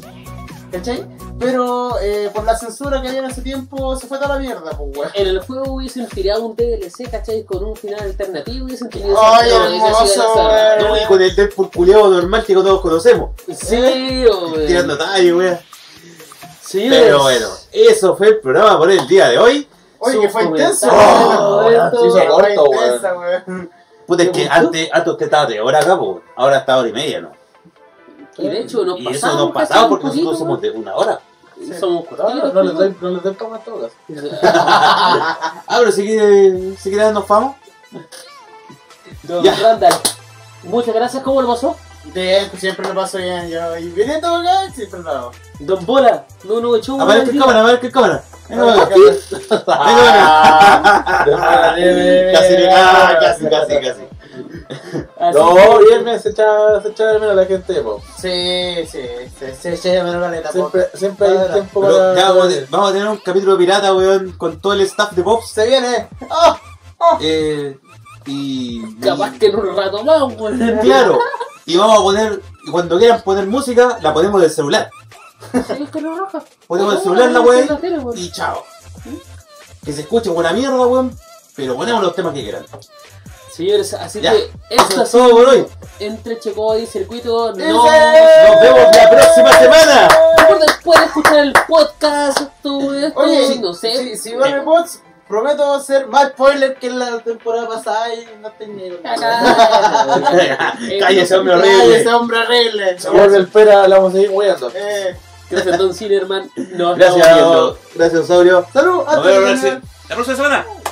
¿Cachai? Pero eh, por la censura que había en ese tiempo se fue toda la mierda, pues weón.
En el juego hubiesen tirado un DLC, ¿cachai? Con un final alternativo hubiesen tenido.
Ay,
esa- hubiese sido
hermoso,
la saga.
weón.
No, y con el Deadpool culeado normal que todos conocemos.
Sí, weón.
Tirando tallo, wea.
Sí,
Pero bueno, eso fue el programa por el día de hoy.
Oye, que fue
Sus
intenso,
Oh,
comentarios,
weón.
Roberto.
Sí, Oh, se
Fue
corto, weón.
intensa, weón.
Puta, es que antes, antes usted estaba de hora acá, po. ahora está hora y media, ¿no?
Y de hecho, nos
Y
pasamos.
eso nos
casi
pasaba
un
porque nosotros
poquito,
somos de una hora.
¿no? Somos
Ah, No, no,
cortitos,
no les doy, no les doy toma todas.
Ah, pero si quieres, si quieres nos vamos.
Don
Ya.
Randall, muchas gracias, ¿cómo lo pasó?
De- pues, siempre lo paso bien, yo. Y viene todo acá, siempre lo hago.
Don Bola, no no echó
A ver qué cámara, a ver qué cámara. Venga,
Venga,
venga.
acá.
Ah.
casi, ah, casi, casi, casi.
No, bien, me se echa, se echa de menos la gente, po.
Sí, sí, sí, sí, sí, me lo vale tampoco.
Siempre, siempre hay
Ahora.
tiempo
Pero ya vamos a, te-
para...
vamos a tener un capítulo pirata, weón, con todo el staff de Pops.
Se viene.
Ah,
¡Oh!
Eh, y.
Capaz que en un rato más, güey.
Claro. Y vamos a poner, y cuando quieran poner música, la ponemos del celular.
es color roja.
Ponemos el
Ah,
celular en la
no,
web
en la tele, weón.
y chao. Que se escuche buena mierda, weón. Pero ponemos los temas que quieran.
Señores, así
Ya.
que esto
Eso
es
es todo por hoy.
entre Checo y Circuito.
¡Ese!
No,
Nos vemos la próxima semana.
recuerden, pueden escuchar el podcast, todo esto,
Oye,
no sé.
si, si van bots, prometo ser más spoiler que en la temporada pasada y no tenía.
Acá. Eh,
Cállese, hombre
Ay, ese
horrible.
hombre horrible.
Se vuelve el pera, la vamos a seguir hueando.
Eh,
Gracias, Don Silverman. Nos estamos
Gracias,
viendo.
gracias, Osorio.
Salud,
Nos
hasta
vemos
la
la
próxima.
próxima semana.